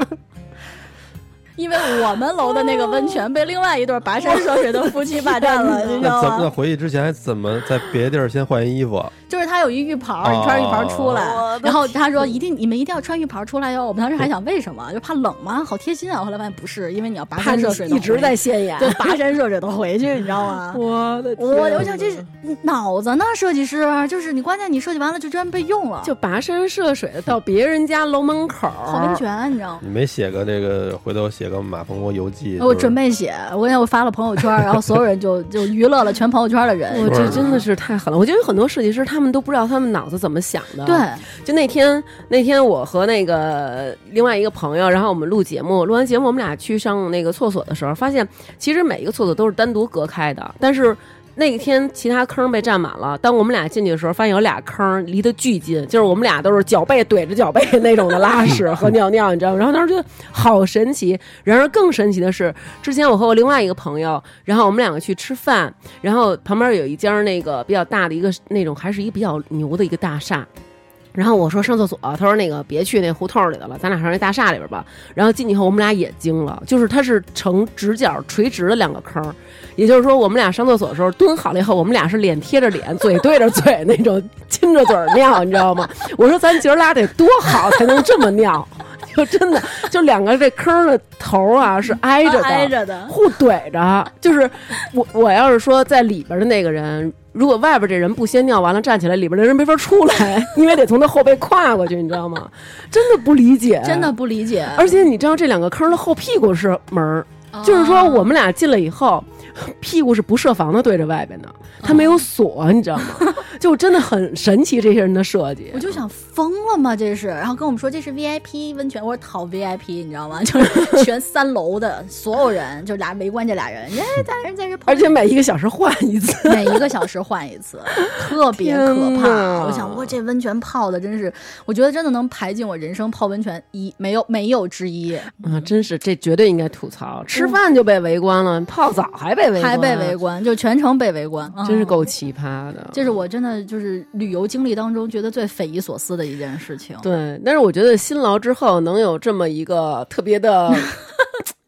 [SPEAKER 2] 因为我们楼的那个温泉被另外一对 跋山涉水的夫妻霸占了，你 知
[SPEAKER 3] 那
[SPEAKER 2] 道啊
[SPEAKER 3] 怎么那
[SPEAKER 2] 吗？
[SPEAKER 3] 回去之前还怎么在别地儿先换衣服？
[SPEAKER 2] 就是他有一浴袍，你穿着浴袍出来，
[SPEAKER 1] 哦
[SPEAKER 2] 然后他说一定你们一定要穿浴袍出来哟。我们当时还想为什么，就怕冷吗？好贴心啊！后来发现不是，因为你要跋
[SPEAKER 1] 怕
[SPEAKER 2] 山
[SPEAKER 1] 你
[SPEAKER 2] 涉水，
[SPEAKER 1] 一直在现眼
[SPEAKER 2] 对，跋山涉水的回去，你知道吗？
[SPEAKER 1] 我的
[SPEAKER 2] 我我想这是脑子呢，设计师就是你，关键你设计完了就居然被用了，
[SPEAKER 1] 就跋山涉水的到别人家楼门口，
[SPEAKER 2] 泡温泉，你知道吗？
[SPEAKER 3] 你没写个这个，回头写个马蜂窝游记。
[SPEAKER 2] 我
[SPEAKER 3] 就是
[SPEAKER 2] 哦准备写，我跟你讲我发了朋友圈，然后所有人就就娱乐了全朋友圈的人。
[SPEAKER 1] 我哦这真的是太狠了。我觉得有很多设计师他们都不知道他们脑子怎么想的。
[SPEAKER 2] 对，，
[SPEAKER 1] 就那天那天我和那个另外一个朋友，然后我们录节目，录完节目我们俩去上那个厕所的时候，发现其实每一个厕所都是单独隔开的，但是。那天其他坑被占满了，当我们俩进去的时候，发现有俩坑离得巨近，就是我们俩都是脚背怼着脚背那种的拉屎 和尿尿，你知道吗？然后当时觉得好神奇。然而更神奇的是，之前我和我另外一个朋友，然后我们两个去吃饭，然后旁边有一家那个比较大的一个那种，还是一个比较牛的一个大厦，然后我说上厕所，他说那个别去那胡同里头了，咱俩上那大厦里边吧。然后进去以后，我们俩也惊了，就是它是呈直角垂直的两个坑儿，也就是说我们俩上厕所的时候蹲好了以后，我们俩是脸贴着脸，嘴对着嘴那种亲着嘴儿尿，你知道吗？我说咱姐儿俩得多好才能这么尿，就真的 就两个这坑儿的头儿啊是挨着的，
[SPEAKER 2] 挨 着的，
[SPEAKER 1] 互怼 着，就是我我要是说在里边的那个人，如果外边这人不先尿完了站起来，里边的人没法出 来，因为得从他后背跨过去，你知道吗？真的不理解，
[SPEAKER 2] 真的。不理解。
[SPEAKER 1] 而且你知道这两个坑的后屁股是门儿，
[SPEAKER 2] 哦
[SPEAKER 1] 就是
[SPEAKER 2] 啊
[SPEAKER 1] 说我们俩进来以后，屁股是不设防的对着外边的，它没有锁，你知道 吗？就真的很神奇这些人的设计
[SPEAKER 2] 我。就想疯了吗？这是，然后跟我们说这是 VIP 温泉，我说讨 VIP，你知道吗？ 就是全三楼的所有人，就俩围观这俩人，哎，咱人在这泡
[SPEAKER 1] 而且每一个小时换一次，
[SPEAKER 2] 每一个小时换一次，特别可
[SPEAKER 1] 天
[SPEAKER 2] 怕。
[SPEAKER 1] 哪
[SPEAKER 2] 我想，哇，这温泉泡的真是，我觉得真的能排进我人生泡温泉一，没有没有之一，
[SPEAKER 1] 啊，真是这绝对应该吐槽。吃饭就被围观了，泡澡还被围观，
[SPEAKER 2] 还被围观，就全程被围观，
[SPEAKER 1] 真是
[SPEAKER 2] 嗯
[SPEAKER 1] 够奇葩的。
[SPEAKER 2] 这是我真的就是旅游经历当中觉得最匪夷所思的一件事情。
[SPEAKER 1] 对，但是我觉得辛劳之后能有这么一个特别 的，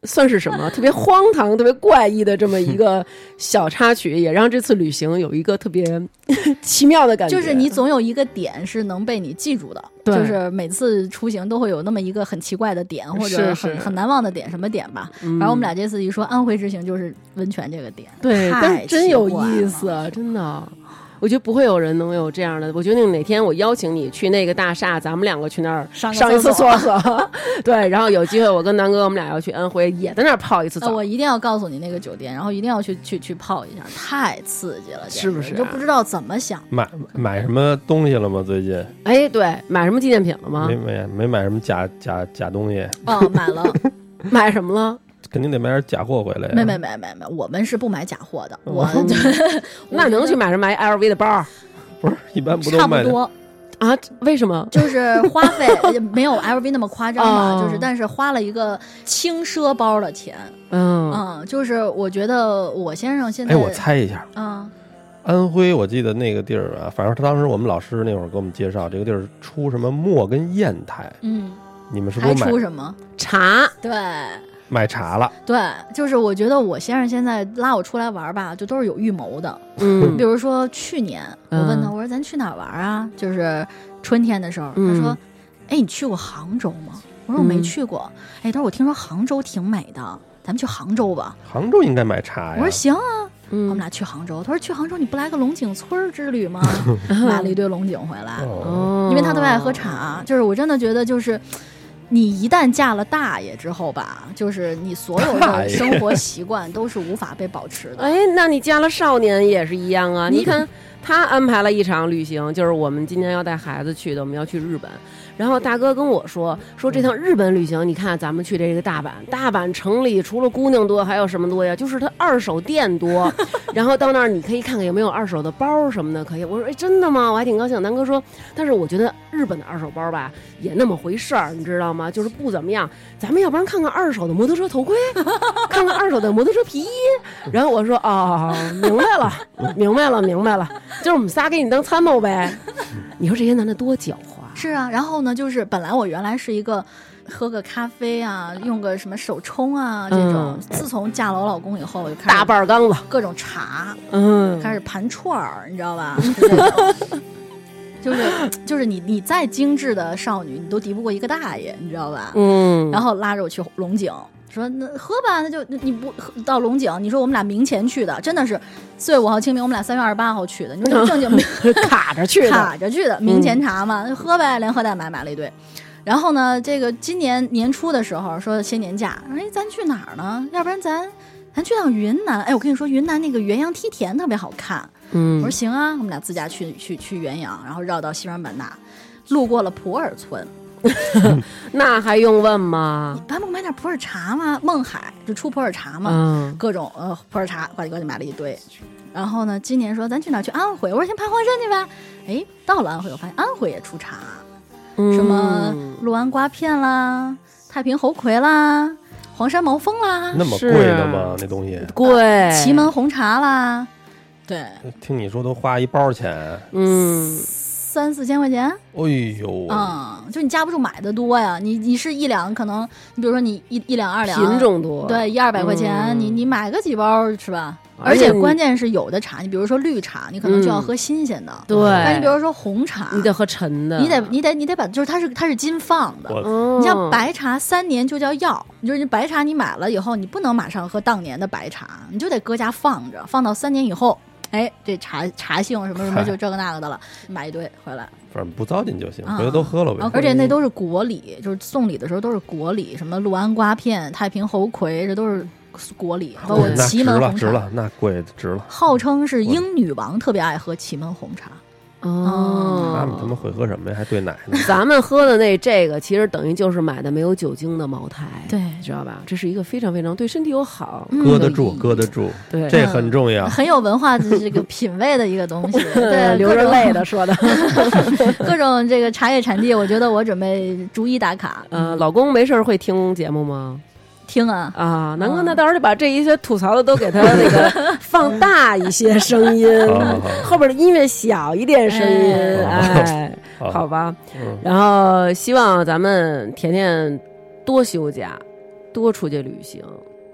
[SPEAKER 1] 算是什么？特别荒唐、特别怪异的这么一个小插曲，也让这次旅行有一个特别 奇妙的感觉。
[SPEAKER 2] 就是你总有一个点是能被你记住的，
[SPEAKER 1] 对
[SPEAKER 2] 就是每次出行都会有那么一个很奇怪的点，或者很
[SPEAKER 1] 是嗯是
[SPEAKER 2] 很难忘的点，什么点吧？反正我们俩这次一说安徽之行，就是温泉这个点，
[SPEAKER 1] 对，
[SPEAKER 2] 太
[SPEAKER 1] 但是真有
[SPEAKER 2] 奇怪了
[SPEAKER 1] 意思，真的。我觉得不会有人能有这样的。我决定哪天我邀请你去那个大厦，咱们两个去那儿
[SPEAKER 2] 上个
[SPEAKER 1] 一次
[SPEAKER 2] 厕所
[SPEAKER 1] 厕所。 对，然后有机会我跟南哥我们俩要去安徽，也在那儿泡一次
[SPEAKER 2] 呃，
[SPEAKER 1] 澡
[SPEAKER 2] 我。一定要告诉你那个酒店，然后一定要去去去泡一下，太刺激了，简直
[SPEAKER 1] 是不是啊
[SPEAKER 2] 你就不知道怎么想。
[SPEAKER 3] 买买什么东西了吗？最近
[SPEAKER 1] 哎，对，买什么纪念品了
[SPEAKER 2] 啊
[SPEAKER 1] 吗
[SPEAKER 3] 没？没没买什么假假假东西，
[SPEAKER 2] 哦，买了，
[SPEAKER 1] 买什么了？
[SPEAKER 3] 肯定得买点假货回来呀。
[SPEAKER 2] 没没没没没，我们是不买假货的，
[SPEAKER 1] 哦
[SPEAKER 2] 我
[SPEAKER 1] 那能去买什么买 LV 的包儿
[SPEAKER 3] 不是一般不
[SPEAKER 2] 差
[SPEAKER 3] 都
[SPEAKER 2] 不
[SPEAKER 3] 卖的
[SPEAKER 2] 多，
[SPEAKER 1] 啊？为什么？
[SPEAKER 2] 就是花费也没有 LV 那么夸张 吧，
[SPEAKER 1] 哦
[SPEAKER 2] 就是但是花了一个轻奢包的钱，
[SPEAKER 1] 嗯，
[SPEAKER 2] 嗯，就是我觉得我先生现在，
[SPEAKER 3] 哎，我猜一下，
[SPEAKER 2] 嗯，
[SPEAKER 3] 安徽，我记得那个地儿啊，反正他当时我们老师那会儿给我们介绍，这个地儿出什么墨跟砚台，
[SPEAKER 2] 嗯，
[SPEAKER 3] 你们是不
[SPEAKER 2] 还
[SPEAKER 3] 是买
[SPEAKER 2] 出什么？
[SPEAKER 1] 茶
[SPEAKER 2] 对
[SPEAKER 3] 买茶了？
[SPEAKER 2] 对，就是我觉得我先生现在拉我出来玩儿吧，就都是有预谋的，
[SPEAKER 1] 嗯
[SPEAKER 2] 比如说去年，我
[SPEAKER 1] 嗯
[SPEAKER 2] 问他，我说咱去哪儿玩啊？就是春天的时候，他
[SPEAKER 1] 嗯
[SPEAKER 2] 说，哎，你去过杭州吗？我说我没
[SPEAKER 1] 嗯
[SPEAKER 2] 去过。哎，他说我听说杭州挺美的，咱们去杭州吧。
[SPEAKER 3] 杭州应该买茶
[SPEAKER 2] 我
[SPEAKER 3] 哎呀
[SPEAKER 2] 说。行啊，我们
[SPEAKER 1] 嗯
[SPEAKER 2] 俩去杭州。他说去杭州你不来个龙井村儿之旅 吗？买了一堆龙井回来，
[SPEAKER 3] 哦，
[SPEAKER 1] 哦
[SPEAKER 2] 因为他特别爱喝。茶。就是我真的觉得就是。你一旦嫁了大爷之后吧，就是你所有
[SPEAKER 3] 大
[SPEAKER 2] 的
[SPEAKER 3] 爷
[SPEAKER 2] 生活习惯都是无法被保 持的。
[SPEAKER 1] 哎，那你加了少年也是一样啊！
[SPEAKER 2] 你
[SPEAKER 1] 你看，他安排了一场旅行，就是我们今年要带孩子去的，我们要去日本。然后大哥跟我说，说这趟日本旅行，你看咱们去这个大阪，大阪城里除了姑娘多，还有什么多呀？就是它二手店多。然后到那儿你可以看看有没有二手的包什么的，可以。我说，哎，真的吗？我还挺高兴。南哥说，但是我觉得日本的二手包吧，也那么回事儿，你知道吗？就是不怎么样。咱们要不然看看二手的摩托车头盔，看看二手的摩托车皮衣。然后我说，哦，明白了，明白了，明白了，就是我们仨给你当参谋呗。你说这些男的多狡猾。
[SPEAKER 2] 是啊，然后呢，就是本来我原来是一个喝个咖啡啊，用个什么手冲啊这种。
[SPEAKER 1] 嗯
[SPEAKER 2] 自从嫁了我老公以后，我就开始
[SPEAKER 1] 大半缸子，
[SPEAKER 2] 各种茶，
[SPEAKER 1] 嗯，
[SPEAKER 2] 开始盘串儿，你知道吧？就这种就是就是你你再精致的少女，你都敌不过一个大爷，你知道吧？
[SPEAKER 1] 嗯，
[SPEAKER 2] 然后拉着我去龙井，说那喝吧，那就那你不喝到龙井，你说我们俩明前去的，真的是四月五号清明，我们俩三月二十八号去的，你说这么 正经
[SPEAKER 1] 卡着去的，嗯
[SPEAKER 2] 卡着去的，明前茶嘛，就喝呗，连喝带买买了一堆。然后呢，这个今年年初的时候说歇年假，哎，咱去哪儿呢？要不然咱咱去趟云南？哎，我跟你说，云南那个元阳梯田特别好看。我
[SPEAKER 1] 嗯
[SPEAKER 2] 说行啊，我们俩自驾去去去元阳，然后绕到西双版纳，路过了普洱村，
[SPEAKER 1] 那还用问吗？
[SPEAKER 2] 咱不买点普洱茶吗？勐海就出普洱茶嘛。
[SPEAKER 1] 嗯，
[SPEAKER 2] 各种呃普洱茶，呱唧呱唧买了一堆。然后呢，今年说咱去哪儿？去安徽。我说先爬黄山去吧。哎，到了安徽，我发现安徽也出茶，
[SPEAKER 1] 嗯
[SPEAKER 2] 什么六安瓜片啦、太平猴魁啦、黄山毛峰啦、
[SPEAKER 3] 那么贵的吗？那东西，
[SPEAKER 1] 贵
[SPEAKER 2] 祁呃门红茶啦，对，
[SPEAKER 3] 听你说都花一包钱，
[SPEAKER 1] 嗯，
[SPEAKER 2] 三四千块钱，
[SPEAKER 3] 哎呦，
[SPEAKER 2] 嗯，就你架不住买的多呀。你你是一两，可能你比如说你一一两二两，
[SPEAKER 1] 品种多，
[SPEAKER 2] 对，一二百块钱，
[SPEAKER 1] 嗯
[SPEAKER 2] 你你买个几包是吧？
[SPEAKER 1] 而
[SPEAKER 2] 而
[SPEAKER 1] 且
[SPEAKER 2] 且
[SPEAKER 1] 你
[SPEAKER 2] 关键是有的茶，你比如说绿茶，你可能就要
[SPEAKER 1] 嗯
[SPEAKER 2] 喝新鲜的。
[SPEAKER 1] 对，
[SPEAKER 2] 但你比如说红茶，
[SPEAKER 1] 你得喝嗯陈的，哦
[SPEAKER 2] 你得你得你得把，就是它是它是金放的。
[SPEAKER 3] 我
[SPEAKER 2] 你
[SPEAKER 1] 嗯
[SPEAKER 2] 像白茶三年就叫药，你就是你白茶你买了以后，你不能马上喝当年的白茶，你就得搁家放着，放到三年以后，哎，这茶茶性什么什么
[SPEAKER 3] 嗨
[SPEAKER 2] 就这个那个的了，买一堆回来。
[SPEAKER 3] 反正不糟践就行，
[SPEAKER 2] 啊
[SPEAKER 3] 回头都喝了呗
[SPEAKER 2] 啊。而且那都是国礼，就是送礼的时候都是国礼，什么六安瓜片、太平猴魁，这都是国礼，包括
[SPEAKER 3] 嗯那
[SPEAKER 2] 祁
[SPEAKER 3] 值
[SPEAKER 2] 门
[SPEAKER 3] 了，
[SPEAKER 2] 红
[SPEAKER 3] 值
[SPEAKER 2] 茶。
[SPEAKER 3] 了，那贵值了。
[SPEAKER 2] 号称是英女王特别爱喝祁门红茶，
[SPEAKER 1] 哦，
[SPEAKER 3] 他们他妈会喝什么呀？还兑奶呢？
[SPEAKER 1] 咱们喝的那这个，其实等于就是买的没有酒精的茅台，
[SPEAKER 2] 对
[SPEAKER 1] 你知道吧？这是一个非常非常对身体有好，
[SPEAKER 2] 嗯
[SPEAKER 3] 搁得住，搁得住，
[SPEAKER 1] 对
[SPEAKER 3] 这很重要。
[SPEAKER 2] 很有文化的这个品味的一 个东西。对，
[SPEAKER 1] 嗯流
[SPEAKER 2] 各
[SPEAKER 1] 着
[SPEAKER 2] 种
[SPEAKER 1] 泪 的说的。
[SPEAKER 2] 各种这个茶叶产地，我觉得我准备逐一打卡。
[SPEAKER 1] 呃，老公没事儿会听节目吗？
[SPEAKER 2] 听啊，
[SPEAKER 1] 啊，南哥，
[SPEAKER 2] 嗯
[SPEAKER 1] 那到时候就把这一些吐槽的都给他那 个放大一些声
[SPEAKER 2] 嗯
[SPEAKER 1] 音
[SPEAKER 3] 好好好，
[SPEAKER 1] 后边的音乐小一点声音，
[SPEAKER 3] 哎
[SPEAKER 1] 哎，好吧。
[SPEAKER 3] 嗯，
[SPEAKER 1] 然后希望咱们甜甜多休假，多出去旅行，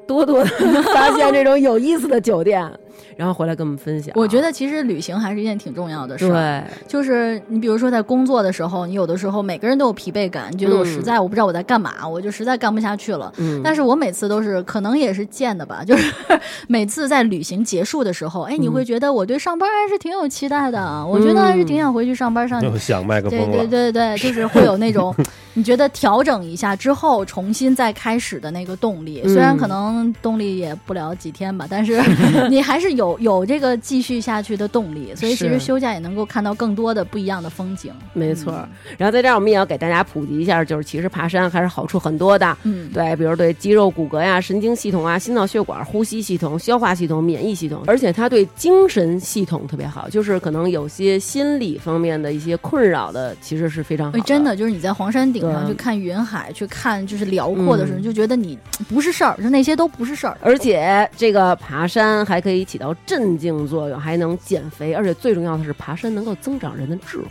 [SPEAKER 1] 多多的发现这种有意思的酒店。然后回来跟我们分享。
[SPEAKER 2] 我觉得其实旅行还是一件挺重要的事儿，
[SPEAKER 1] 对，
[SPEAKER 2] 就是你比如说在工作的时候，你有的时候每个人都有疲惫感，你觉得我实在我不知道我在干嘛，我就实在干不下去了。
[SPEAKER 1] 嗯，
[SPEAKER 2] 但是我每次都是可能也是贱的吧，就是 每次在旅行结束的时候，哎，你
[SPEAKER 1] 嗯
[SPEAKER 2] 会觉得我对上班还是挺有期待的，我觉得还是挺想回去上班上。
[SPEAKER 3] 又想麦克
[SPEAKER 2] 对
[SPEAKER 3] 风
[SPEAKER 2] 对
[SPEAKER 3] 了，
[SPEAKER 2] 对对，就是会有那 种你觉得调整一下之后重新再开始的那个动力，虽然
[SPEAKER 1] 嗯
[SPEAKER 2] 可能动力也不了几天吧，但是你还是有有这个继续下去的动力。所以其实
[SPEAKER 1] 是
[SPEAKER 2] 休假也能够看到更多的不一样的风景。
[SPEAKER 1] 没错。然后在这儿，我们也要给大家普及一下，就是其实爬山还是好处很多的。
[SPEAKER 2] 嗯，
[SPEAKER 1] 对，比如对肌肉、骨骼呀、神经系统啊、心脏血管、呼吸系统、消化系统、免疫系统，而且它对精神系统特别好，就是可能有些心理方面的一些困扰的，其实是非常好
[SPEAKER 2] 哎，
[SPEAKER 1] 的。
[SPEAKER 2] 真的就是你在黄山顶上
[SPEAKER 1] 对嗯
[SPEAKER 2] 去看云海，去看就是辽阔的时候，你就觉得你不是事儿，就那些都不是事儿。
[SPEAKER 1] 而且这个爬山还可以起到镇静作用，还能减肥，而且最重要的是，爬山能够增长人的智慧，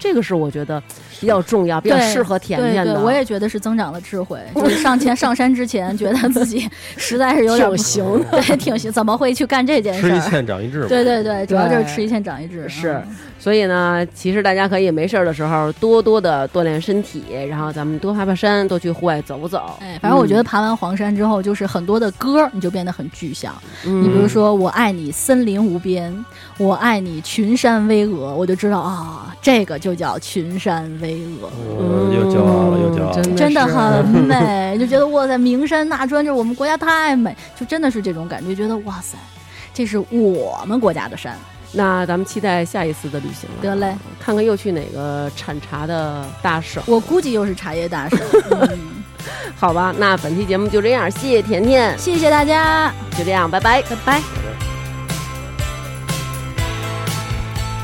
[SPEAKER 1] 这个是我觉得比较重要、比较
[SPEAKER 2] 对
[SPEAKER 1] 适合甜
[SPEAKER 2] 对
[SPEAKER 1] 甜
[SPEAKER 2] 对，
[SPEAKER 1] 的。
[SPEAKER 2] 我也觉得是增长了 智慧。就是上前上山之前，觉得自己 实在是有点不
[SPEAKER 1] 挺行
[SPEAKER 2] 的，对，挺行，怎么会去干这件事
[SPEAKER 3] 吃一
[SPEAKER 2] 儿？
[SPEAKER 3] 堑长一智嘛。
[SPEAKER 2] 对对对，主要就是
[SPEAKER 1] 对
[SPEAKER 2] 吃一堑长一智。
[SPEAKER 1] 是
[SPEAKER 2] 嗯，
[SPEAKER 1] 所以呢，其实大家可以没事儿的时候多多的锻炼身体，然后咱们多爬爬山，多去户外走走。
[SPEAKER 2] 哎，反正我
[SPEAKER 1] 嗯
[SPEAKER 2] 觉得爬完黄山之后，就是很多的歌儿你就变得很具象。
[SPEAKER 1] 嗯，
[SPEAKER 2] 你
[SPEAKER 1] 你
[SPEAKER 2] 比如说，我爱你森林无边，我爱你群山巍峨，我就知道啊，这个就叫群山巍峨。
[SPEAKER 3] 哦又骄傲了，又骄傲了。
[SPEAKER 2] 真的
[SPEAKER 1] 啊
[SPEAKER 2] 很 美，就觉得哇塞，名山大川，就是我们国家太美，就真的是这种感觉，觉得哇塞，这是我们国家的山。
[SPEAKER 1] 那咱们期待下一次的旅行了，
[SPEAKER 2] 得嘞，
[SPEAKER 1] 看看又去哪个产茶的大省，
[SPEAKER 2] 我估计又是茶叶大神。嗯
[SPEAKER 1] 好吧？那本期节目就这样，谢谢甜甜，
[SPEAKER 2] 谢谢大家，
[SPEAKER 1] 就这样，拜拜。
[SPEAKER 2] 拜拜。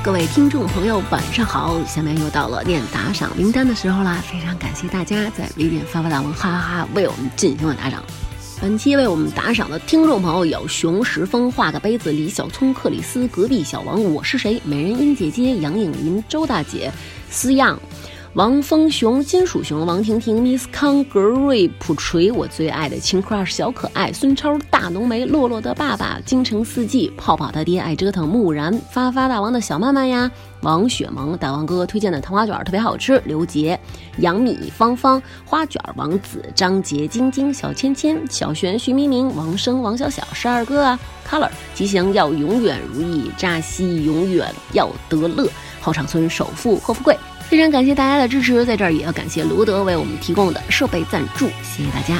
[SPEAKER 4] 各位听众朋友，晚上好！下面又到了念打赏名单的时候啦，非常感谢大家在微店发发大王哈哈哈为我们进行了打赏。本期为我们打赏的听众朋友有熊石峰、画个杯子、李小聪、克里斯、隔壁小王、我是谁、美人音姐姐、杨颖林、周大姐、思样、王峰雄、金属熊、王婷婷、Miss 康、格瑞、普锤、我最爱的情 crush 小可爱、孙超、大浓眉、洛洛的爸爸、京城四季、泡泡他爹爱折腾、木然、发发大王的小曼曼呀、王雪萌、大王哥哥推荐的糖花卷儿特别好吃，刘杰、杨米、芳芳、花卷儿、王子、张杰、晶晶、小芊芊、小璇、徐明明、王生、王小小、十二哥啊、Color、吉祥要永远如意、扎西永远要得乐、后场村首富霍富贵。非常感谢大家的支持，在这儿也要感谢罗德为我们提供的设备赞助，谢谢大家。